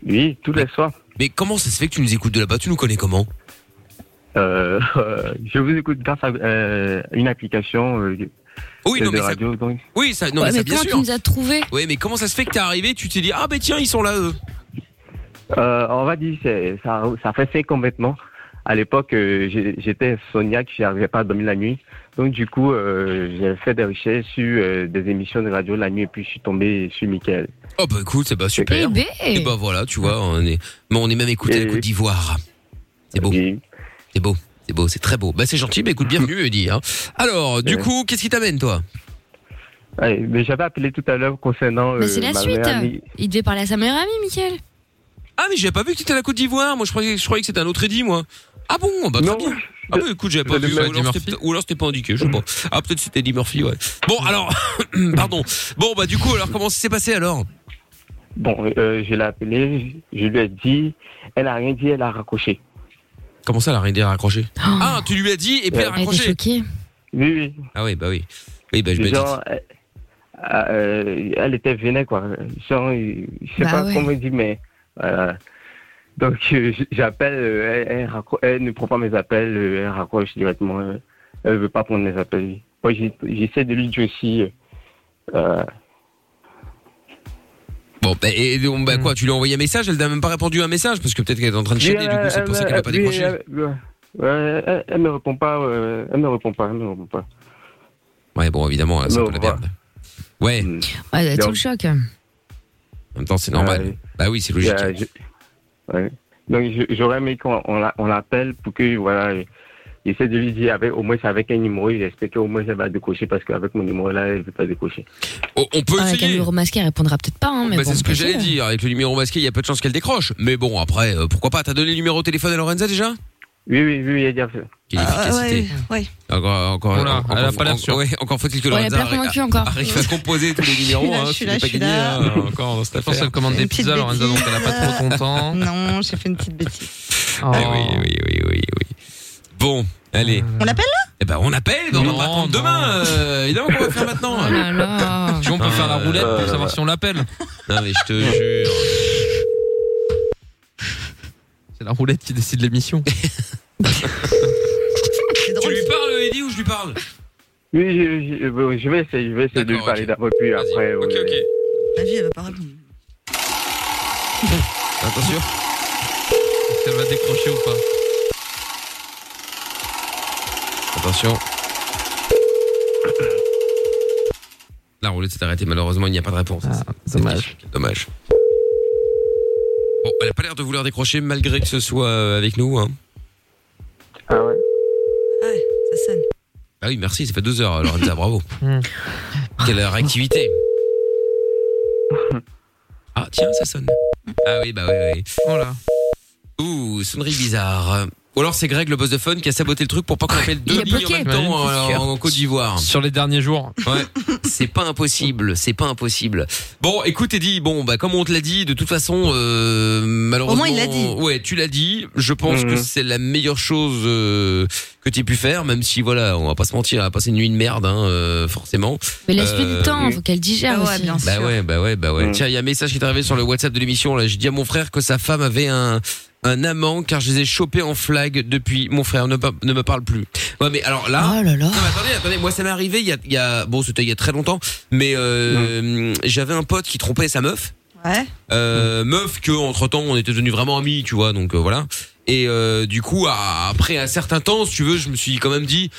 S11: Oui, tous les soirs.
S2: Mais comment ça se fait que tu nous écoutes de là-bas Tu nous connais comment
S11: Euh, je vous écoute grâce à euh, une application euh,
S2: Oui, non
S11: de
S2: mais ça,
S11: radio. Donc,
S2: oui ça, non
S4: Ouais,
S2: mais ça
S4: mais
S2: bien
S4: comment tu
S2: sûr.
S4: nous as trouvés
S2: Oui, mais comment ça se fait que t'es arrivé Tu t'es dit ah ben tiens ils sont là eux.
S11: euh, on va dire c'est- ça, ça fait cinq ans maintenant. À l'époque, euh, j'ai- j'étais soniaque, je n'arrivais pas à dormir la nuit. Donc, du coup, euh, j'ai fait des recherches sur euh, des émissions de radio la nuit et puis je suis tombé sur Michael.
S2: Oh bah écoute c'est bah super.
S4: Bébé
S2: Et bah voilà tu vois on est, mais on est même écouté à la
S11: Et-
S2: Côte d'Ivoire. C'est beau,
S11: Oui.
S2: c'est beau, c'est beau, c'est très beau. Bah c'est gentil, bah écoute bienvenue Eddy. hein. Alors du
S11: Ouais.
S2: coup qu'est-ce qui t'amène toi
S11: Ouais, mais j'avais appelé tout à l'heure concernant.
S4: Bah, c'est la
S11: Euh, ma
S4: suite.
S11: meilleure amie.
S4: Il devait parler à sa meilleure amie, Michael.
S2: Ah, mais j'avais pas vu que t'étais à la Côte d'Ivoire. Moi, je croyais, je croyais que c'était un autre Eddy, moi. Ah bon Bah, très bien. Ah oui, écoute, j'avais pas vu.
S5: Vous allez
S2: Ou
S5: mettre Eddie
S2: alors,
S5: Murphy
S2: c'était peut- ou alors c'était pas indiqué, je sais pas. Ah, peut-être c'était Eddie Murphy, ouais. Bon, alors, pardon. Bon, bah, du coup, alors, comment ça s'est passé alors
S11: Bon, euh, je l'ai appelée, je lui ai dit, elle a rien dit, elle a raccroché.
S2: Comment ça, elle a rien dit, elle a raccroché Ah, tu lui as dit et puis elle a raccroché.
S11: Oui, oui.
S2: Ah oui, bah oui. Oui, bah je me dis.
S11: Genre, euh, euh, elle était vénère, quoi. Genre, euh, je sais
S2: Bah
S11: pas
S2: ouais.
S11: comment dire, mais. euh, donc, euh, j- j'appelle, euh, elle, elle raccro- elle ne prend pas mes appels, euh, elle raccroche directement. euh, elle veut pas prendre mes appels. Moi, j'ai- j'essaie de lui dire aussi. euh, euh,
S2: Bon, bah, et donc, bah, quoi, tu lui as envoyé un message, elle n'a même pas répondu à un message parce que peut-être qu'elle est en train de
S11: oui,
S2: chialer, du coup,
S11: elle-
S2: c'est pour ça
S11: elle-
S2: qu'elle n'a pas
S11: euh, oui,
S2: décroché.
S11: elle- ouais, ouais, elle, elle me répond pas, ouais, elle me répond pas, elle me répond pas.
S2: Ouais, bon, évidemment, hein, c'est un peu la merde. Ouais.
S4: Ouais, tout
S11: Donc,
S4: le choc.
S2: En même temps, c'est normal. bah oui, c'est logique.
S11: Euh, je- ouais. Donc je- j'aurais aimé qu'on on l'a- on l'appelle pour que voilà, euh, j'essaie de lui dire avec au moins c'est avec un numéro, j'espère qu'au moins elle va décocher parce qu'avec mon numéro là, elle veut pas décocher.
S2: on peut
S4: Avec un numéro masqué, elle Ah, répondra peut-être pas. Hein, mais
S2: Bah,
S4: bon,
S2: c'est ce que
S4: on peut
S2: j'allais
S4: essayer.
S2: dire. Avec le numéro masqué, il y a peu de chances qu'elle décroche. Mais bon, après, euh, pourquoi pas T'as donné le numéro de téléphone à Lorenza déjà
S11: Oui, oui, oui, il y a bien fait.
S2: Quelle efficacité.
S3: Ah, ouais.
S2: Encore, encore,
S5: Oula,
S2: encore,
S5: elle a pas l'air
S2: en-
S5: sûre.
S2: ouais, encore faut-il que
S5: Ouais, elle
S2: Lorenza
S5: a pas l'air
S2: arri-
S5: convaincue encore.
S2: arrive à composer tous les numéros.
S3: là,
S2: hein,
S3: je
S2: tu
S3: suis
S2: n'es
S3: là,
S2: pas
S3: je suis
S2: gagné
S3: là.
S2: hein, encore dans cette
S5: pense
S2: affaire.
S5: qu'elle commande des pizzas, Lorenza, donc elle n'a pas trop
S3: Hein
S5: content.
S3: Non, j'ai fait une petite bêtise. Ah.
S2: Eh oui, oui, oui, oui, oui, oui. Bon, allez.
S3: On l'appelle là
S2: Eh ben, on appelle, on va attendre demain. euh, évidemment qu'on va faire maintenant.
S5: Tu vois, on peut faire la roulette pour savoir si on l'appelle.
S2: euh, Non, mais je te jure.
S5: C'est la roulette qui décide l'émission.
S2: Tu lui parles, Eddie, ou je lui parle
S11: Oui, je, je- bon, je vais essayer, je vais essayer de lui parler d'abord puis après. Ok, ok.
S3: La vie, elle va pas répondre.
S2: Attention.
S5: Est-ce qu'elle va décrocher ou pas
S2: Attention. La roulette s'est arrêtée, malheureusement, il n'y a pas de réponse. dommage. Dommage. Bon, elle a pas l'air de vouloir décrocher malgré que ce soit euh, avec nous. Hein.
S11: Ah ouais
S3: Ça sonne.
S2: Ah oui, merci, ça fait deux heures, Lorenza, bravo. Quelle réactivité. Ah, tiens, ça sonne. Ah oui, bah oui, oui.
S5: Voilà.
S2: Ouh, sonnerie bizarre. Ou alors c'est Greg, le boss de fun, qui a saboté le truc pour pas qu'on appelle deux
S5: Il a
S2: lignes en
S5: bloqué.
S2: même temps
S5: Imagine, c'est
S2: euh,
S5: sûr.
S2: en, en Côte d'Ivoire.
S5: Sur les derniers jours.
S2: Ouais, c'est pas impossible, c'est pas impossible. Bon, écoute Eddy, bon bah comme on te l'a dit, de toute façon euh, malheureusement
S5: Au moins, il l'a dit.
S2: Ouais, tu l'as dit, je pense
S5: Mhm.
S2: que c'est la meilleure chose euh, que tu aies pu faire même si voilà, on va pas se mentir, elle a passé une nuit de merde hein, euh, forcément.
S4: Mais laisse-lui
S2: Euh,
S4: du temps, faut qu'elle digère aussi.
S2: bah ouais, bah ouais, bah ouais.
S5: Mm.
S2: Tiens, il y a un message qui est arrivé sur le WhatsApp de l'émission. Là, j'ai dit à mon frère que sa femme avait un un amant car je les ai chopés en flag depuis. Mon frère ne, pa- ne me parle plus. Ouais, mais alors là.
S4: Oh
S2: Non, mais attendez, attendez. Moi, ça m'est arrivé il y a, il y a- bon, c'était il y a très longtemps, mais euh, j'avais un pote qui trompait sa meuf.
S3: Ouais.
S2: Euh, meuf que entre temps on était devenus vraiment amis tu vois donc euh, voilà et euh, du coup à- après un certain temps si tu veux je me suis quand même dit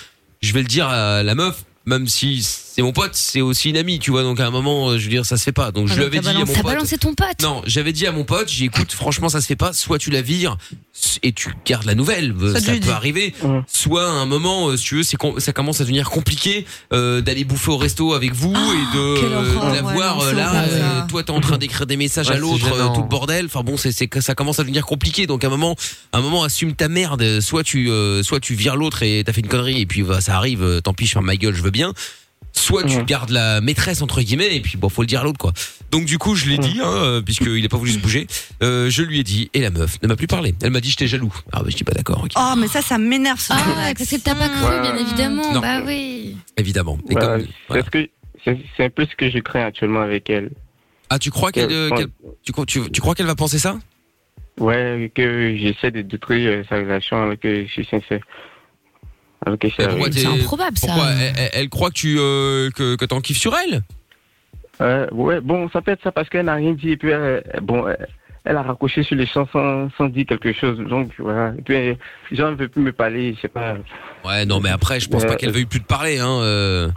S2: je vais le dire à la meuf même si c'est mon pote c'est aussi une amie tu vois donc à un moment euh, je veux dire ça se fait pas donc
S4: Ah,
S2: je lui avais dit à mon
S4: T'as
S2: pote
S4: balancé ton pote.
S2: non j'avais dit à mon pote j'ai dit, écoute franchement ça se fait pas soit tu la vires s- et tu gardes la nouvelle euh,
S4: Ça,
S2: ça,
S4: tu lui
S2: peut
S4: dis.
S2: arriver soit à un moment euh, si tu veux c'est com- ça commence à devenir compliqué euh, d'aller bouffer au resto avec vous et de, euh, de la
S5: ouais,
S2: voir
S5: non,
S2: euh,
S5: c'est
S2: là
S5: horrible,
S2: euh, toi t'es en train d'écrire des messages
S5: Ouais,
S2: à
S5: c'est
S2: l'autre euh,
S5: gênant.
S2: tout le bordel enfin bon c'est c'est que ça commence à devenir compliqué donc à un moment à un moment assume ta merde Euh, soit tu euh, soit tu vires l'autre et t'as fait une connerie et puis bah, ça arrive euh, tant pis je ferme ma gueule je veux bien soit
S4: Mhm.
S2: tu gardes la maîtresse entre guillemets et puis bon faut le dire à l'autre quoi donc du coup
S4: Mhm.
S2: je l'ai dit hein, euh, puisqu'il a pas voulu se bouger Euh, je lui ai dit et la meuf ne m'a plus parlé elle m'a dit j'étais jaloux ah bah je dis pas d'accord ok.
S3: Oh, mais ça, ça m'énerve. Ah,
S4: parce que t'as pas
S2: cru, bien
S4: évidemment.
S2: Non.
S4: Bah oui.
S2: évidemment Et
S11: Voilà,
S2: comme-
S11: c'est ce que- c'est- c'est un peu ce que je crains actuellement avec elle.
S2: ah tu crois qu'elle euh, qu'elle- tu, crois- tu, tu crois qu'elle va penser ça
S11: Ouais, que j'essaie de détruire euh, sa relation alors que je suis sincère. Alors que
S2: Mais pourquoi t'es-
S11: c'est
S4: improbable, ça.
S2: pourquoi elle, elle- elle croit que tu euh, que, que t'en kiffes sur elle
S11: Euh, ouais, bon, ça peut être ça parce qu'elle n'a rien dit et puis euh, bon, euh, elle a raccroché sur les champs sans, sans dire quelque chose. Donc voilà. Et puis euh, les gens ne veulent plus me parler, je sais pas. Euh,
S2: Ouais, non, mais après, je pense pas
S11: Ouais.
S2: qu'elle veuille plus te parler. Hein, euh.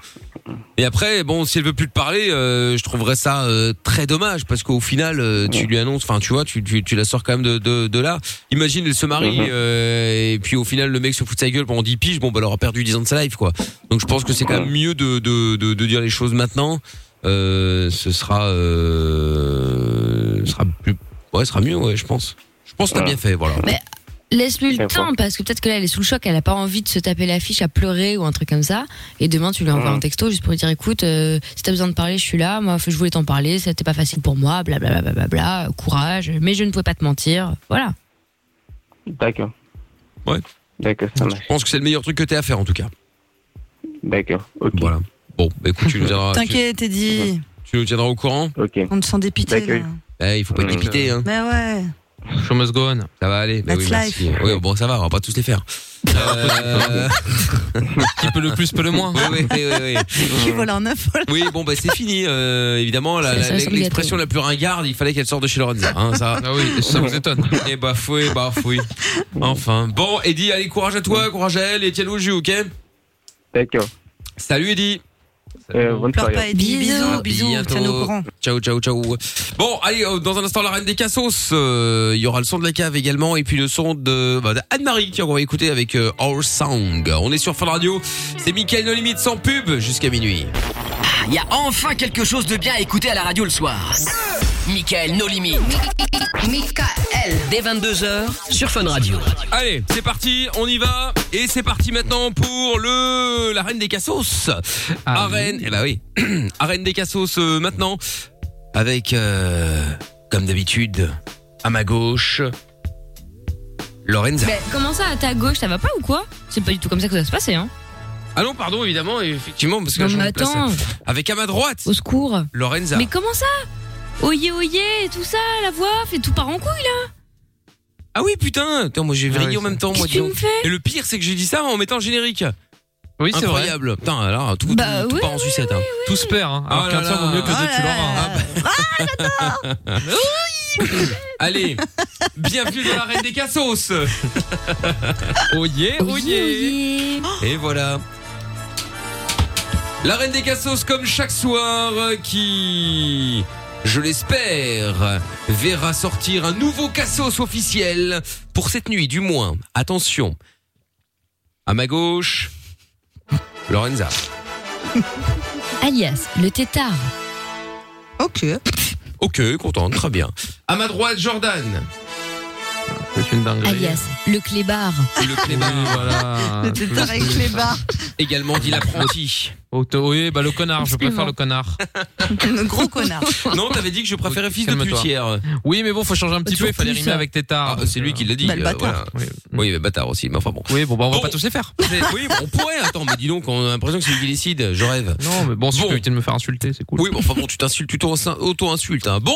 S2: Et après, bon, si elle veut plus te parler, euh, je trouverais ça euh, très dommage parce qu'au final, euh, tu lui annonces, enfin, tu vois, tu, tu, tu la sors quand même de, de, de là. Imagine, elle se marie
S5: Mhm.
S2: euh, et puis au final, le mec se fout de sa gueule pendant 10 piges. Bon, bah, elle aura perdu 10 ans de sa life, quoi. Donc, je pense que c'est quand même mieux hein. de, de, de, de dire les choses maintenant. Euh, ce sera, euh, ce sera plus, ouais, Ouais, ce sera mieux, ouais, je pense. Je pense que t'as bien fait, voilà.
S4: Mais laisse-lui le
S2: Bien
S4: temps,
S2: fort.
S4: parce que peut-être que là, elle est sous le choc, elle a pas envie de se taper l'affiche à pleurer ou un truc comme ça. Et demain, tu lui envoies
S2: Mmh.
S21: Mhm.
S4: un texto juste pour lui dire écoute, euh, si t'as besoin de parler, je suis là, moi, je voulais t'en parler, ça n'était pas facile pour moi, blablabla, bla, bla, bla, bla, courage, mais je ne pouvais pas te mentir. Voilà.
S11: D'accord.
S2: Ouais.
S11: D'accord, ça marche.
S2: Je pense que c'est le meilleur truc que t'aies à faire en tout cas.
S11: D'accord.
S2: Ok. Voilà. Bon, bah, écoute, tu nous tiendras.
S3: T'inquiète, Eddie.
S2: tu- Tu nous tiendras au courant. Eh,
S11: Ok.
S3: On te sent dépité. là.
S2: il faut pas être dépité, hein.
S3: Mais ouais.
S2: Show must go on. Ça va aller. Bah
S3: That's
S2: oui, merci.
S3: life.
S2: Oui, bon, ça va, on va pas tous les faire. Euh... Qui peut le plus, peut le moins. hein. Oui, oui, oui. oui, oui.
S3: Qui vole un œuf
S2: Oui, bon, bah c'est fini. euh, évidemment, la-
S3: Ça,
S2: la-
S3: ça semble
S2: l'expression la, plus ringarde, il fallait qu'elle sorte de chez Lorenza. Hein, ça. Ah oui, ça vous étonne. Et bah fouet, bah fouet. Enfin. Bon, Eddy, allez, courage à toi, courage à elle et tiens-le au jus, ok
S11: D'accord.
S2: Salut, Eddy.
S11: bonne
S3: Pleure pas, Eddy. Bisous,
S2: À
S3: bisous.
S2: bientôt.
S3: Tiens-nous au courant.
S2: Ciao, ciao, ciao. Bon, allez, euh, dans un instant, la reine des cassos. euh, Il y aura le son de la cave également et puis le son de bah, de Anne-Marie tiens, qu'on va écouter avec euh, Our Song. On est sur Fun Radio. C'est Mickaël No Limite sans pub jusqu'à minuit.
S1: Ah, Il y a enfin quelque chose de bien à écouter à la radio le soir. Michael No Limit. Michael. Dès 22h sur Fun Radio.
S2: Allez, c'est parti, on y va. Et c'est parti maintenant pour le la reine des cassos. Arène, eh bah oui, arène des cassos euh, maintenant avec euh, comme d'habitude à ma gauche Lorenza.
S4: Mais comment ça, à ta gauche, ça va pas ou quoi C'est pas du tout comme ça que ça va se passer, hein
S2: Ah non, pardon, évidemment, effectivement parce que
S4: Non,
S2: je
S4: mais
S2: me place.
S4: attends.
S2: avec à ma droite.
S4: Au secours.
S2: Lorenza.
S4: Mais comment ça Oyez, oyez, et tout ça, la voix off, et tout part en couille là
S2: Ah oui, putain, Attends, moi j'ai vrillé
S20: oui,
S2: en même temps moi. dis
S4: Qu'est-ce que tu
S2: donc.
S4: me fais
S2: Et le pire c'est que j'ai dit ça en mettant le générique.
S20: Oui, c'est vrai.
S2: incroyable. Putain, alors tout,
S20: Bah
S2: tout, tout
S20: oui,
S2: part en sucette. hein.
S20: Tout se perd, hein. Alors
S2: Ah
S20: qu'un
S2: là
S20: tien vaut
S2: là.
S20: mieux que deux, tu
S2: Ah là Ah,
S20: l'auras. hein.
S2: Allez, bienvenue dans la reine des cassos. Oyez, oyez. Et voilà. La reine des cassos comme chaque soir euh, qui je l'espère, verra sortir un nouveau cassos officiel pour cette nuit du moins. Attention. À ma gauche, Lorenza.
S4: Alias, le tétard.
S3: OK.
S2: OK, contente, très bien. À ma droite, Jordan.
S20: Ah,
S2: C'est une dinguerie.
S4: Alias, le clébard.
S2: Le clébard, voilà.
S4: Le tétard avec clébard.
S2: Également dit l'apprenti.
S20: Oui, bah le connard, je
S2: Absolument.
S20: préfère le connard.
S3: Le gros connard.
S2: Non, t'avais dit que je préférais fils de
S20: Calme-toi.
S2: putière.
S20: Oui, mais bon, faut changer un petit peu, il fallait
S2: plus.
S20: rimer avec Tétard.
S2: Ah, c'est lui qui l'a dit.
S20: Bah, le
S2: euh,
S20: bâtard.
S2: voilà. Oui, mais bâtard aussi, mais enfin bon.
S20: Oui, bon, bah on va
S2: Bon.
S20: pas tous les faire.
S2: Mais- oui, bon, on pourrait. Attends, mais dis donc, on a l'impression que c'est lui qui décide. Je rêve.
S20: Non, mais bon, si
S2: Bon.
S20: tu peux éviter de me faire insulter, c'est cool.
S2: Oui, bon, enfin bon, tu t'insultes, tu t'en- auto-insultes. hein. Bon,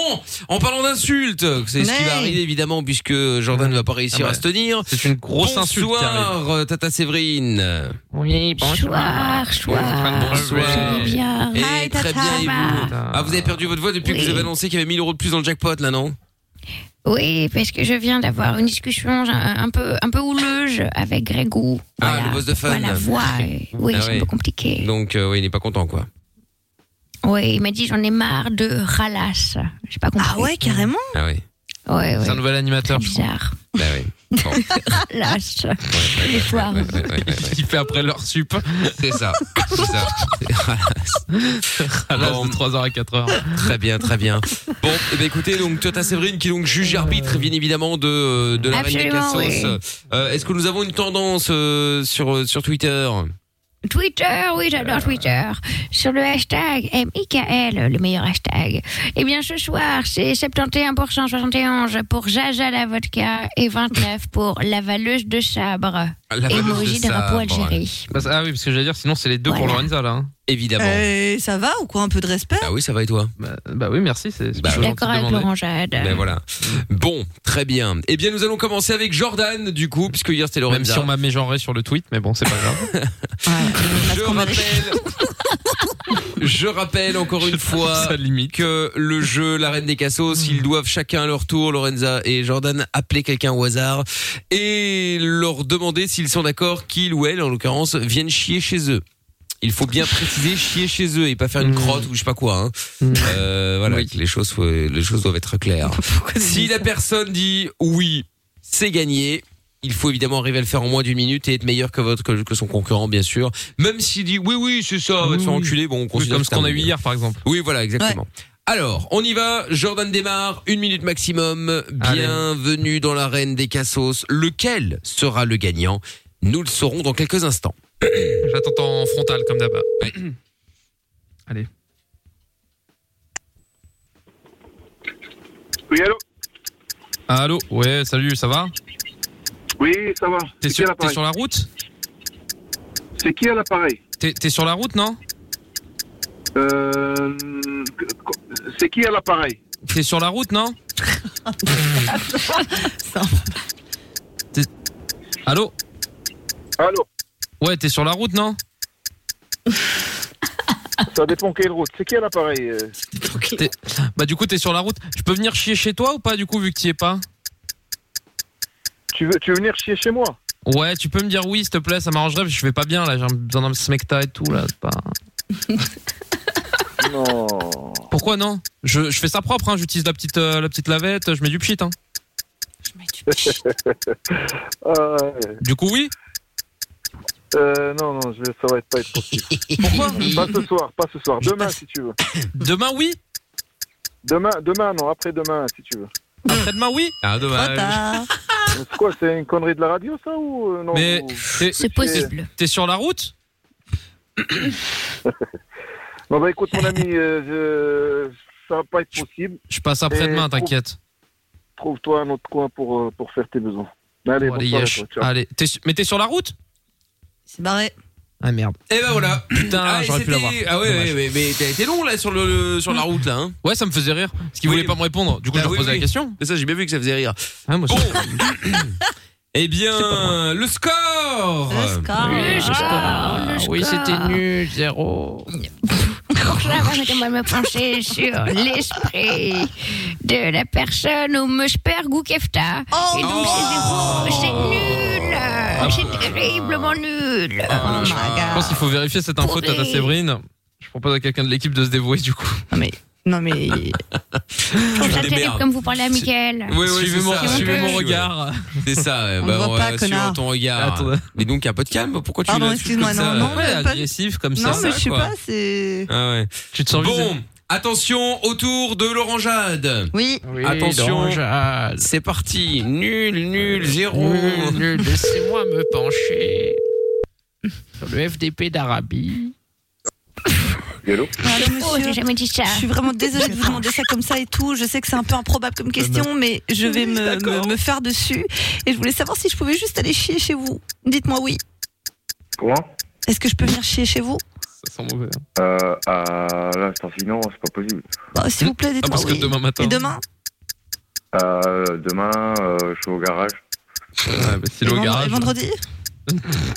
S2: en parlant d'insultes, c'est ce qui
S20: Mais-
S2: va arriver évidemment puisque Jordan ne va pas réussir
S20: Ah bah,
S2: à se tenir.
S20: c'est une grosse insulte qui
S2: Bonsoir, euh, Tata Séverine.
S20: Oui,
S4: bonsoir.
S22: Ah,
S2: Bonsoir.
S4: bien.
S2: Et très bien, et vous Ah, vous avez perdu votre voix depuis que vous avez annoncé qu'il y avait 1000 euros de plus dans le jackpot, là, non
S22: Oui, parce que je viens d'avoir une discussion un, un peu un peu houleuse avec Grégou.
S2: Ah, le boss de fun.
S22: Voilà, voix. et- Oui,
S2: Ah
S22: c'est un peu compliqué.
S2: Donc, euh, oui, il n'est pas content, quoi.
S22: Oui, il m'a dit j'en ai marre de ralasse. J'ai pas compris. Ah ouais, carrément
S2: Ah oui.
S22: Ouais, ouais.
S20: C'est un nouvel animateur.
S22: Bizarre.
S2: Bah oui.
S22: Ralasse. Tous les soirs.
S20: Ah. Il fait après leur sup.
S2: C'est ça. C'est ça.
S20: À l'âge de 3h à 4h.
S2: Très bien, très bien. Bon, eh ben, écoutez, donc Tata Séverine qui est donc juge et arbitre bien évidemment de euh, de la reine des
S22: Absolument,
S2: cassos.
S22: oui.
S2: Euh, Est-ce que nous avons une tendance euh, sur euh, sur Twitter
S22: Twitter, oui, j'adore Twitter. Sur le hashtag MIKL, le meilleur hashtag. Eh bien, ce soir, c'est 71%, 71 pour Jaja la vodka et 29 pour la valeuse de sabre. Émoji de drapeau Algérie.
S20: Bah, Ah oui, parce que j'allais dire, sinon c'est les deux pour Lorenza là. hein.
S2: Évidemment.
S3: Euh, ça va ou quoi Un peu de respect
S2: Ah oui, ça va et toi
S20: bah, bah oui, merci. C'est
S2: Bah,
S22: Je suis d'accord avec Laurent Jade.
S2: Ben voilà. Bon, très bien. Eh bien, nous allons commencer avec Jordan, du coup, puisque hier c'était
S20: Même
S2: Lorenza.
S20: si on m'a mégenré sur le tweet, mais bon, c'est pas grave.
S2: Je rappelle encore une fois que le jeu, la reine des
S20: Hmm.
S2: cassos, ils doivent chacun à leur tour, Lorenza et Jordan, appeler quelqu'un au hasard et leur demander s'ils sont d'accord qu'ils ou elles, en l'occurrence, viennent chier chez eux. Il faut bien préciser chier chez eux et pas faire
S20: Hmm.
S2: une crotte ou je sais pas quoi. hein. Euh, voilà, que les choses, faut- les choses doivent être claires. si la personne dit oui, c'est gagné. Il faut évidemment arriver à le faire en moins d'une minute et être meilleur que votre que, que son concurrent, bien sûr. Même s'il dit oui, oui, c'est ça, on va te faire enculer, bon, on considère
S20: comme
S2: que
S20: ce
S2: c'est un
S20: qu'on a eu
S2: meilleur.
S20: hier, par exemple.
S2: Oui, voilà, exactement. Alors, on y va. Jordan démarre, une minute maximum. Bienvenue dans l'arène des Cassos. Lequel sera le gagnant Nous le saurons dans quelques instants.
S6: J'attends en frontal comme d'hab. Allez.
S5: Oui, allô
S6: Allô Ouais, salut, ça va
S5: Oui, ça va.
S6: T'es
S5: C'est qui
S6: sur,
S5: à
S6: t'es
S5: l'appareil
S6: sur la route
S5: C'est qui à l'appareil
S6: T'es t'es sur la route, non
S5: Euh, C'est qui à l'appareil
S6: T'es sur la route, non T'es- Allô
S5: Allô
S6: Ouais, t'es sur la route, non
S5: Ça dépend quelle route. C'est qui à l'appareil euh
S6: T'es- Bah du coup, t'es sur la route. Je peux venir chier chez toi ou pas, du coup, vu que t'y es pas
S5: tu veux, tu veux venir chier chez moi
S6: Ouais, tu peux me dire oui, s'il te plaît, ça m'arrangerait, parce que je vais pas bien, là, j'ai besoin d'un smecta et tout, là, c'est pas...
S5: Non.
S6: Pourquoi non je, je fais ça propre, hein, j'utilise la petite, euh, la petite lavette, je mets du pchit, hein. Du coup, oui
S5: Ah, euh, non, non, je, ça va être pas être possible.
S6: Pourquoi
S5: Pas ce soir, pas ce soir. Demain, si tu veux.
S6: Demain, oui
S5: Demain, demain, non, après-demain, si tu veux.
S6: Après-demain, oui Ah,
S5: C'est quoi, c'est une connerie de la radio, ça ou euh, non
S6: Mais
S5: ou-
S6: t'es-
S5: C'est possible.
S6: T'es sur la route
S5: Bon, bah écoute, mon ami, euh, je- ça va pas être possible.
S6: Je passe après-demain,
S5: Et trouve-
S6: t'inquiète.
S5: Trouve-toi un autre coin pour, euh, pour faire tes besoins. Allez,
S6: Bon,
S5: bonne
S6: allez, Oh,
S5: soirée,
S6: Yesh.
S5: toi, ciao.
S6: Allez, t'es su- mais t'es sur la route
S3: C'est barré.
S6: Ah merde.
S2: Et ben voilà.
S6: Putain,
S2: et
S6: j'aurais pu
S2: c'était-
S6: l'avoir.
S2: Ah ouais,
S6: Dommage. Mmh.
S2: ouais, ouais, mais t'as été long là sur le, le- sur la route là. Hein. Bah
S6: Ouais, ça me faisait rire parce qu'il voulait pas me répondre. Du coup, je leur posais la question.
S2: C'est ça, j'ai bien vu que ça faisait rire.
S6: bon.
S2: Eh bien, le score. Le
S22: score. Le score, le score.
S6: Ah
S22: Oh
S6: oui, c'était nul, zéro.
S22: Pour ça, permettez-moi de me pencher sur l'esprit de la personne au Meuchper Goukefta.
S2: Oh.
S22: Et donc, c'est zéro, c'est nul.
S2: Ah.
S22: C'est terriblement nul. Oh my
S6: Ah, Je
S22: god.
S6: pense qu'il faut vérifier cette info, Tata Séverine. Je propose à quelqu'un de l'équipe de se dévouer du coup.
S3: Non mais. Non mais.
S22: Je trouve ça
S6: des
S22: terrible
S6: merdes.
S22: comme vous parlez à Mickaël.
S2: Oui, oui,
S6: Suivez
S2: c'est
S6: mon-
S2: ça,
S6: suivez
S2: ouais.
S6: mon regard.
S2: C'est ça, ouais,
S6: On
S2: bah,
S6: le voit pas,
S2: va suivre
S6: connard.
S2: ton regard.
S6: Attends.
S2: Mais donc, un peu de calme, pourquoi tu
S3: Pardon,
S2: l'as-
S3: excuse-moi,
S2: comme ça,
S3: non, non,
S2: euh,
S3: pas-
S6: comme
S3: non,
S2: ça,
S3: mais
S2: ça,
S3: je sais
S2: quoi.
S3: pas, c'est.
S2: Ah ouais.
S6: Tu te
S3: sens
S2: Bon,
S3: visé.
S2: attention autour de Laurent Jade.
S3: Oui.
S2: attention. C'est parti. Nul, nul, zéro.
S6: Laissez-moi me pencher sur le FDP d'Arabie.
S22: Oh, j'ai jamais dit ça.
S3: Je suis vraiment désolée de vous demander ça comme ça et tout. Je sais que c'est un peu improbable comme question, mais je vais me, me, me faire dessus. Et je voulais savoir si je pouvais juste aller chier chez vous. Dites-moi oui.
S11: Comment
S3: Est-ce que je peux venir chier chez vous
S6: Ça sent mauvais. hein.
S11: Euh, à l'instant finant, c'est pas possible.
S3: Bah, S'il vous plaît, dites-moi
S11: Ah, parce que
S3: oui.
S11: demain matin-
S3: Et demain
S11: Euh, demain, euh, je suis au garage.
S20: Ah,
S6: Ouais, bah,
S11: c'est
S3: Et vendre- Et vendredi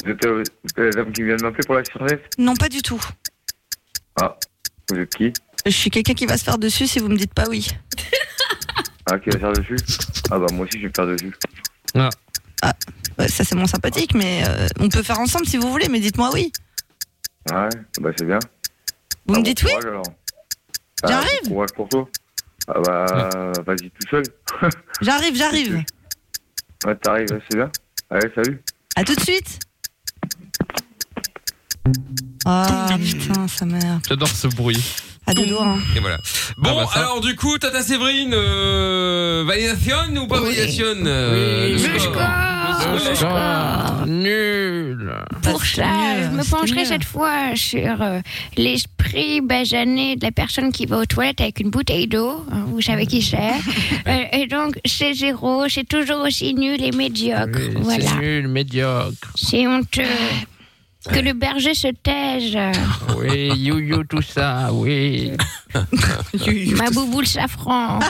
S11: Vous êtes, euh, vous êtes la dame qui vient de m'appeler pour la surveille
S3: Non, pas du tout.
S11: Ah, vous êtes qui
S3: Je suis quelqu'un qui va se faire dessus si vous me dites pas oui.
S11: Ah, qui va faire dessus Ah bah moi aussi, je vais faire dessus.
S3: Ah, Ouais, ça, c'est mon sympathique, mais euh, on peut faire ensemble si vous voulez, mais dites-moi oui.
S11: Ouais, bah c'est bien.
S3: Vous me dites oui
S11: Courage alors. Ah,
S3: J'arrive.
S11: bon Courage pour toi. Ah bah, vas-y tout seul.
S3: J'arrive, j'arrive.
S11: ouais, t'arrives, ouais, c'est bien. Allez, salut.
S3: À tout de suite. Ah putain, sa mère.
S6: J'adore ce bruit.
S3: À deux doigts. hein.
S2: Et voilà. Bon, alors du coup, Tata Séverine, euh, validation ou pas validation euh, le score
S22: Le score.
S6: Nul.
S22: Pour Ah, ça, je me pencherai cette fois sur euh, l'esprit basané de la personne qui va aux toilettes avec une bouteille d'eau. hein, Vous savez qui c'est. Euh, et donc, c'est zéro, c'est toujours aussi nul et médiocre. voilà.
S6: C'est nul, médiocre.
S22: C'est honteux. Que le berger se taise.
S6: Oui, you-you, tout ça, oui.
S22: Ma bouboule safran.
S2: Ah,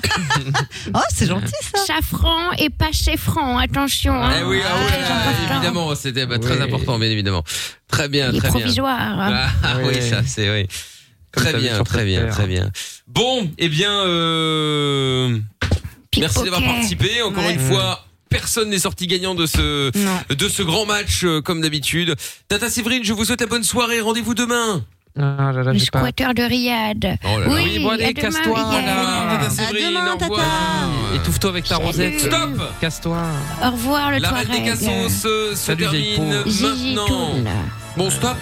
S22: Ah,
S3: oh, c'est gentil
S22: ça. Safran et pas franc, attention. hein.
S2: Eh oui, ah oui, évidemment, c'était bah, très important, bien évidemment. Très bien,
S22: Il est
S2: très bien.
S22: provisoire, hein.
S2: Ah, oui.
S6: Oui.
S2: ça c'est oui.
S6: Comme
S2: Très
S6: t'as vu
S2: bien,
S6: sur
S2: très bien,
S6: Twitter. hein.
S2: très bien. Bon, eh bien, euh, merci d'avoir participé. Encore une fois, personne n'est sorti gagnant de ce de ce grand match euh, comme d'habitude. Tata Séverine, je vous souhaite la bonne soirée. Rendez-vous demain.
S6: Ah là là, j'ai pas.
S22: Squatter de Riyad.
S2: Oh là là.
S22: Oui,
S2: Oui, bon, allez,
S22: à demain,
S6: casse-toi,
S22: Riyad.
S6: Tata Séverine, au revoir. Étouffe-toi avec ta rosette.
S2: Stop
S6: Casse-toi.
S22: Au revoir le
S2: L'arrêt des
S22: Touareg.
S2: cassos euh, se, se
S6: Salut, vieille
S2: termine
S6: peau. Gigi
S2: maintenant. Bon, stop.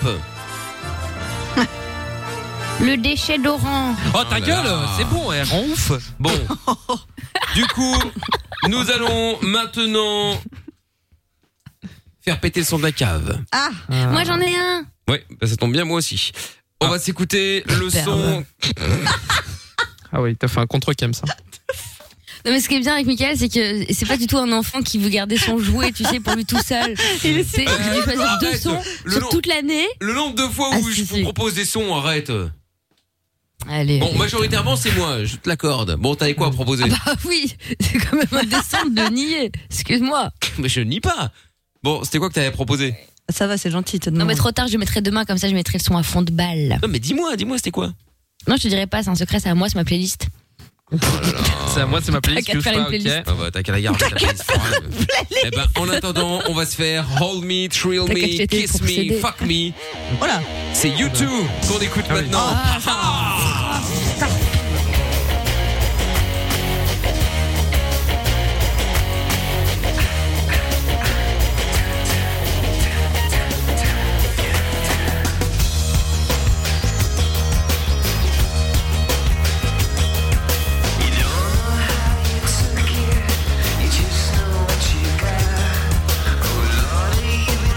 S22: Le déchet d'Oran.
S5: Oh ta gueule, c'est bon, elle ronfle. Bon.
S2: Du coup, nous allons maintenant faire péter le son de la cave.
S22: Ah, moi j'en ai un.
S2: Oui, bah, ça tombe bien, moi aussi. On va s'écouter le son.
S20: Ah oui, t'as fait un contre cam ça.
S4: Non, mais ce qui est bien avec Michael, c'est que c'est pas du tout un enfant qui veut garder son jouet, tu sais, pour lui tout seul. Il essaie de choisir deux
S2: Arrête,
S4: sons
S2: le
S4: sur Ah,
S2: nom-
S4: toute l'année.
S2: Le nombre de fois où je vous propose des sons, arrête.
S4: Allez.
S2: Bon, majoritairement, c'est moi, je te l'accorde. Bon, t'avais quoi à proposer
S4: Bah oui, c'est quand même indécent de le nier. Excuse-moi.
S2: Mais je nie pas. Bon, c'était quoi que t'avais proposé
S3: Ça va, c'est gentil. Te
S4: Non, mais trop tard, je mettrai demain, comme ça je mettrai le son à fond de balle.
S2: Non, mais dis-moi, dis-moi, c'était quoi
S4: Non, je te dirai pas, c'est un secret, c'est à moi, c'est ma playlist.
S20: C'est à moi, c'est ma playlist.
S4: T'as qu'à
S20: que je
S4: faire une
S20: fais,
S4: playlist.
S2: Ah bah, t'as qu'à la garder. ta playlist. Eh ben, en attendant, on va se faire Hold Me, Thrill
S20: T'as qu'à
S2: Me,
S20: acheter
S2: Kiss
S20: pour
S2: Me,
S20: céder.
S2: Fuck Me.
S3: Voilà.
S2: C'est U2 qu'on
S20: Ah
S2: écoute maintenant.
S6: Ah.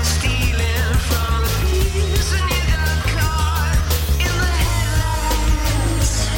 S6: Stealing from the peace and you got caught in the headlights.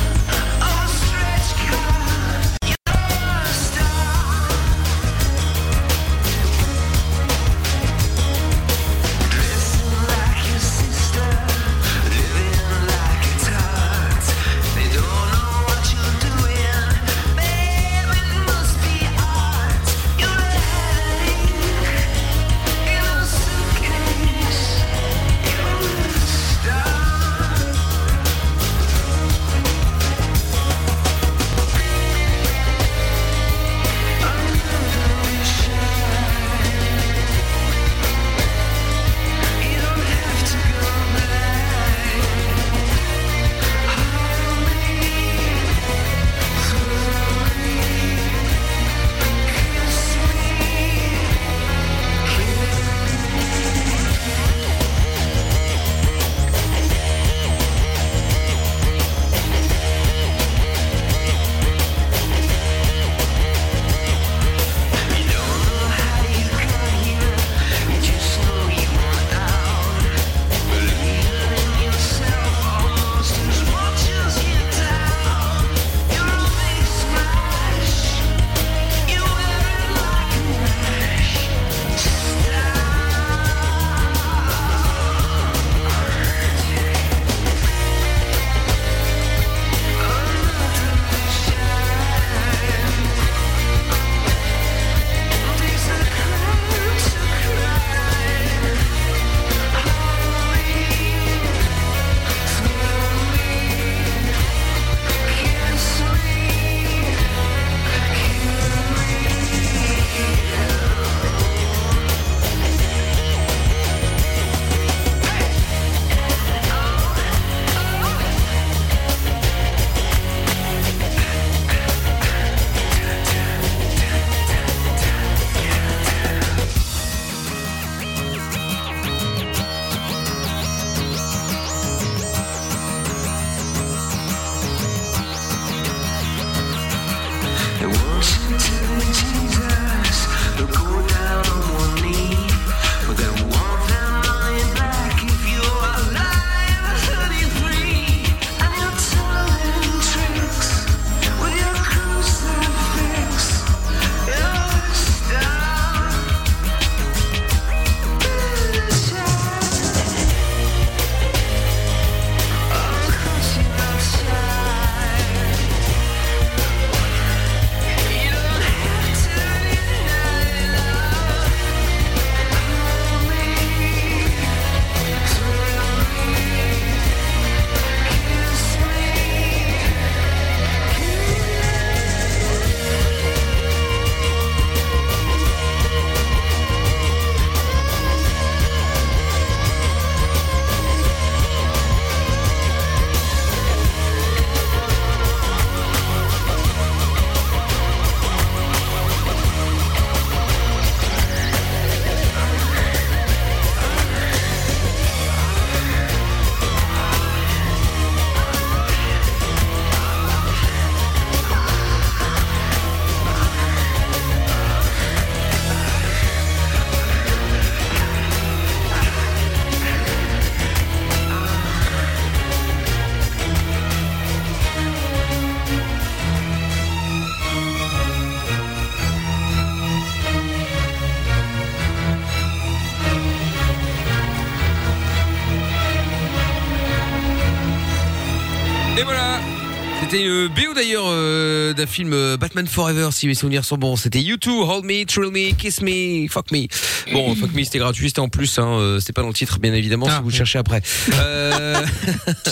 S2: C'était euh, BO d'ailleurs euh, d'un film euh, Batman Forever si mes souvenirs sont bons. C'était You Too, Hold Me, Thrill Me, Kiss Me, Fuck Me. Bon, Fuck Me c'était gratuit, c'était en plus, hein, euh, c'était pas dans le titre bien évidemment
S20: Ah.
S2: si vous le cherchez après. Euh,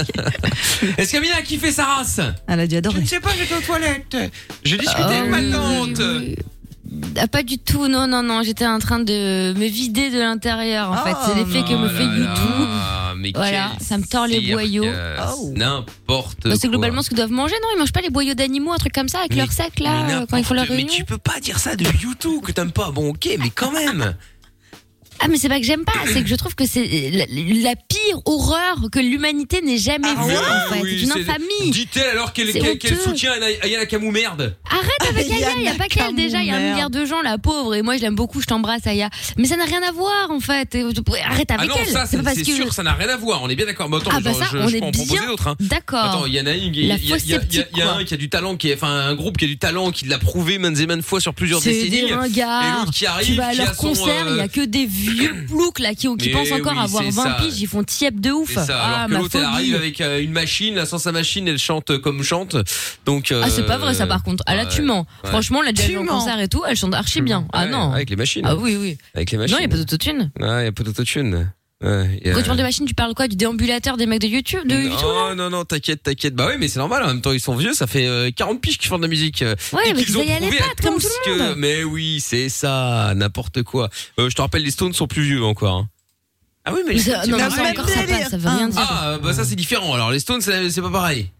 S2: Est-ce qu'il y a bien qui fait sa race
S3: Elle a dû adorer.
S2: Je ne sais pas, j'étais aux toilettes. J'ai discuté
S4: Ah,
S2: avec ma
S4: oui,
S2: tante.
S4: Ah, pas du tout, non, non, non. J'étais en train de me vider de l'intérieur, en fait. C'est l'effet que me fait YouTube.
S2: Ah, mais
S4: Voilà,
S2: quel
S4: ça me tord les
S2: cirque,
S4: boyaux.
S2: euh, N'importe
S4: Bah,
S2: quoi.
S4: c'est globalement ce qu'ils doivent manger, non Ils mangent pas les boyaux d'animaux, un truc comme ça, avec
S2: Mais-
S4: leur sac, là,
S2: mais
S4: euh, quand ils font leur
S2: n'importe-
S4: réunion
S2: Mais tu peux pas dire ça de YouTube que t'aimes pas. Bon, ok, mais quand même.
S4: Ah, mais c'est pas que j'aime pas, c'est que je trouve que c'est la, la pire horreur que l'humanité n'ait jamais vue, en
S2: Ah
S4: fait.
S2: Oui,
S4: c'est une
S2: c'est-
S4: infamie.
S2: Dit-elle alors qu'elle
S4: C'est
S2: qu'elle- qu'elle
S4: honteux.
S2: soutient Aya- Aya Nakamou merde. Ah,
S4: Arrête avec Aya, il n'y a pas qu'elle déjà, il y a un
S2: merde.
S4: milliard de gens, la pauvre, et moi je l'aime beaucoup, je t'embrasse Aya. Mais ça n'a rien à voir en fait, Et je- arrête
S2: Ah
S4: avec
S2: non,
S4: elle.
S2: ça c'est
S4: pas
S2: c'est
S4: parce que-
S2: sûr, ça n'a rien à voir. On est bien d'accord. Mais attends,
S4: Ah bah
S2: je-
S4: ça,
S2: je,
S4: on
S2: je
S4: est
S2: peux en proposer
S4: bien
S2: d'autres. Hein.
S4: d'accord.
S2: Attends, il y en a une, il y,
S4: La
S2: a- il y a-
S4: fausse
S2: il y a- il y a- il y a
S4: sceptique,
S2: un qui a du talent, qui est, enfin un groupe qui a du talent, qui l'a prouvé maintes et maintes fois sur plusieurs
S4: C'est
S2: décennies.
S4: des
S2: Et
S4: ringards.
S2: l'autre qui arrive,
S4: tu vas à
S2: qui
S4: leur
S2: a son,
S4: concert, il n'y
S2: euh,
S4: a que des vieux ploucs là qui, qui
S2: Mais
S4: pensent encore
S2: oui,
S4: avoir
S2: c'est
S4: 20
S2: ça.
S4: piges, ils font tiep de ouf.
S2: C'est ça, alors
S4: ah,
S2: que
S4: ma
S2: l'autre elle
S4: phobie.
S2: arrive avec euh, une machine, là, sans sa machine, elle chante comme chante. Donc,
S4: Ah, c'est pas vrai ça par contre. Ah là, tu mens.
S2: euh, ouais.
S4: Franchement, la déjà
S2: Tu
S4: vu en
S2: mens.
S4: concert et tout, elle chante archi bien. Ah
S2: Ouais,
S4: non.
S2: Avec les machines.
S4: Ah oui, oui.
S2: Avec les machines.
S4: Non, il n'y a pas d'autotune.
S2: Ah, il n'y a pas d'autotune. Ouais, il y a-
S4: Quand tu parles de machine, tu parles quoi Du déambulateur des mecs de YouTube de YouTube,
S2: non, non, non, t'inquiète, t'inquiète. Bah oui, mais c'est normal. En même temps, ils sont vieux. Ça fait euh, 40 piges qu'ils font de la musique. euh,
S4: Ouais,
S2: et
S4: mais
S2: qu'ils
S4: vous
S2: ont
S4: y allez
S2: prouvé
S4: pas,
S2: à
S4: comme
S2: tous
S4: tout le
S2: que-
S4: monde.
S2: Mais oui, c'est ça, n'importe quoi. Euh, je te rappelle, les Stones sont plus vieux encore. hein. Ah oui, mais les
S4: Mais
S2: Stones,
S4: ça-
S2: c'est
S4: non, mais
S2: pas
S4: ça
S2: pareil.
S4: encore, ça passe, ça veut rien dire.
S2: Ah, euh, bah ça c'est différent. Alors les Stones, c'est c'est pas pareil.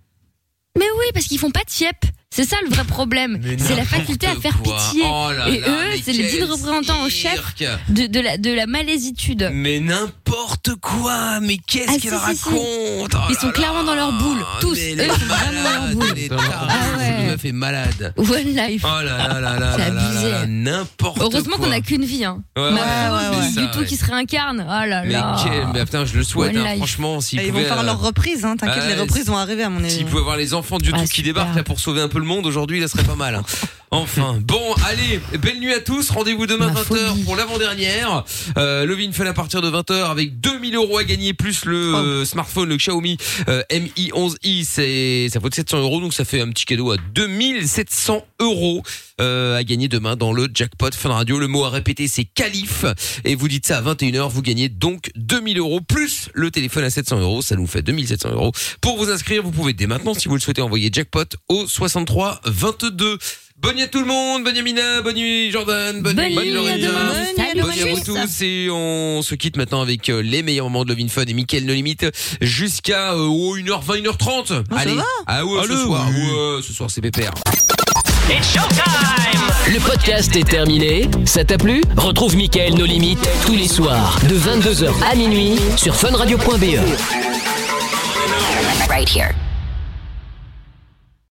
S4: Mais oui, parce qu'ils font pas tiep. C'est ça le vrai problème. C'est la faculté à faire
S2: quoi.
S4: pitié.
S2: Oh là
S4: Et
S2: là, mais
S4: eux, c'est les
S2: quel
S4: dignes représentants au chef
S2: cirque.
S4: de, de la, de la malaisitude.
S2: Mais n'importe quoi. Mais qu'est-ce
S4: Ah,
S2: qu'elle
S4: si, si, si.
S2: raconte Oh
S4: Ils
S2: là là.
S4: sont
S2: Ah,
S4: clairement dans leur boule. Tous.
S2: Mais
S4: Eux,
S2: les
S4: ils sont vraiment dans leur
S2: malades,
S4: boule.
S2: les
S4: Ah
S2: tarés, cette
S4: ouais.
S2: meuf est malade.
S4: One life.
S2: Oh là là là là là là là, n'importe quoi.
S4: Heureusement qu'on a qu'une vie. Hein.
S2: Ouais, ouais,
S4: Ma
S2: ouais,
S4: pauvre
S2: ouais,
S4: vie
S2: ouais.
S4: du tout qui se réincarne. Oh là
S2: Mais,
S4: là.
S2: quel- mais putain, je le souhaite,
S4: One
S2: hein,
S4: life.
S2: franchement. S'ils
S3: Ah, ils vont
S2: pouvaient,
S3: faire
S2: euh,
S3: leur reprise, hein, t'inquiète,
S2: ouais,
S3: les reprises vont arriver à mon avis.
S2: S'ils pouvaient avoir les enfants de
S4: Ah,
S2: YouTube qui débarquent là pour sauver un peu le monde aujourd'hui, là ce serait pas mal. hein. Enfin, bon, allez, belle nuit à tous. Rendez-vous demain 20h pour l'avant-dernière. Euh, Levin fait à partir de 20h avec 2000 euros à gagner plus le
S4: Oh.
S2: euh, smartphone, le Xiaomi euh, Mi 11i. C'est, ça vaut 700 euros, donc ça fait un petit cadeau à 2700 euros euh, à gagner demain dans le jackpot Fun Radio. Le mot à répéter, c'est calife. Et vous dites ça à 21h, vous gagnez donc 2000 euros plus le téléphone à 700 euros. Ça nous fait 2700 euros. Pour vous inscrire, vous pouvez dès maintenant, si vous le souhaitez, envoyer jackpot au 63 22. Bonne nuit à tout le monde, bonne nuit Mina, bonne nuit Jordan, bonne,
S5: Bonne
S2: nuit
S5: nuit, à
S2: Lorenza,
S5: demain.
S2: bonne
S5: Salut,
S2: nuit à vous
S5: Mathis.
S2: tous et on se quitte maintenant avec euh, les meilleurs moments de Love in Fun et Mickaël No Limite jusqu'à euh, oh, 1h20, 1h30.
S1: Ah, ça
S2: Allez,
S1: va
S2: ah ouais, ce
S1: Allez,
S2: soir,
S1: oui.
S2: ouais, ce soir c'est pépère.
S1: Le podcast est terminé. Ça t'a plu Retrouve Mickaël Nos Limites tous les soirs E. de 22h à minuit sur funradio.be.
S6: Right here.